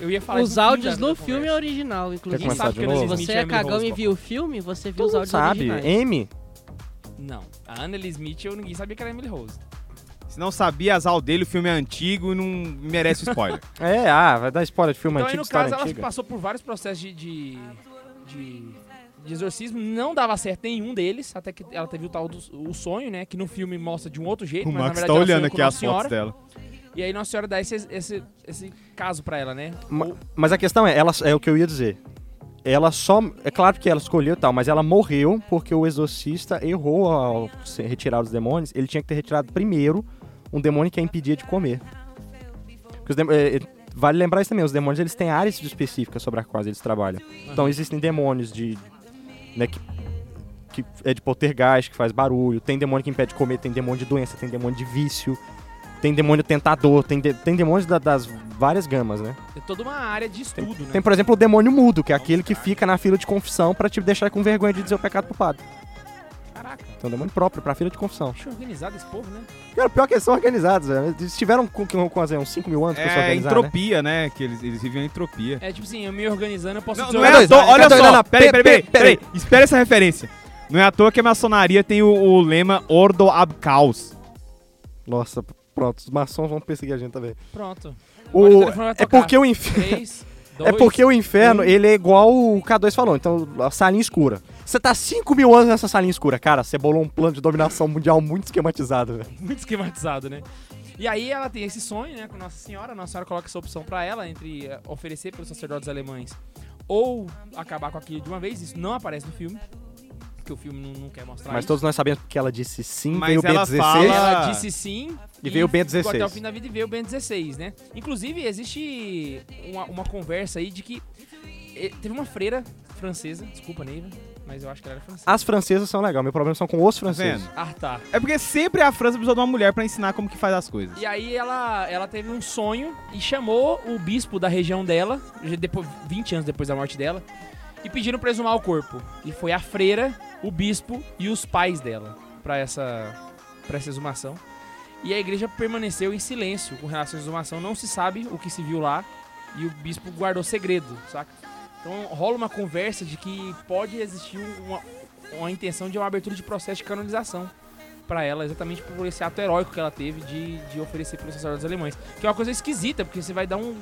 [SPEAKER 1] Eu ia falar isso
[SPEAKER 4] Os
[SPEAKER 1] no fim
[SPEAKER 4] áudios
[SPEAKER 1] da-
[SPEAKER 4] do
[SPEAKER 1] da
[SPEAKER 4] filme é
[SPEAKER 1] conversa.
[SPEAKER 4] original, inclusive.
[SPEAKER 2] Quer começar de novo?
[SPEAKER 4] Se você é
[SPEAKER 1] Emily Rose,
[SPEAKER 4] cagão e
[SPEAKER 1] por
[SPEAKER 4] viu o filme, você viu
[SPEAKER 2] Todo
[SPEAKER 4] os
[SPEAKER 2] mundo
[SPEAKER 4] áudios
[SPEAKER 2] sabe,
[SPEAKER 4] originais.
[SPEAKER 2] M.
[SPEAKER 1] Não. A Annelies Mitchell, ninguém sabia que era Emily Rose.
[SPEAKER 3] Se não sabia azar o dele, o filme é antigo e não merece spoiler.
[SPEAKER 2] É, ah, vai dar spoiler de filme
[SPEAKER 1] Então, aí,
[SPEAKER 2] antigo,
[SPEAKER 1] no
[SPEAKER 2] história
[SPEAKER 1] caso, ela
[SPEAKER 2] antiga.
[SPEAKER 1] passou por vários processos de, de, de- de exorcismo, não dava certo nenhum deles, até que ela teve o tal do o sonho, né? Que no filme mostra de um outro jeito,
[SPEAKER 3] o
[SPEAKER 1] mas na
[SPEAKER 3] Max
[SPEAKER 1] verdade
[SPEAKER 3] tá
[SPEAKER 1] ela sonhou
[SPEAKER 3] olhando
[SPEAKER 1] com
[SPEAKER 3] aqui as
[SPEAKER 1] Nossa senhora,
[SPEAKER 3] fotos dela.
[SPEAKER 1] E aí Nossa Senhora dá esse, esse, esse caso pra ela, né?
[SPEAKER 2] Ma- Mas a questão é, ela é o que eu ia dizer. Ela só. É claro que ela escolheu e tal, mas ela morreu porque o exorcista errou ao se- retirar os demônios. Ele tinha que ter retirado primeiro um demônio que a impedia de comer. Porque os dem- é, é, vale lembrar isso também, os demônios eles têm áreas específicas sobre as quais eles trabalham. Então existem demônios de. né, que, que é de poltergeist, que faz barulho, tem demônio que impede de comer, tem demônio de doença, tem demônio de vício, tem demônio tentador, tem, de- tem demônios da- das várias gamas, né?
[SPEAKER 1] É toda uma área de estudo, né?
[SPEAKER 2] Tem, por exemplo, o demônio mudo, que é aquele que fica na fila de confissão pra te deixar com vergonha de dizer o pecado pro padre.
[SPEAKER 1] Caraca,
[SPEAKER 2] Então, demônio próprio pra fila de confissão.
[SPEAKER 1] deixa organizado esse povo, né?
[SPEAKER 2] Cara, o pior é que eles são organizados, velho. Eles tiveram com, com, com assim, uns 5 mil anos pra se
[SPEAKER 3] É
[SPEAKER 2] organizar, né?
[SPEAKER 3] entropia, né? Que eles, eles vivem a entropia.
[SPEAKER 1] É tipo assim, eu me organizando, eu posso
[SPEAKER 3] Não, não é à
[SPEAKER 1] desorganizar,
[SPEAKER 3] toa,
[SPEAKER 1] né?
[SPEAKER 3] olha
[SPEAKER 2] Não, não,
[SPEAKER 3] só.
[SPEAKER 2] não,
[SPEAKER 3] Peraí,
[SPEAKER 2] pe-
[SPEAKER 3] peraí,
[SPEAKER 2] pe-
[SPEAKER 3] peraí. Espera essa referência. Não é à toa que a maçonaria tem o, o lema Ordo Ab Caos.
[SPEAKER 2] Nossa, pronto, os maçons vão perseguir a gente também.
[SPEAKER 1] Pronto.
[SPEAKER 2] O-
[SPEAKER 1] Agora o telefone vai
[SPEAKER 2] É
[SPEAKER 1] tocar.
[SPEAKER 2] porque o inferno...
[SPEAKER 1] Três, dois,
[SPEAKER 2] É porque o inferno,
[SPEAKER 1] um.
[SPEAKER 2] ele é igual o K2 falou, então a salinha escura. Você tá 5 mil anos nessa salinha escura, cara. Você bolou um plano de dominação mundial muito esquematizado, velho.
[SPEAKER 1] muito esquematizado, né? E aí ela tem esse sonho, né, com Nossa Senhora. Nossa Senhora coloca essa opção pra ela entre eh, oferecer pelos sacerdotes alemães ou acabar com aquilo de uma vez. Isso não aparece no filme, porque o filme não, não quer mostrar
[SPEAKER 2] Mas
[SPEAKER 1] isso.
[SPEAKER 2] todos nós sabemos que ela disse sim,
[SPEAKER 3] Mas
[SPEAKER 2] veio o
[SPEAKER 3] ela
[SPEAKER 2] B16.
[SPEAKER 3] fala-
[SPEAKER 1] Ela disse sim
[SPEAKER 2] E veio o Ben
[SPEAKER 1] ficou até o
[SPEAKER 2] 16.
[SPEAKER 1] fim da vida e veio o Ben 16, né? Inclusive, existe uma, uma conversa aí de que eh, teve uma freira francesa, desculpa, Neiva, mas eu acho que ela era francesa.
[SPEAKER 2] As francesas são legais, meu problema são com os
[SPEAKER 3] Tá
[SPEAKER 2] franceses.
[SPEAKER 3] vendo?
[SPEAKER 1] Ah, tá.
[SPEAKER 3] É porque sempre a França precisou de uma mulher pra ensinar como que faz as coisas.
[SPEAKER 1] E aí ela, ela teve um sonho e chamou o bispo da região dela, já depois, 20 anos depois da morte dela, e pediram pra exumar o corpo. E foi a freira, o bispo e os pais dela pra essa, pra essa exumação. E a igreja permaneceu em silêncio com relação à exumação, não se sabe o que se viu lá e o bispo guardou segredo, saca? Então rola uma conversa de que pode existir uma, uma intenção de uma abertura de processo de canonização pra ela, exatamente por esse ato heróico que ela teve de, de oferecer pelos sacerdotes alemães. Que é uma coisa esquisita, porque você vai dar um, um- um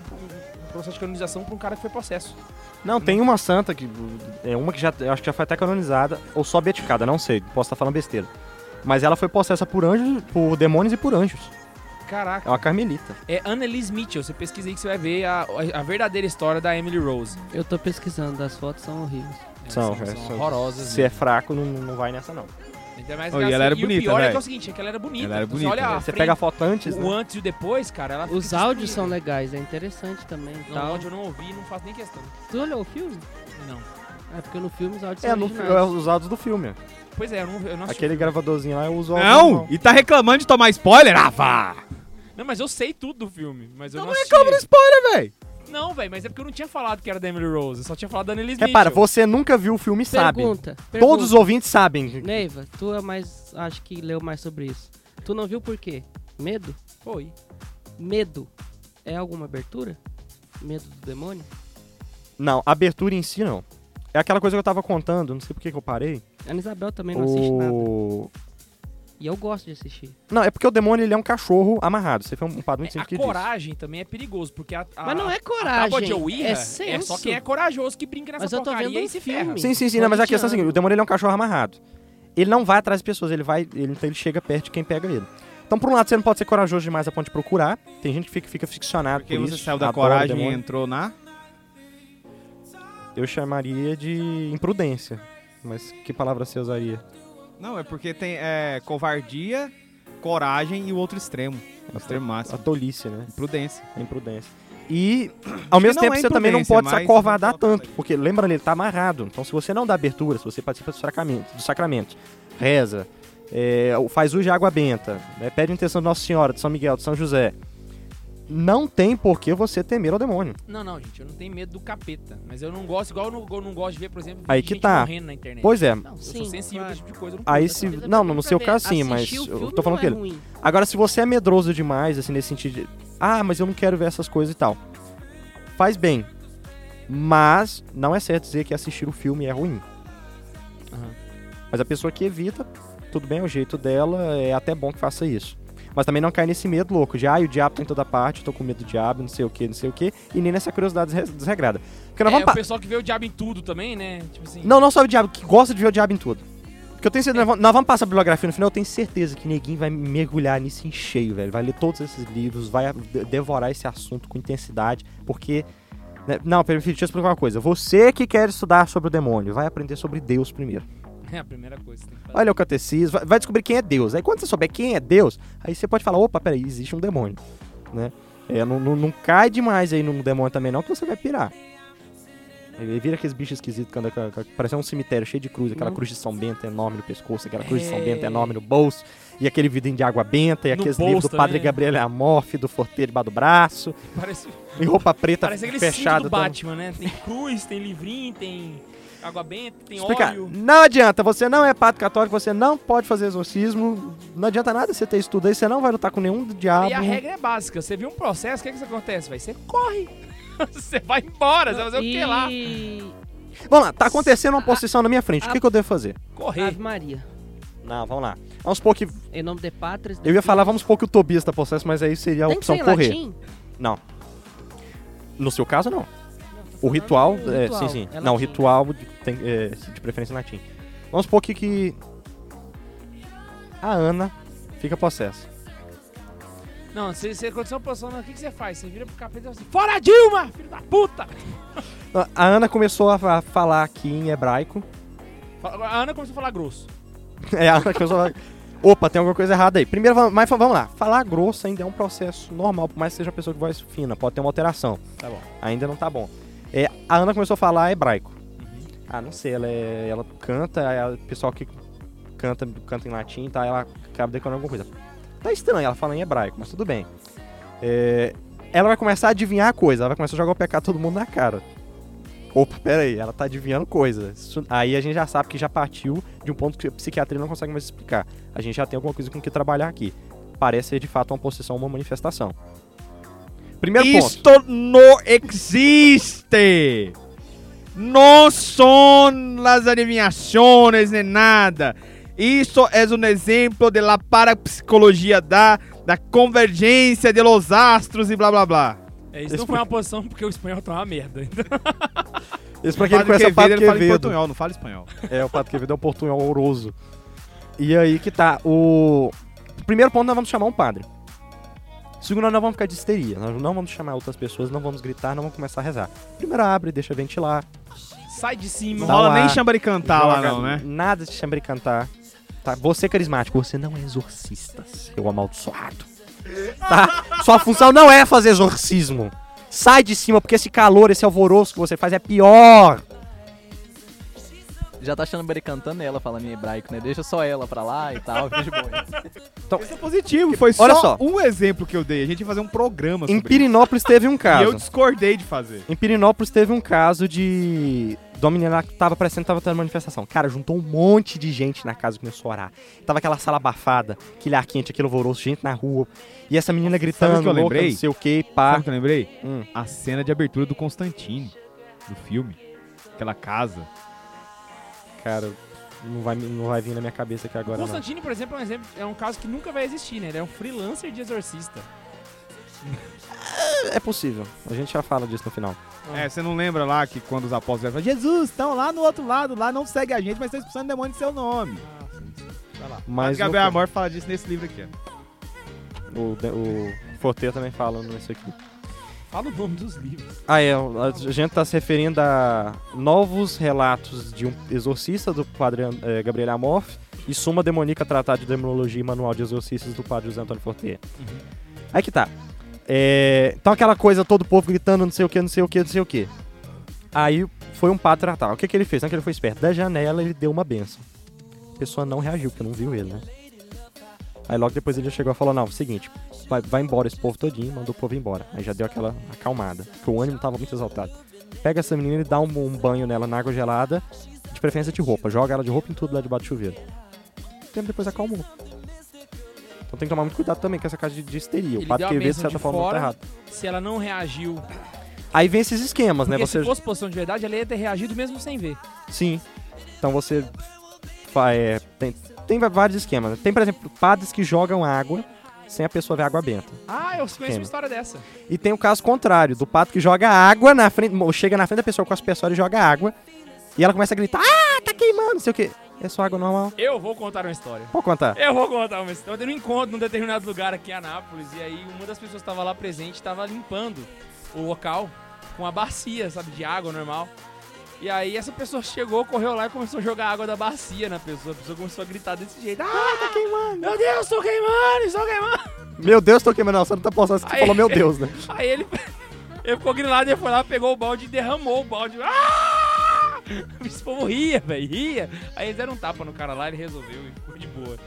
[SPEAKER 1] processo de canonização pra um cara que foi processo.
[SPEAKER 2] Não, tem uma santa que. É uma que já eu acho que já foi até canonizada, ou só beatificada, não sei, posso estar falando besteira. Mas ela foi possessa por anjos, por demônios e por anjos. É
[SPEAKER 1] Caraca.
[SPEAKER 2] uma carmelita.
[SPEAKER 1] É Annelise Mitchell, você pesquisa aí que você vai ver a, a verdadeira história da Emily Rose.
[SPEAKER 4] Eu tô pesquisando, as fotos são horríveis.
[SPEAKER 1] É,
[SPEAKER 2] São, é, são-
[SPEAKER 1] horrorosas.
[SPEAKER 2] Se é fraco, não, não vai nessa, não.
[SPEAKER 1] Ainda mais
[SPEAKER 3] Oh,
[SPEAKER 1] que
[SPEAKER 3] e ela era
[SPEAKER 1] e
[SPEAKER 3] bonita,
[SPEAKER 1] o pior é que
[SPEAKER 2] né?
[SPEAKER 3] velho.
[SPEAKER 1] é o seguinte, é que ela era bonita.
[SPEAKER 3] Ela era
[SPEAKER 1] Então,
[SPEAKER 3] bonita,
[SPEAKER 1] Você, olha a
[SPEAKER 2] Você
[SPEAKER 1] frente,
[SPEAKER 2] pega a foto antes,
[SPEAKER 1] o
[SPEAKER 2] né?
[SPEAKER 1] antes e o depois, cara, ela
[SPEAKER 4] Os
[SPEAKER 1] fica
[SPEAKER 4] áudios são
[SPEAKER 1] destruída.
[SPEAKER 4] legais, é interessante também.
[SPEAKER 1] Não,
[SPEAKER 4] tal.
[SPEAKER 1] onde eu não ouvi, não faço nem questão.
[SPEAKER 4] Tu olhou o filme?
[SPEAKER 1] Não.
[SPEAKER 4] É porque no filme os áudios
[SPEAKER 2] É,
[SPEAKER 4] são
[SPEAKER 2] no,
[SPEAKER 4] originais.
[SPEAKER 2] é os áudios do filme.
[SPEAKER 1] Pois é, eu não, eu não assisti.
[SPEAKER 2] Aquele gravadorzinho lá eu uso
[SPEAKER 3] Não! E tá reclamando de tomar spoiler? Ah, vá!
[SPEAKER 1] Não, mas eu sei tudo do filme, mas
[SPEAKER 2] Então
[SPEAKER 1] eu não,
[SPEAKER 3] Não
[SPEAKER 2] é
[SPEAKER 1] assisti.
[SPEAKER 3] reclama do spoiler, velho!
[SPEAKER 1] Não, velho, mas é porque eu não tinha falado que era da Emily Rose, eu só tinha falado da Annelise
[SPEAKER 2] É,
[SPEAKER 1] Mitchell.
[SPEAKER 2] para, você nunca viu o filme e sabe.
[SPEAKER 4] Pergunta,
[SPEAKER 2] Todos os
[SPEAKER 4] pergunta.
[SPEAKER 2] ouvintes sabem.
[SPEAKER 4] Neiva, tu é mais. Acho que leu mais sobre isso. Tu não viu por quê? Medo?
[SPEAKER 1] Foi.
[SPEAKER 4] Medo é alguma abertura? Medo do demônio?
[SPEAKER 2] Não, a abertura em si não. É aquela coisa que eu tava contando, não sei por que que eu parei.
[SPEAKER 4] A Ana Isabel também não assiste nada.
[SPEAKER 2] O...
[SPEAKER 4] E eu gosto de assistir.
[SPEAKER 2] Não, é porque o demônio ele é um cachorro amarrado. Você foi um padrão muito
[SPEAKER 1] É, a
[SPEAKER 2] simples que diz.
[SPEAKER 1] coragem também é perigoso, porque a, a
[SPEAKER 4] Mas não é
[SPEAKER 1] a tábua
[SPEAKER 4] coragem.
[SPEAKER 1] de Ouija
[SPEAKER 4] é
[SPEAKER 1] é,
[SPEAKER 4] senso.
[SPEAKER 1] só quem é corajoso que brinca nessa
[SPEAKER 4] Mas eu tô
[SPEAKER 1] porcaria
[SPEAKER 4] vendo
[SPEAKER 1] e
[SPEAKER 4] um
[SPEAKER 1] se
[SPEAKER 4] filme.
[SPEAKER 1] ferra.
[SPEAKER 2] Sim, sim, sim. Não, mas a questão é a seguinte,
[SPEAKER 4] Corintiano.
[SPEAKER 2] o demônio ele é um cachorro amarrado. Ele não vai atrás de pessoas, ele vai, ele, então ele chega perto de quem pega ele. Então, por um lado, você não pode ser corajoso demais a ponto de procurar. Tem gente que fica, fica ficcionado
[SPEAKER 3] Porque
[SPEAKER 2] por
[SPEAKER 3] você
[SPEAKER 2] isso,
[SPEAKER 3] saiu da
[SPEAKER 2] adora o
[SPEAKER 3] coragem e
[SPEAKER 2] tá demônio.
[SPEAKER 3] entrou na.
[SPEAKER 2] Eu chamaria de imprudência. Mas que palavra você usaria?
[SPEAKER 3] Não, é porque tem é, covardia, coragem e o outro extremo. O extremo
[SPEAKER 2] A
[SPEAKER 3] máximo.
[SPEAKER 2] tolice, né?
[SPEAKER 3] Prudência.
[SPEAKER 2] A imprudência. E, ao mesmo
[SPEAKER 3] não
[SPEAKER 2] tempo,
[SPEAKER 3] é
[SPEAKER 2] você também não
[SPEAKER 3] imprudência,
[SPEAKER 2] pode se
[SPEAKER 3] mas
[SPEAKER 2] acovardar
[SPEAKER 3] não falta
[SPEAKER 2] tanto.
[SPEAKER 3] isso.
[SPEAKER 2] Porque, lembra, ele tá amarrado. Então, se você não dá abertura, se você participa dos sacramentos, dos sacramentos reza, é, faz uso de água benta, né, pede a intenção de Nossa Senhora, de São Miguel, de São José, não tem por que você temer ao demônio.
[SPEAKER 1] Não, não, gente, eu não tenho medo do capeta, mas eu não gosto, igual eu não, eu não gosto de ver, por exemplo,
[SPEAKER 2] Aí
[SPEAKER 1] gente
[SPEAKER 2] que tá.
[SPEAKER 1] morrendo na internet.
[SPEAKER 2] Pois é,
[SPEAKER 4] Não,
[SPEAKER 1] eu
[SPEAKER 4] sim.
[SPEAKER 1] sou sensível a
[SPEAKER 4] claro.
[SPEAKER 1] esse tipo de coisa. eu não
[SPEAKER 2] aí
[SPEAKER 1] curto,
[SPEAKER 2] se...
[SPEAKER 1] sabe?
[SPEAKER 2] Não, no seu caso sim,
[SPEAKER 4] Assistir
[SPEAKER 2] mas
[SPEAKER 4] o
[SPEAKER 2] eu
[SPEAKER 4] filme
[SPEAKER 2] tô falando
[SPEAKER 4] não
[SPEAKER 2] que
[SPEAKER 4] é
[SPEAKER 2] ele...
[SPEAKER 4] ruim.
[SPEAKER 2] Agora, se você é medroso demais, assim, nesse sentido de, ah, mas eu não quero ver essas coisas e tal, faz bem. Mas não é certo dizer que assistir o filme é ruim.
[SPEAKER 1] Aham.
[SPEAKER 2] Mas a pessoa que evita, tudo bem, é o jeito dela, é até bom que faça isso. Mas também não cair nesse medo louco de, ah, o diabo tá em toda parte, tô com medo do diabo, não sei o que, não sei o que, e nem nessa curiosidade desre- desregrada. Porque nós
[SPEAKER 1] É,
[SPEAKER 2] vamos
[SPEAKER 1] o
[SPEAKER 2] pa-
[SPEAKER 1] pessoal que vê o diabo em tudo também, né? Tipo assim.
[SPEAKER 2] Não, não só o diabo, que gosta de ver o diabo em tudo. Porque eu tenho certeza, nós vamos- nós vamos passar a bibliografia no final, eu tenho certeza que neguinho vai mergulhar nisso em cheio, velho. Vai ler todos esses livros, vai de- devorar esse assunto com intensidade, porque. né, Não, peraí, filho, deixa eu explicar uma coisa. Você que quer estudar sobre o demônio, vai aprender sobre Deus primeiro.
[SPEAKER 1] É a primeira coisa que tem que fazer.
[SPEAKER 2] Vai ler o catecismo, vai- vai descobrir quem é Deus. Aí quando você souber quem é Deus, aí você pode falar, opa, peraí, existe um demônio, né? É, não, não, não cai demais aí num demônio também não, que você vai pirar. Ele vira aqueles bichos esquisitos, que anda com a- com a- parece um cemitério cheio de cruz, aquela
[SPEAKER 4] Não.
[SPEAKER 2] cruz de São Bento enorme no pescoço, aquela cruz de São
[SPEAKER 1] É.
[SPEAKER 2] Bento enorme no bolso, e aquele vidrinho de água benta, e
[SPEAKER 1] No
[SPEAKER 2] aqueles livros
[SPEAKER 1] bolso
[SPEAKER 2] do Padre
[SPEAKER 1] também. né?
[SPEAKER 2] Gabriel Amorf, do Forteiro debaixo do braço,
[SPEAKER 1] Parece,
[SPEAKER 2] e roupa preta
[SPEAKER 1] parece aquele cinto
[SPEAKER 2] fechada.
[SPEAKER 1] do
[SPEAKER 2] também.
[SPEAKER 1] Batman, né? Tem cruz, tem livrinho, tem água benta, tem
[SPEAKER 2] Explicar.
[SPEAKER 1] óleo.
[SPEAKER 2] Não adianta, você não é padre católico, você não pode fazer exorcismo, não adianta nada você ter estudo aí, você não vai lutar com nenhum diabo.
[SPEAKER 1] E a regra é básica. Você viu um processo, o que, é que isso acontece? Vai, você corre. você vai embora, você vai fazer o que lá?
[SPEAKER 4] E...
[SPEAKER 2] Vamos lá, tá acontecendo uma possessão na minha frente, o que, que eu devo fazer?
[SPEAKER 1] Correr.
[SPEAKER 4] Ave Maria.
[SPEAKER 2] Não, vamos lá. Vamos supor que.
[SPEAKER 4] Em nome de Pátria.
[SPEAKER 2] Eu ia falar, vamos supor que o Tobias tá possesso, mas aí seria a
[SPEAKER 4] Tem que ser
[SPEAKER 2] opção
[SPEAKER 4] em
[SPEAKER 2] correr.
[SPEAKER 4] latim?
[SPEAKER 2] No seu caso, não.
[SPEAKER 4] Não, tô
[SPEAKER 2] O
[SPEAKER 4] falando
[SPEAKER 2] ritual,
[SPEAKER 4] do
[SPEAKER 2] é,
[SPEAKER 4] ritual.
[SPEAKER 2] sim, sim.
[SPEAKER 4] É
[SPEAKER 2] não, o
[SPEAKER 4] latim.
[SPEAKER 2] ritual de, tem- é, de preferência em latim. Vamos supor que, que a Ana fica possessa.
[SPEAKER 1] Não, se você aconteceu uma posição, não, o que, que você faz? Você vira pro capeta e fala assim, fora Dilma, filho da puta!
[SPEAKER 2] A Ana começou a fa- falar aqui em hebraico.
[SPEAKER 1] Fala- A Ana começou a falar grosso.
[SPEAKER 2] É, a hora que eu só... Opa, tem alguma coisa errada aí. Primeiro, vamos- mas fa- vamos lá. Falar grosso ainda é um processo normal, por mais que seja uma pessoa de voz fina, pode ter uma alteração.
[SPEAKER 1] Tá bom.
[SPEAKER 2] Ainda não tá bom. É, a Ana começou a falar hebraico. Ah, não sei, ela, é- ela canta, aí ela- o pessoal que canta, canta em latim, tá? Ela acaba decorando alguma coisa. Tá estranho, ela fala em hebraico, mas tudo bem. É, ela vai começar a adivinhar a coisa, ela vai começar a jogar o pecado todo mundo na cara. Opa, pera aí, ela tá adivinhando coisa. Isso- aí a gente já sabe que já partiu de um ponto que a psiquiatria não consegue mais explicar. A gente já tem alguma coisa com que trabalhar aqui. Parece ser de fato uma possessão, uma manifestação. Primeiro ponto.
[SPEAKER 3] Isto não existe! Não são as adivinhações nem nada. Isso é um exemplo de la parapsicologia da, da convergência de los astros e blá blá blá.
[SPEAKER 1] É, isso não foi uma posição porque o espanhol tá uma merda. Então,
[SPEAKER 2] Isso pra quem não
[SPEAKER 3] Padre
[SPEAKER 2] conhece é o Padre
[SPEAKER 3] Quevedo, ele fala em
[SPEAKER 2] Quevedo.
[SPEAKER 3] portunhol, não fala espanhol.
[SPEAKER 2] É, o Pato Quevedo é um portunhol horroroso. E aí que tá, o... Primeiro ponto, nós vamos chamar um padre. Segundo, nós não vamos ficar de histeria. Nós não vamos chamar outras pessoas, não vamos gritar, não vamos começar a rezar. Primeiro abre, deixa ventilar.
[SPEAKER 1] sai de
[SPEAKER 3] Não
[SPEAKER 1] cima.
[SPEAKER 2] Dá
[SPEAKER 3] rola
[SPEAKER 2] lá,
[SPEAKER 3] nem chambar e cantar lá
[SPEAKER 2] joga
[SPEAKER 3] não, né?
[SPEAKER 2] Nada de chambre cantar. Tá? Você é carismático, você não é exorcista, seu amaldiçoado. Tá? Sua função não é fazer exorcismo. Sai de cima, porque esse calor, esse alvoroço que você faz é pior.
[SPEAKER 7] Já tá achando Bere cantando ela falando em hebraico, né? Deixa só ela pra lá e tal, fica de boa.
[SPEAKER 3] Isso é positivo, foi
[SPEAKER 2] Olha só.
[SPEAKER 3] só, um exemplo que eu dei. A gente ia fazer um programa sobre
[SPEAKER 2] Em Pirinópolis teve um
[SPEAKER 3] isso. E
[SPEAKER 2] caso.
[SPEAKER 3] eu discordei de fazer.
[SPEAKER 2] Em Pirinópolis teve um caso de. De uma menina lá que tava parecendo que tava tendo manifestação. Cara, juntou um monte de gente na casa e começou a orar. Tava aquela sala abafada, aquele ar quente, aquele alvoroço, gente na rua. E essa menina gritando,
[SPEAKER 3] o que eu
[SPEAKER 2] louca,
[SPEAKER 3] lembrei?
[SPEAKER 2] não sei o que, pá.
[SPEAKER 3] Sabe o que eu lembrei?
[SPEAKER 2] Hum.
[SPEAKER 3] A cena de abertura do Constantine, do filme. Aquela casa.
[SPEAKER 2] Cara, não vai, me- não vai vir na minha cabeça aqui agora. Não.
[SPEAKER 1] Constantino, por exemplo, é um exemplo, é um caso que nunca vai existir, né? Ele é um freelancer de exorcista.
[SPEAKER 2] É possível. A gente já fala disso no final.
[SPEAKER 3] É, você não lembra lá que quando os apóstolos falam, Jesus, estão lá no outro lado, lá não segue a gente, mas estão expulsando o demônio de seu nome.
[SPEAKER 2] Mas no-
[SPEAKER 3] Gabriel Amor fala disso nesse livro aqui. ó.
[SPEAKER 2] o, de- o Forte também fala nisso aqui.
[SPEAKER 1] Fala o nome dos livros.
[SPEAKER 2] Ah, é. A gente tá se referindo a novos relatos de um exorcista do padre eh, Gabriel Amorf e Suma Demoníaca Tratado de Demonologia e Manual de Exorcistas do padre José Antônio Fortier. Aí que tá. É, então aquela coisa, todo o povo gritando não sei o que, não sei o que, não sei o que. Aí foi um padre tratar. O que, que ele fez? Não que ele foi esperto. Da janela ele deu uma benção. A pessoa não reagiu, porque não viu ele, né? Aí logo depois ele já chegou e falou, não, é seguinte, vai, vai embora esse povo todinho, mandou o povo embora. Aí já deu aquela acalmada, porque o ânimo tava muito exaltado. Pega essa menina e dá um, um banho nela na água gelada, de preferência de roupa. Joga ela de roupa em tudo lá debaixo do chuveiro. O tempo depois acalmou. Então tem que tomar muito cuidado também com essa casa de, de histeria.
[SPEAKER 1] Ele
[SPEAKER 2] o Pato
[SPEAKER 1] deu a
[SPEAKER 2] Quevedo, de
[SPEAKER 1] bênção
[SPEAKER 2] certa
[SPEAKER 1] de
[SPEAKER 2] forma, não tá
[SPEAKER 1] fora,
[SPEAKER 2] errado.
[SPEAKER 1] Se ela não reagiu,
[SPEAKER 2] Aí vem esses esquemas, né?
[SPEAKER 1] porque
[SPEAKER 2] Você...
[SPEAKER 1] se fosse posição de verdade, ela ia ter reagido mesmo sem ver.
[SPEAKER 2] Sim. Então você. fa- é, tem, tem va- vários esquemas. né? Tem, por exemplo, padres que jogam água sem a pessoa ver água benta.
[SPEAKER 1] Ah, eu conheço
[SPEAKER 2] Queima.
[SPEAKER 1] uma história dessa.
[SPEAKER 2] E tem o caso contrário, do pato que joga água na frente, mo- chega na frente da pessoa com as pessoas e joga água. E ela começa a gritar, ah, tá queimando, não sei o quê. É só água normal.
[SPEAKER 1] Eu vou contar uma história.
[SPEAKER 2] Pode contar.
[SPEAKER 1] Eu vou contar uma história. Eu tendo um encontro num determinado lugar aqui em Anápolis. E aí uma das pessoas que estava lá presente estava limpando o local com a bacia, sabe, de água normal. E aí essa pessoa chegou, correu lá e começou a jogar água da bacia na pessoa. A pessoa começou a gritar desse jeito. Ah, tá queimando! Meu Deus, estou queimando, estou queimando!
[SPEAKER 2] Meu Deus, tô queimando. Não, você não tá postando, você
[SPEAKER 1] Aí.
[SPEAKER 2] falou meu Deus, né?
[SPEAKER 1] Aí ele, ele ficou grilado e foi lá, pegou o balde e derramou o balde. Ah! Esse povo ria, velho, ria. Aí eles deram um tapa no cara lá, ele resolveu e ficou de boa.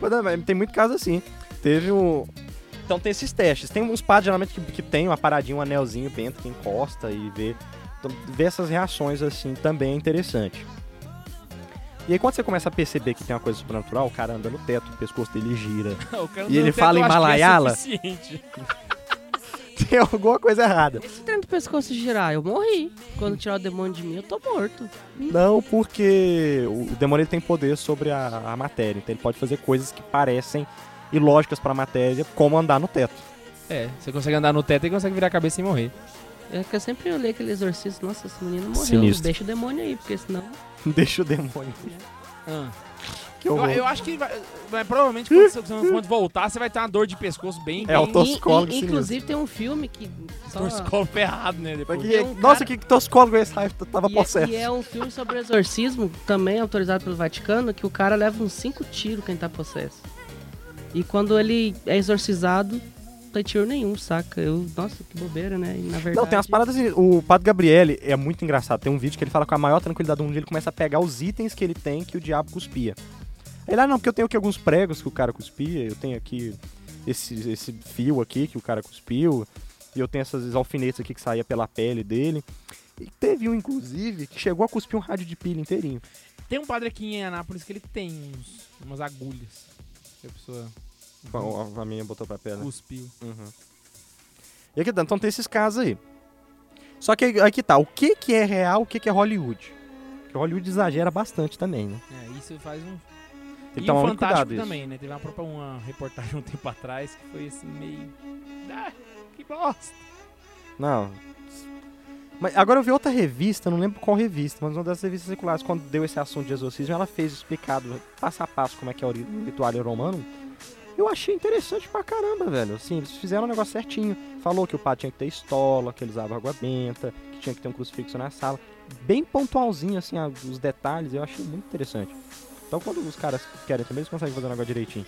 [SPEAKER 2] Mas, não, mas tem muito caso assim. Teve um. Então tem esses testes. Tem uns padres geralmente que, que tem uma paradinha, um anelzinho dentro que encosta e vê. Então, ver essas reações assim também é interessante. E aí quando você começa a perceber que tem uma coisa sobrenatural, o cara anda no teto, o pescoço dele gira.
[SPEAKER 1] O cara
[SPEAKER 2] E
[SPEAKER 1] não deu
[SPEAKER 2] ele
[SPEAKER 1] teto,
[SPEAKER 2] fala
[SPEAKER 1] eu
[SPEAKER 2] em
[SPEAKER 1] acho que é
[SPEAKER 2] Malayala?
[SPEAKER 1] suficiente.
[SPEAKER 2] Tem alguma coisa errada.
[SPEAKER 4] Se tem do pescoço girar, eu morri. Quando tirar o demônio de mim, eu tô morto.
[SPEAKER 2] Não, porque o o demônio ele tem poder sobre a, a matéria. Então ele pode fazer coisas que parecem ilógicas pra matéria, como andar no teto.
[SPEAKER 1] É, você consegue andar no teto e consegue virar a cabeça sem morrer.
[SPEAKER 4] É que eu sempre olhei aquele exorcista, nossa, esse menino morreu.
[SPEAKER 2] Sinistro.
[SPEAKER 4] Deixa o demônio aí, porque senão.
[SPEAKER 2] Deixa o demônio. Que
[SPEAKER 1] Ah. Eu,
[SPEAKER 2] horror.
[SPEAKER 1] eu acho que vai, vai- provavelmente quando, você- quando voltar, você vai ter uma dor de pescoço bem.
[SPEAKER 2] É, o
[SPEAKER 1] bem-
[SPEAKER 2] toxicólogo
[SPEAKER 4] In- in-
[SPEAKER 2] sinistro.
[SPEAKER 4] Inclusive tem um filme que.
[SPEAKER 1] Tá.
[SPEAKER 4] Só...
[SPEAKER 1] Torcicolo ferrado, né? Depois.
[SPEAKER 2] Mas
[SPEAKER 4] Porque
[SPEAKER 2] que,
[SPEAKER 4] um
[SPEAKER 2] nossa,
[SPEAKER 4] cara-
[SPEAKER 2] que toscólogo esse raio tava
[SPEAKER 4] E é-
[SPEAKER 2] possesso.
[SPEAKER 4] E é um filme sobre exorcismo, também autorizado pelo Vaticano, que o cara leva uns cinco tiros quem tá possesso. E quando ele é exorcizado, não tem tiro nenhum, saca? Eu, nossa, que bobeira, né? E, na verdade,
[SPEAKER 2] Não, tem umas paradas assim. O Padre Gabriele é muito engraçado. Tem um vídeo que ele fala com a maior tranquilidade do mundo. Ele começa a pegar os itens que ele tem que o diabo cuspia. Ele, ah, não, porque eu tenho aqui alguns pregos que o cara cuspia. Eu tenho aqui esse, esse fio aqui que o cara cuspiu. E eu tenho essas alfinetes aqui que saía pela pele dele. E teve um, inclusive, que chegou a cuspir um rádio de pilha inteirinho.
[SPEAKER 1] Tem um padre aqui em Anápolis que ele tem uns- umas agulhas. Que a pessoa
[SPEAKER 2] A, minha botou pra pele.
[SPEAKER 1] cuspiu.
[SPEAKER 2] Uhum. E aqui, então tem esses casos aí. Só que aí aí que tá, o que que é real, o que que é Hollywood? Porque Hollywood exagera bastante também, né?
[SPEAKER 1] É, isso faz um
[SPEAKER 2] Tem que
[SPEAKER 1] e
[SPEAKER 2] tomar
[SPEAKER 1] o
[SPEAKER 2] muito cuidado
[SPEAKER 1] Fantástico
[SPEAKER 2] isso.
[SPEAKER 1] também, né? Teve uma, própria- uma reportagem um tempo atrás que foi assim, meio. Ah, que bosta!
[SPEAKER 2] Não. Mas agora eu vi outra revista, não lembro qual revista, mas uma das revistas circulares, quando deu esse assunto de exorcismo, ela fez explicado passo a passo como é que é o ri- ritual romano. Eu achei interessante pra caramba, velho. Assim, eles fizeram um negócio certinho. Falou que o padre tinha que ter estola, que eles usavam água benta, que tinha que ter um crucifixo na sala. Bem pontualzinho, assim, a- os detalhes, eu achei muito interessante. Então quando os caras querem também, eles conseguem fazer o negócio direitinho.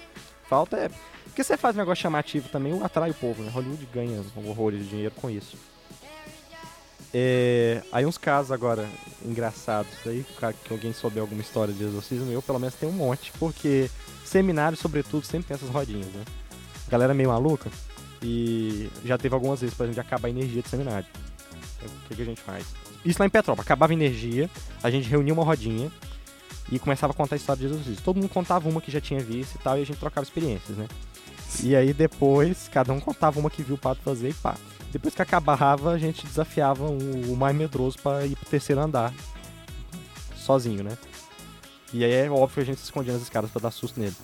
[SPEAKER 2] Falta é. Porque você faz um negócio chamativo também, atrai o povo, né? Hollywood ganha horrores de dinheiro com isso. É, aí uns casos agora engraçados aí, ca- que alguém souber alguma história de exorcismo, eu pelo menos tenho um monte, porque seminário, sobretudo, sempre tem essas rodinhas, né? A galera é meio maluca e já teve algumas vezes, por exemplo, de acabar a energia do seminário. Então, O que, que a gente faz? Isso lá em Petrópolis, acabava a energia, a gente reunia uma rodinha e começava a contar a história de exorcismo. Todo mundo contava uma que já tinha visto e tal, e a gente trocava experiências, né? E aí depois, cada um contava uma que viu o pato fazer e pá. Depois que acabava, a gente desafiava um, o, o mais medroso pra ir pro terceiro andar. Sozinho, né? E aí é óbvio que a gente se escondia nas escadas pra dar susto nele.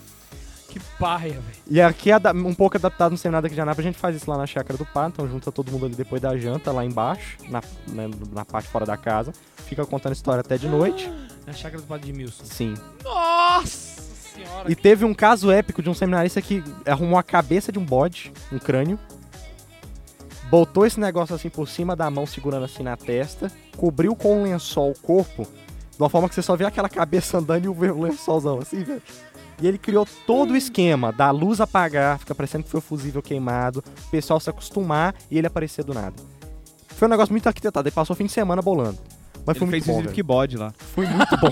[SPEAKER 1] Que paia, velho.
[SPEAKER 2] E aqui, ada- um pouco adaptado no seminário daqui de Anápolis, a gente faz isso lá na chácara do par, então junta todo mundo ali depois da janta, lá embaixo, na, né, na parte fora da casa. Fica contando história até de noite.
[SPEAKER 1] Na chácara do padre de Milson.
[SPEAKER 2] Sim.
[SPEAKER 1] Nossa senhora!
[SPEAKER 2] E teve um caso épico de um seminarista que arrumou a cabeça de um bode, um crânio, botou esse negócio assim por cima da mão, segurando assim na testa, cobriu com um lençol o corpo, de uma forma que você só vê aquela cabeça andando e o lençolzão assim, velho. E ele criou todo o esquema da luz apagar, fica parecendo que foi o fusível queimado, o pessoal se acostumar e ele aparecer do nada. Foi um negócio muito arquitetado, ele passou o fim de semana bolando. Mas foi
[SPEAKER 3] Ele
[SPEAKER 2] muito
[SPEAKER 3] fez isso
[SPEAKER 2] bom,
[SPEAKER 3] de
[SPEAKER 2] velho.
[SPEAKER 3] que bode lá.
[SPEAKER 2] Foi muito bom.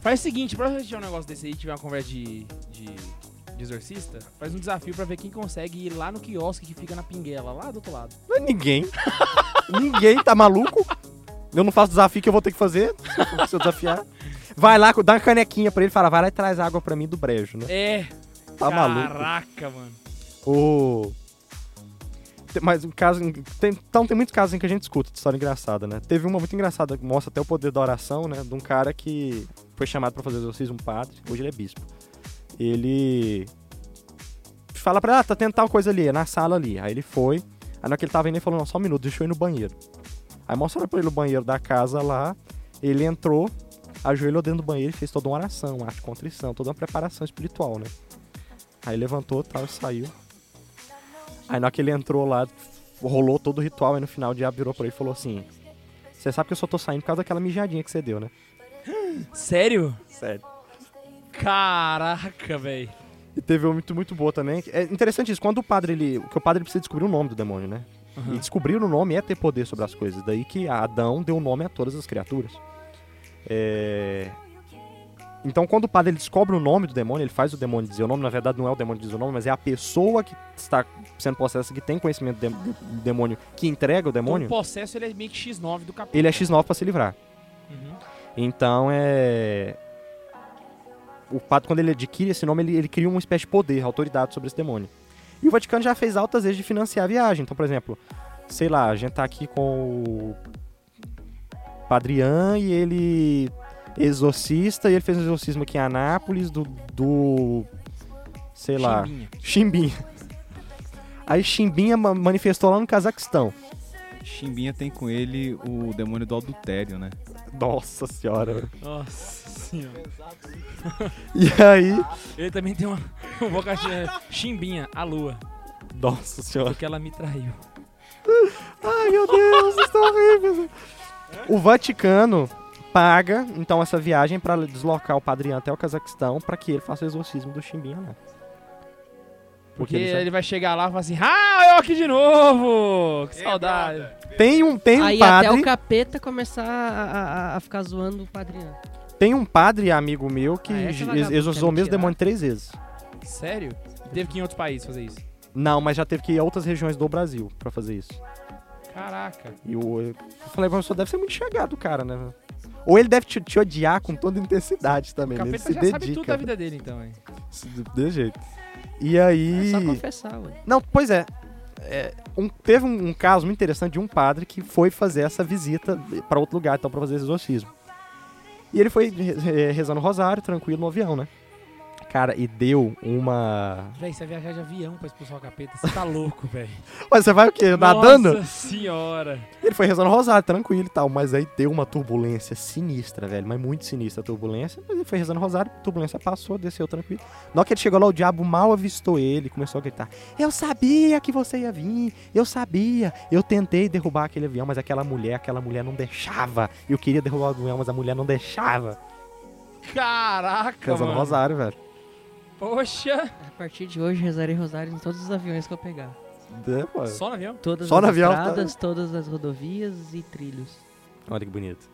[SPEAKER 1] Faz o seguinte, pra gente tiver um negócio desse aí, tiver uma conversa de, de, de exorcista, faz um desafio pra ver quem consegue ir lá no quiosque que fica na pinguela, lá do outro lado.
[SPEAKER 2] Mas é ninguém. ninguém, tá maluco? Eu não faço desafio que eu vou ter que fazer se eu- se eu desafiar. Vai lá, dá uma canequinha pra ele e fala, vai lá e traz água pra mim do brejo, né?
[SPEAKER 1] É,
[SPEAKER 2] Tá maluco.
[SPEAKER 1] caraca, mano.
[SPEAKER 2] Ô. Te- Mas um caso. tem- então tem muitos casos em que a gente escuta de história engraçada, né? Teve uma muito engraçada que mostra até o poder da oração, né? De um cara que foi chamado pra fazer exorcismo um padre, hoje ele é bispo. Ele fala pra ela, ah, tá tendo tal coisa ali, é na sala ali. Aí ele foi. Aí na hora que ele tava indo, ele falou, não, só um minuto, deixa eu ir no banheiro. Aí mostraram pra ele o banheiro da casa lá. Ele entrou, ajoelhou dentro do banheiro e fez toda uma oração, uma arte de contrição, toda uma preparação espiritual, né? Aí levantou tal, e saiu. Aí na hora que ele entrou lá, rolou todo o ritual, e no final o diabo virou pra ele e falou assim: Você sabe que eu só tô saindo por causa daquela mijadinha que você deu, né?
[SPEAKER 1] Sério?
[SPEAKER 2] Sério.
[SPEAKER 1] Caraca, velho. Então,
[SPEAKER 2] E teve uma muito, muito boa também. que- É interessante isso, quando o padre, ele. Que o padre precisa descobrir o nome do demônio, né? E descobrir o nome é ter poder sobre as coisas. Daí que Adão deu nome a todas as criaturas. É, Então, quando o padre ele descobre o nome do demônio, ele faz o demônio dizer o nome. Na verdade, não é o demônio que diz o nome, mas é a pessoa que está sendo possessa, que tem conhecimento do dem- do demônio, que entrega o
[SPEAKER 1] Então,
[SPEAKER 2] demônio.
[SPEAKER 1] o processo ele é meio que X9 do capeta.
[SPEAKER 2] Ele é X9 pra se livrar.
[SPEAKER 1] Uhum.
[SPEAKER 2] Então é. O padre, quando ele adquire esse nome, ele, ele cria uma espécie de poder, autoridade sobre esse demônio. E o Vaticano já fez altas vezes de financiar a viagem. Então, por exemplo, sei lá, a gente tá aqui com o Padre Ian e ele é exorcista, e ele fez um exorcismo aqui em Anápolis do. do sei lá.
[SPEAKER 1] Chimbinha.
[SPEAKER 2] Chimbinha. Aí Chimbinha ma- manifestou lá no Cazaquistão.
[SPEAKER 3] Chimbinha tem com ele o demônio do adultério, né?
[SPEAKER 2] Nossa senhora.
[SPEAKER 1] Nossa senhora.
[SPEAKER 2] E aí.
[SPEAKER 1] Ele também tem uma, um bocatinha. Chimbinha, a lua.
[SPEAKER 2] Nossa senhora.
[SPEAKER 1] Porque ela me traiu.
[SPEAKER 2] Ai, meu Deus, isso é horrível. O Vaticano paga, então, essa viagem pra deslocar o Padre Ian até o Cazaquistão pra que ele faça o exorcismo do Chimbinha lá.
[SPEAKER 1] Porque
[SPEAKER 2] ele
[SPEAKER 1] ele,
[SPEAKER 2] sabe-
[SPEAKER 1] vai chegar lá e falar assim: Ah, eu aqui de novo! Que saudade.
[SPEAKER 2] Tem um, tem um
[SPEAKER 4] Aí
[SPEAKER 2] padre,
[SPEAKER 4] até o capeta começar a, a- a ficar zoando o padrinho.
[SPEAKER 2] tem um padre amigo meu que
[SPEAKER 4] Ah, essa
[SPEAKER 1] é
[SPEAKER 2] ex-
[SPEAKER 4] vagabunda
[SPEAKER 2] exorcizou o
[SPEAKER 4] quer me
[SPEAKER 2] mesmo
[SPEAKER 1] né?
[SPEAKER 4] tirar.
[SPEAKER 2] demônio três vezes.
[SPEAKER 1] Sério? Teve que ir em outro país fazer isso.
[SPEAKER 2] Não, mas já teve que ir a outras regiões do Brasil pra fazer isso.
[SPEAKER 1] Caraca.
[SPEAKER 2] E o, eu falei, mas você deve ser muito chegado, cara, né? Ou ele deve te, te odiar com toda intensidade
[SPEAKER 1] O
[SPEAKER 2] também. né? Ele
[SPEAKER 1] capeta
[SPEAKER 2] se
[SPEAKER 1] já sabe tudo da
[SPEAKER 2] dedica.
[SPEAKER 1] vida dele, então, hein?
[SPEAKER 2] Se- De jeito. E
[SPEAKER 4] É
[SPEAKER 2] aí.
[SPEAKER 4] só confessar, ué.
[SPEAKER 2] Não, pois é. É, um- teve um, um caso muito interessante de um padre que foi fazer essa visita para outro lugar, então, para fazer esse exorcismo. E ele foi re- re- rezando o rosário, tranquilo, no avião, né? Cara, e deu uma.
[SPEAKER 1] Véi, você vai viajar de avião pra expulsar o capeta. Você tá louco, velho.
[SPEAKER 2] Ué, você vai o quê? Tá Nadando?
[SPEAKER 1] Nossa senhora.
[SPEAKER 2] Ele foi rezando o rosário, tranquilo e tal, mas aí deu uma turbulência sinistra, velho, mas muito sinistra a turbulência. Mas ele foi rezando o rosário, a turbulência passou, desceu tranquilo. Na hora que ele chegou lá, o diabo mal avistou ele, começou a gritar: Eu sabia que você ia vir, eu sabia. Eu tentei derrubar aquele avião, mas aquela mulher, aquela mulher não deixava. Eu queria derrubar o avião, mas a mulher não deixava.
[SPEAKER 1] Caraca,
[SPEAKER 2] Rezando o
[SPEAKER 1] mano.
[SPEAKER 2] rosário, velho.
[SPEAKER 1] Poxa.
[SPEAKER 4] A partir de hoje, rezarei rosário em todos os aviões que eu pegar.
[SPEAKER 2] É, pô.
[SPEAKER 1] Só no avião?
[SPEAKER 4] Todas
[SPEAKER 2] Só no
[SPEAKER 4] as
[SPEAKER 2] avião, tá?
[SPEAKER 4] estradas, todas as rodovias e trilhos.
[SPEAKER 2] Olha que bonito.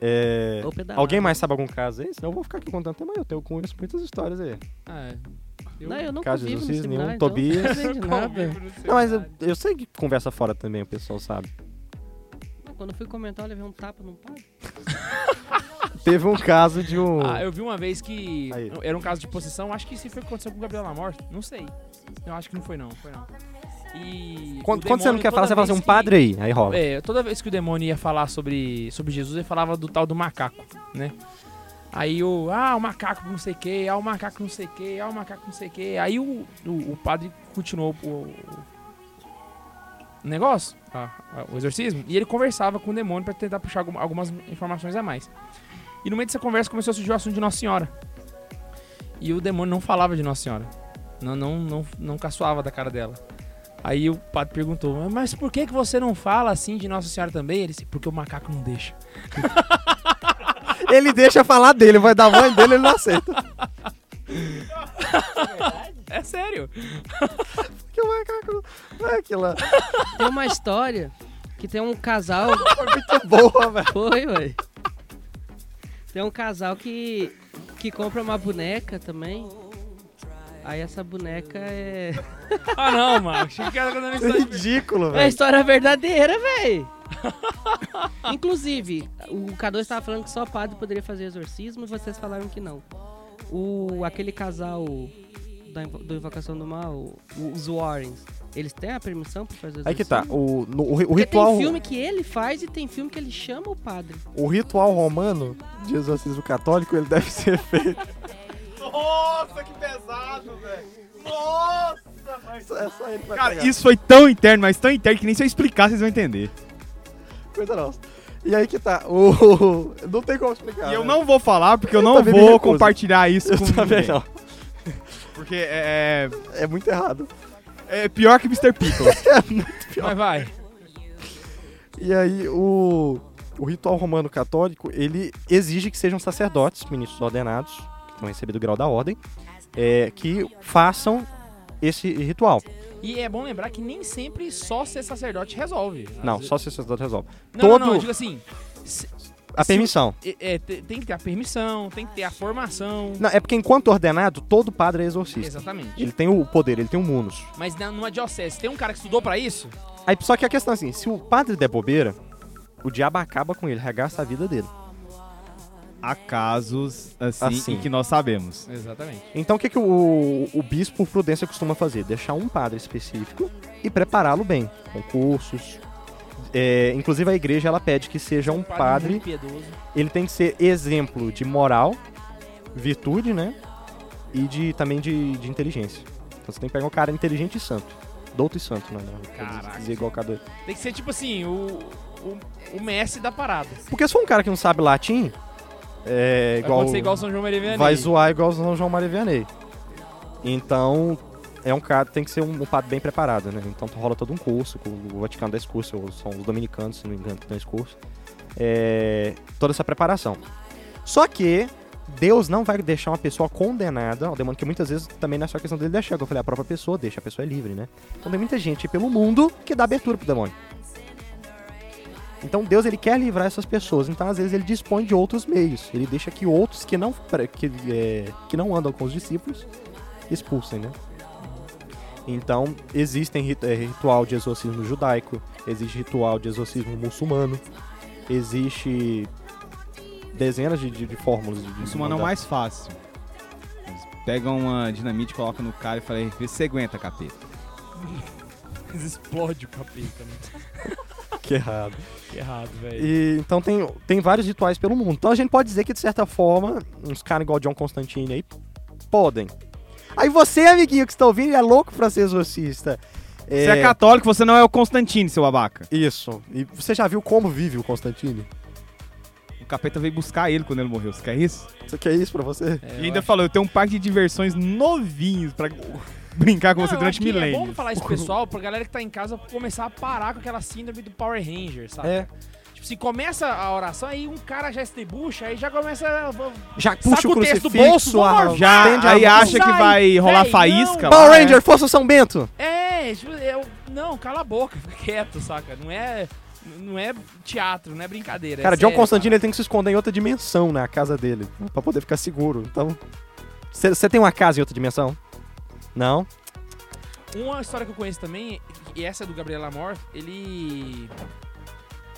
[SPEAKER 2] É,
[SPEAKER 4] Ou pedalar.
[SPEAKER 2] Alguém mais sabe algum caso aí? Senão eu vou ficar aqui contando até amanhã. Eu tenho com isso muitas histórias aí.
[SPEAKER 1] Ah,
[SPEAKER 4] Não, eu não
[SPEAKER 2] Caso de
[SPEAKER 4] convivo no
[SPEAKER 2] exorcismo, nenhum.
[SPEAKER 4] seminário, então
[SPEAKER 2] Tobias.
[SPEAKER 4] Não sei de nada.
[SPEAKER 2] Não, mas eu, eu sei que conversa fora também, o pessoal sabe.
[SPEAKER 4] Não, Quando eu fui comentar, eu levei um tapa num padre.
[SPEAKER 2] Teve um caso de um.
[SPEAKER 1] Ah, eu vi uma vez que
[SPEAKER 2] Aí.
[SPEAKER 1] era um caso de possessão. Acho que isso foi o que aconteceu com o Gabriel Lamor. Não sei. Eu acho que não foi, não. Foi, não. E.
[SPEAKER 2] quando,
[SPEAKER 1] o
[SPEAKER 2] quando você não
[SPEAKER 1] demônio,
[SPEAKER 2] quer falar,
[SPEAKER 1] toda
[SPEAKER 2] você fala assim,
[SPEAKER 1] vez
[SPEAKER 2] um
[SPEAKER 1] que-
[SPEAKER 2] padre aí. Aí rola.
[SPEAKER 1] É, toda vez que o demônio ia falar sobre, sobre Jesus, ele falava do tal do macaco, né? Aí o, ah, o macaco não sei o que, ah, o macaco não sei o que, ah, o macaco não sei o que. Aí o, o, o padre continuou o, o- o negócio, a- a- o exorcismo, e ele conversava com o demônio pra tentar puxar algum- algumas informações a mais. E no meio dessa conversa começou a surgir o assunto de Nossa Senhora. E o demônio não falava de Nossa Senhora. Não, não, não, não caçoava da cara dela. Aí o padre perguntou, mas por que, que você não fala assim de Nossa Senhora também? Ele disse, porque o macaco não deixa.
[SPEAKER 2] Ele deixa falar dele, vai dar mãe dele, ele não aceita.
[SPEAKER 1] É sério.
[SPEAKER 2] Que macaco. Não é aquilo lá.
[SPEAKER 4] Tem uma história que tem um casal.
[SPEAKER 2] Muito boa, velho.
[SPEAKER 4] Foi, ué. Tem um casal que, que compra uma boneca também. Aí essa boneca é.
[SPEAKER 1] Ah não, mano. Achei que era quando
[SPEAKER 2] Isso é ridículo,
[SPEAKER 4] É a
[SPEAKER 2] velho.
[SPEAKER 4] história verdadeira, véi! Inclusive, o K2 tava falando que só padre poderia fazer exorcismo e vocês falaram que não. O, aquele casal da, invo- do Invocação do Mal, o- os Warrens, eles têm a permissão pra fazer exorcismo?
[SPEAKER 2] Aí que tá. O, no- o ri- o
[SPEAKER 4] Porque
[SPEAKER 2] ritual,
[SPEAKER 4] tem filme que ele faz e tem filme que ele chama o padre.
[SPEAKER 2] o ritual romano de exorcismo católico, ele deve ser feito.
[SPEAKER 6] Nossa, que pesado, velho.
[SPEAKER 2] Só- É só ele que vai
[SPEAKER 3] Cara,
[SPEAKER 2] pegar.
[SPEAKER 3] isso foi tão interno, mas tão interno que nem se eu explicar vocês vão entender.
[SPEAKER 2] Coisa nossa. E aí que tá. O... Não né? tem como explicar.
[SPEAKER 3] E eu
[SPEAKER 2] né?
[SPEAKER 3] não vou falar porque eu não
[SPEAKER 2] também me
[SPEAKER 3] vou
[SPEAKER 2] recuso.
[SPEAKER 3] compartilhar isso com
[SPEAKER 2] Eu também
[SPEAKER 3] ninguém.
[SPEAKER 2] não.
[SPEAKER 3] Porque é,
[SPEAKER 2] É muito errado.
[SPEAKER 3] é pior que Mr. Pickle.
[SPEAKER 1] Mas vai.
[SPEAKER 2] E aí o, o ritual romano católico, ele exige que sejam sacerdotes, ministros ordenados, que estão recebendo o grau da ordem, é, que façam esse ritual.
[SPEAKER 1] E é bom lembrar que nem sempre só ser sacerdote resolve. Às
[SPEAKER 2] Não,
[SPEAKER 1] ve-
[SPEAKER 2] só se o sacerdote resolve.
[SPEAKER 1] não, não,
[SPEAKER 2] todo-
[SPEAKER 1] não, eu digo assim, se-
[SPEAKER 2] A
[SPEAKER 1] Se-
[SPEAKER 2] permissão.
[SPEAKER 1] é- é, te- tem que ter a permissão, tem que ter a formação.
[SPEAKER 2] Não, é porque enquanto ordenado, todo padre é exorcista.
[SPEAKER 1] Exatamente.
[SPEAKER 2] Ele tem o poder, ele tem o munus.
[SPEAKER 1] Mas na, numa diocese, tem um cara que estudou pra isso?
[SPEAKER 2] Aí, só que a questão é assim, se o padre der bobeira, o diabo acaba com ele, regaça a vida dele.
[SPEAKER 3] Há casos assim,
[SPEAKER 2] Assim.
[SPEAKER 3] em que nós sabemos.
[SPEAKER 1] Exatamente.
[SPEAKER 2] Então o que, que o, o bispo, por prudência, costuma fazer? Deixar um padre específico e prepará-lo bem, com cursos. É, inclusive a igreja ela pede que seja um padre,
[SPEAKER 1] muito piedoso.
[SPEAKER 2] ele tem que ser exemplo de moral, virtude, né? E de, também de, de inteligência. Então você tem que pegar um cara inteligente e santo. Douto e santo, né? não, não.
[SPEAKER 1] Caraca.
[SPEAKER 2] Dizer igual cada...
[SPEAKER 1] Tem que ser tipo assim, o, o, o Messi da parada.
[SPEAKER 2] Porque se for um cara que não sabe latim, é
[SPEAKER 1] Vai
[SPEAKER 2] igual.
[SPEAKER 1] acontecer igual o São João Maria Vianney.
[SPEAKER 2] vai zoar igual o São João Maria Vianney. Então, é um cara, tem que ser um, um padre bem preparado, né? Então rola todo um curso, com o Vaticano dá esse curso, ou são os dominicanos, se não me engano, que dão esse curso. É, toda essa preparação. Só que Deus não vai deixar uma pessoa condenada ao demônio, que muitas vezes também não é só questão dele deixar, como eu falei, a própria pessoa deixa, a pessoa é livre, né? Então tem muita gente pelo mundo que dá abertura pro demônio. Então Deus ele quer livrar essas pessoas, então às vezes ele dispõe de outros meios. Ele deixa que outros que não pra- que, é, que não andam com os discípulos expulsem, né? Então existem rit- é, ritual de exorcismo judaico, existe ritual de exorcismo muçulmano, existe dezenas de, de, de fórmulas de, de
[SPEAKER 3] Isso mano, é o
[SPEAKER 2] mandar-
[SPEAKER 3] mais fácil. Eles pegam uma dinamite, colocam no cara e falam, vê se você aguenta, capeta.
[SPEAKER 1] Explode o capeta. Muito
[SPEAKER 2] que é errado.
[SPEAKER 1] errado, velho.
[SPEAKER 2] E, então tem, tem vários rituais pelo mundo. Então a gente pode dizer que, de certa forma, uns caras igual John Constantine aí podem. Aí você, amiguinho que está ouvindo, é louco pra ser exorcista. É,
[SPEAKER 3] Você é católico, você não é o Constantine, seu babaca.
[SPEAKER 2] Isso. E você já viu como vive o Constantine?
[SPEAKER 3] O capeta veio buscar ele quando ele morreu, você quer isso?
[SPEAKER 2] Isso que é isso pra você?
[SPEAKER 1] É,
[SPEAKER 3] e
[SPEAKER 1] eu
[SPEAKER 3] ainda
[SPEAKER 1] acho-
[SPEAKER 3] falou, eu tenho um parque de diversões novinhos pra brincar com
[SPEAKER 1] Não,
[SPEAKER 3] você
[SPEAKER 1] eu
[SPEAKER 3] durante
[SPEAKER 1] acho que É
[SPEAKER 3] milênios.
[SPEAKER 1] bom falar isso pro pessoal, pra galera que tá em casa começar a parar com aquela síndrome do Power Ranger, sabe?
[SPEAKER 2] É.
[SPEAKER 1] Tipo, se começa a oração, aí um cara já estrebucha, aí já começa a...
[SPEAKER 2] Já
[SPEAKER 1] Saca o texto do bolso,
[SPEAKER 2] a-
[SPEAKER 1] vamos,
[SPEAKER 3] Já
[SPEAKER 2] estende a
[SPEAKER 3] aí
[SPEAKER 2] mão.
[SPEAKER 3] acha que
[SPEAKER 1] Sai,
[SPEAKER 3] vai rolar
[SPEAKER 1] véi,
[SPEAKER 3] faísca
[SPEAKER 1] não.
[SPEAKER 3] lá,
[SPEAKER 2] Power
[SPEAKER 3] né?
[SPEAKER 2] Ranger, força São Bento!
[SPEAKER 1] É, tipo, eu... Não, cala a boca, fica quieto, saca? Não é... Não é teatro, não é brincadeira. é
[SPEAKER 2] Cara, John
[SPEAKER 1] sério,
[SPEAKER 2] Constantine ele tem que se esconder em outra dimensão na casa dele, pra poder ficar seguro. Então, você você tem uma casa em outra dimensão? Não?
[SPEAKER 1] Uma história que eu conheço também, e essa é do Gabriel Amor, ele.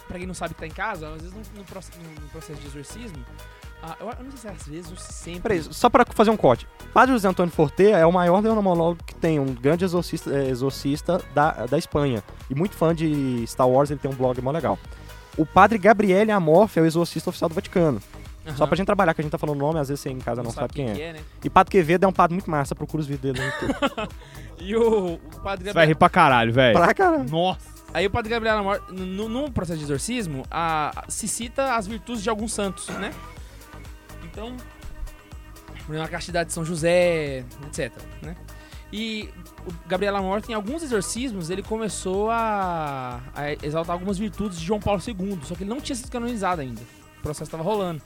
[SPEAKER 1] Pra quem não sabe que tá em casa, às vezes no, no proce- no- no processo de exorcismo. ah, eu, eu não sei se é às vezes ou se sempre.
[SPEAKER 2] Peraí, só pra fazer um corte. Padre José Antônio Forte é o maior demonologo que tem, um grande exorcista, eh, exorcista da, da Espanha. E muito fã de Star Wars, ele tem um blog mó legal. O padre Gabriele Amorf é o exorcista oficial do Vaticano.
[SPEAKER 1] Aham.
[SPEAKER 2] Só pra gente trabalhar, que a gente tá falando nome, às vezes você em casa não, sabe, quem é.
[SPEAKER 1] que é, né?
[SPEAKER 2] E Padre Quevedo é um padre muito massa, procura os vídeos dele no YouTube.
[SPEAKER 1] E o, o padre
[SPEAKER 3] Você vai
[SPEAKER 1] Gabriel.
[SPEAKER 3] rir pra caralho, velho.
[SPEAKER 2] pra caramba.
[SPEAKER 3] Nossa.
[SPEAKER 1] Aí o padre Gabriel Amor, no, no processo de exorcismo, a- se cita as virtudes de alguns santos, né? Então. Por exemplo, a castidade de São José, etc. Né? E o Gabriel Amor, em alguns exorcismos, ele começou a, a exaltar algumas virtudes de João Paulo II, só que ele não tinha sido canonizado ainda. O processo estava rolando.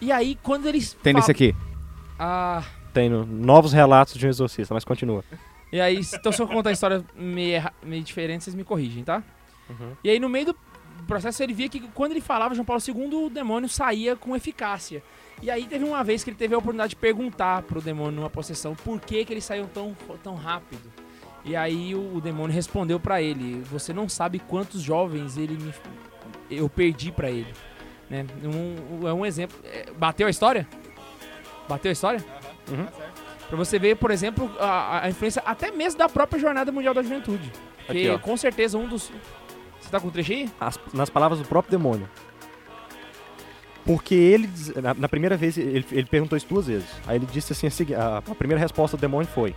[SPEAKER 1] E aí, quando eles.
[SPEAKER 3] Tem nesse aqui.
[SPEAKER 1] Ah,
[SPEAKER 2] Tem no- novos relatos de um exorcista, mas continua.
[SPEAKER 1] E aí, então se eu contar a história meio, erra- meio diferente, vocês me corrigem, tá? E aí, no meio do processo, ele via que quando ele falava João Paulo II, o demônio saía com eficácia. E aí, teve uma vez que ele teve a oportunidade de perguntar pro demônio numa possessão por que, que ele saiu tão, tão rápido. E aí, o, o demônio respondeu pra ele: Você não sabe quantos jovens ele me, eu perdi pra ele. Né? Um- é um exemplo. É, Bateu a história? Bateu a história? Uhum. Pra você ver, por exemplo, a, a influência até mesmo da própria Jornada Mundial da Juventude.
[SPEAKER 2] Aqui,
[SPEAKER 1] Que
[SPEAKER 2] ó.
[SPEAKER 1] com certeza um dos. Você tá com o trecho aí?
[SPEAKER 2] As- nas palavras do próprio demônio. Porque ele, diz- na, na primeira vez, ele, ele perguntou isso duas vezes. Aí ele disse assim, a, segui- a- a primeira resposta do demônio foi,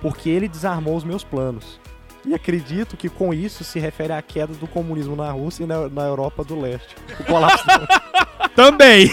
[SPEAKER 2] porque ele desarmou os meus planos. E acredito que com isso se refere à queda do comunismo na Rússia e na, na Europa do Leste. O colapso
[SPEAKER 3] Também!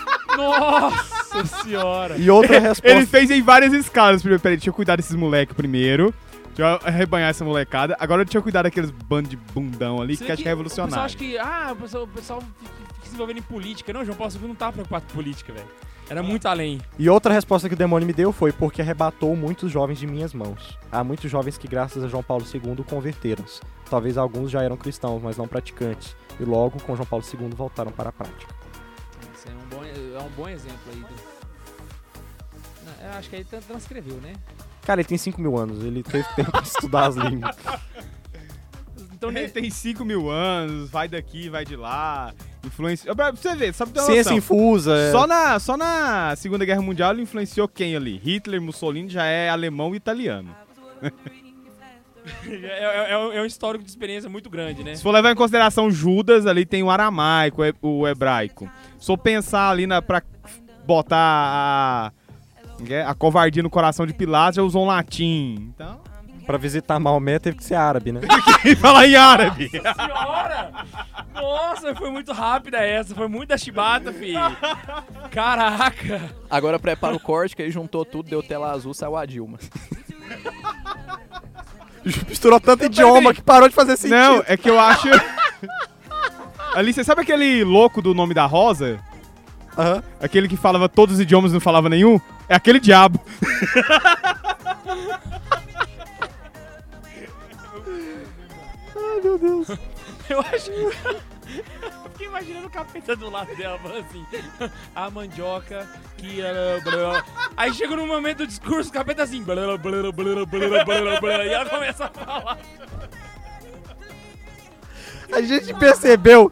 [SPEAKER 1] Nossa senhora!
[SPEAKER 2] e outra resposta.
[SPEAKER 3] Ele fez em várias escalas. Primeiro, peraí, deixa eu cuidar desses moleques primeiro. Deixa eu arrebanhar essa molecada. Agora deixa eu cuidar daqueles bandos de bundão ali,
[SPEAKER 1] Você
[SPEAKER 3] que,
[SPEAKER 1] vê
[SPEAKER 3] acho que é
[SPEAKER 1] O pessoal
[SPEAKER 3] revolucionário.
[SPEAKER 1] acha que, ah, o pessoal, o pessoal fica fica se envolvendo em política. Não, João Paulo II não tava preocupado com política, velho. Era muito além.
[SPEAKER 2] E outra resposta que o demônio me deu foi porque arrebatou muitos jovens de minhas mãos. Há muitos jovens que, graças a João Paulo II, converteram-se. Talvez alguns já eram cristãos, mas não praticantes. E logo, com João Paulo II, voltaram para a prática.
[SPEAKER 1] Isso é um bom, é um bom exemplo aí. Do... Não, Eu acho que aí tra- transcreveu, né?
[SPEAKER 2] Cara, ele tem 5 mil anos, ele teve tempo de estudar as línguas.
[SPEAKER 1] Então nem
[SPEAKER 3] Ele tem 5 mil anos, vai daqui, vai de lá. Influencia. Pra você ver, sabe ter uma
[SPEAKER 2] Ciência
[SPEAKER 3] noção.
[SPEAKER 2] infusa. é-
[SPEAKER 3] Só na, só na Segunda Guerra Mundial ele influenciou quem ali? Hitler, Mussolini já é alemão e italiano.
[SPEAKER 1] é, é- é um- é um histórico de experiência muito grande, né?
[SPEAKER 3] Se for levar em consideração Judas, ali tem o aramaico, o he- o hebraico. Se eu pensar ali na, pra botar a, como que é? a covardia no coração de Pilatos, já usou um latim. Então,
[SPEAKER 2] Pra visitar Maomé, teve que ser árabe, né?
[SPEAKER 3] e falar em árabe.
[SPEAKER 1] Senhora! Nossa, foi muito rápida essa. Foi muito da chibata, filho. Caraca!
[SPEAKER 7] Agora prepara o corte, que aí juntou tudo, deu tela azul, saiu a Dilma.
[SPEAKER 2] Misturou tanto idioma que parou de fazer sentido.
[SPEAKER 3] Não, é que eu acho... Ali, você sabe aquele louco do nome da Rosa?
[SPEAKER 2] Aham.
[SPEAKER 3] Aquele que falava todos os idiomas e não falava nenhum? É aquele diabo.
[SPEAKER 2] Ai, meu Deus.
[SPEAKER 1] Eu acho. Eu Fiquei imaginando o capeta do lado dela, falando assim, a mandioca que. era blá. Aí chega num momento do discurso, o capeta assim. blá, blá, blá, blá, blá, blá, blá, E ela começa a falar.
[SPEAKER 2] A gente percebeu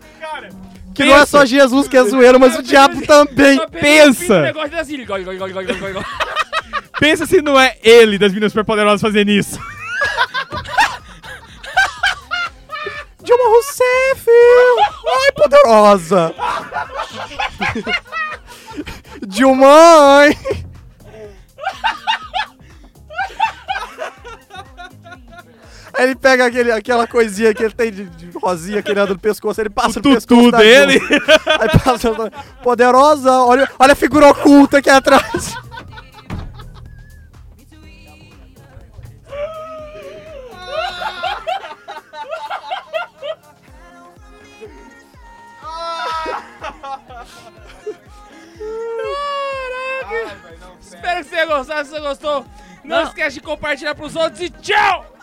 [SPEAKER 2] que não é só Jesus que é zoeiro, mas o diabo também.
[SPEAKER 1] Só pega o fim do
[SPEAKER 3] pensa.
[SPEAKER 1] negócio dela assim. gol, gol, gol, gol, gol, gol.
[SPEAKER 3] Pensa se não é ele das meninas superpoderosas fazendo isso.
[SPEAKER 2] Dilma Rousseff! Ai, poderosa! Dilma! ai. Aí ele pega aquele, aquela coisinha que ele tem de, de rosinha que ele anda no pescoço, ele passa
[SPEAKER 3] O
[SPEAKER 2] no pescoço
[SPEAKER 3] tutu
[SPEAKER 2] da
[SPEAKER 3] dele.
[SPEAKER 2] Dilma. Aí passa no- Poderosa, olha, olha a figura oculta aqui atrás.
[SPEAKER 1] Espero que você tenha gostado. Se você gostou, não, esquece de compartilhar pros outros e tchau!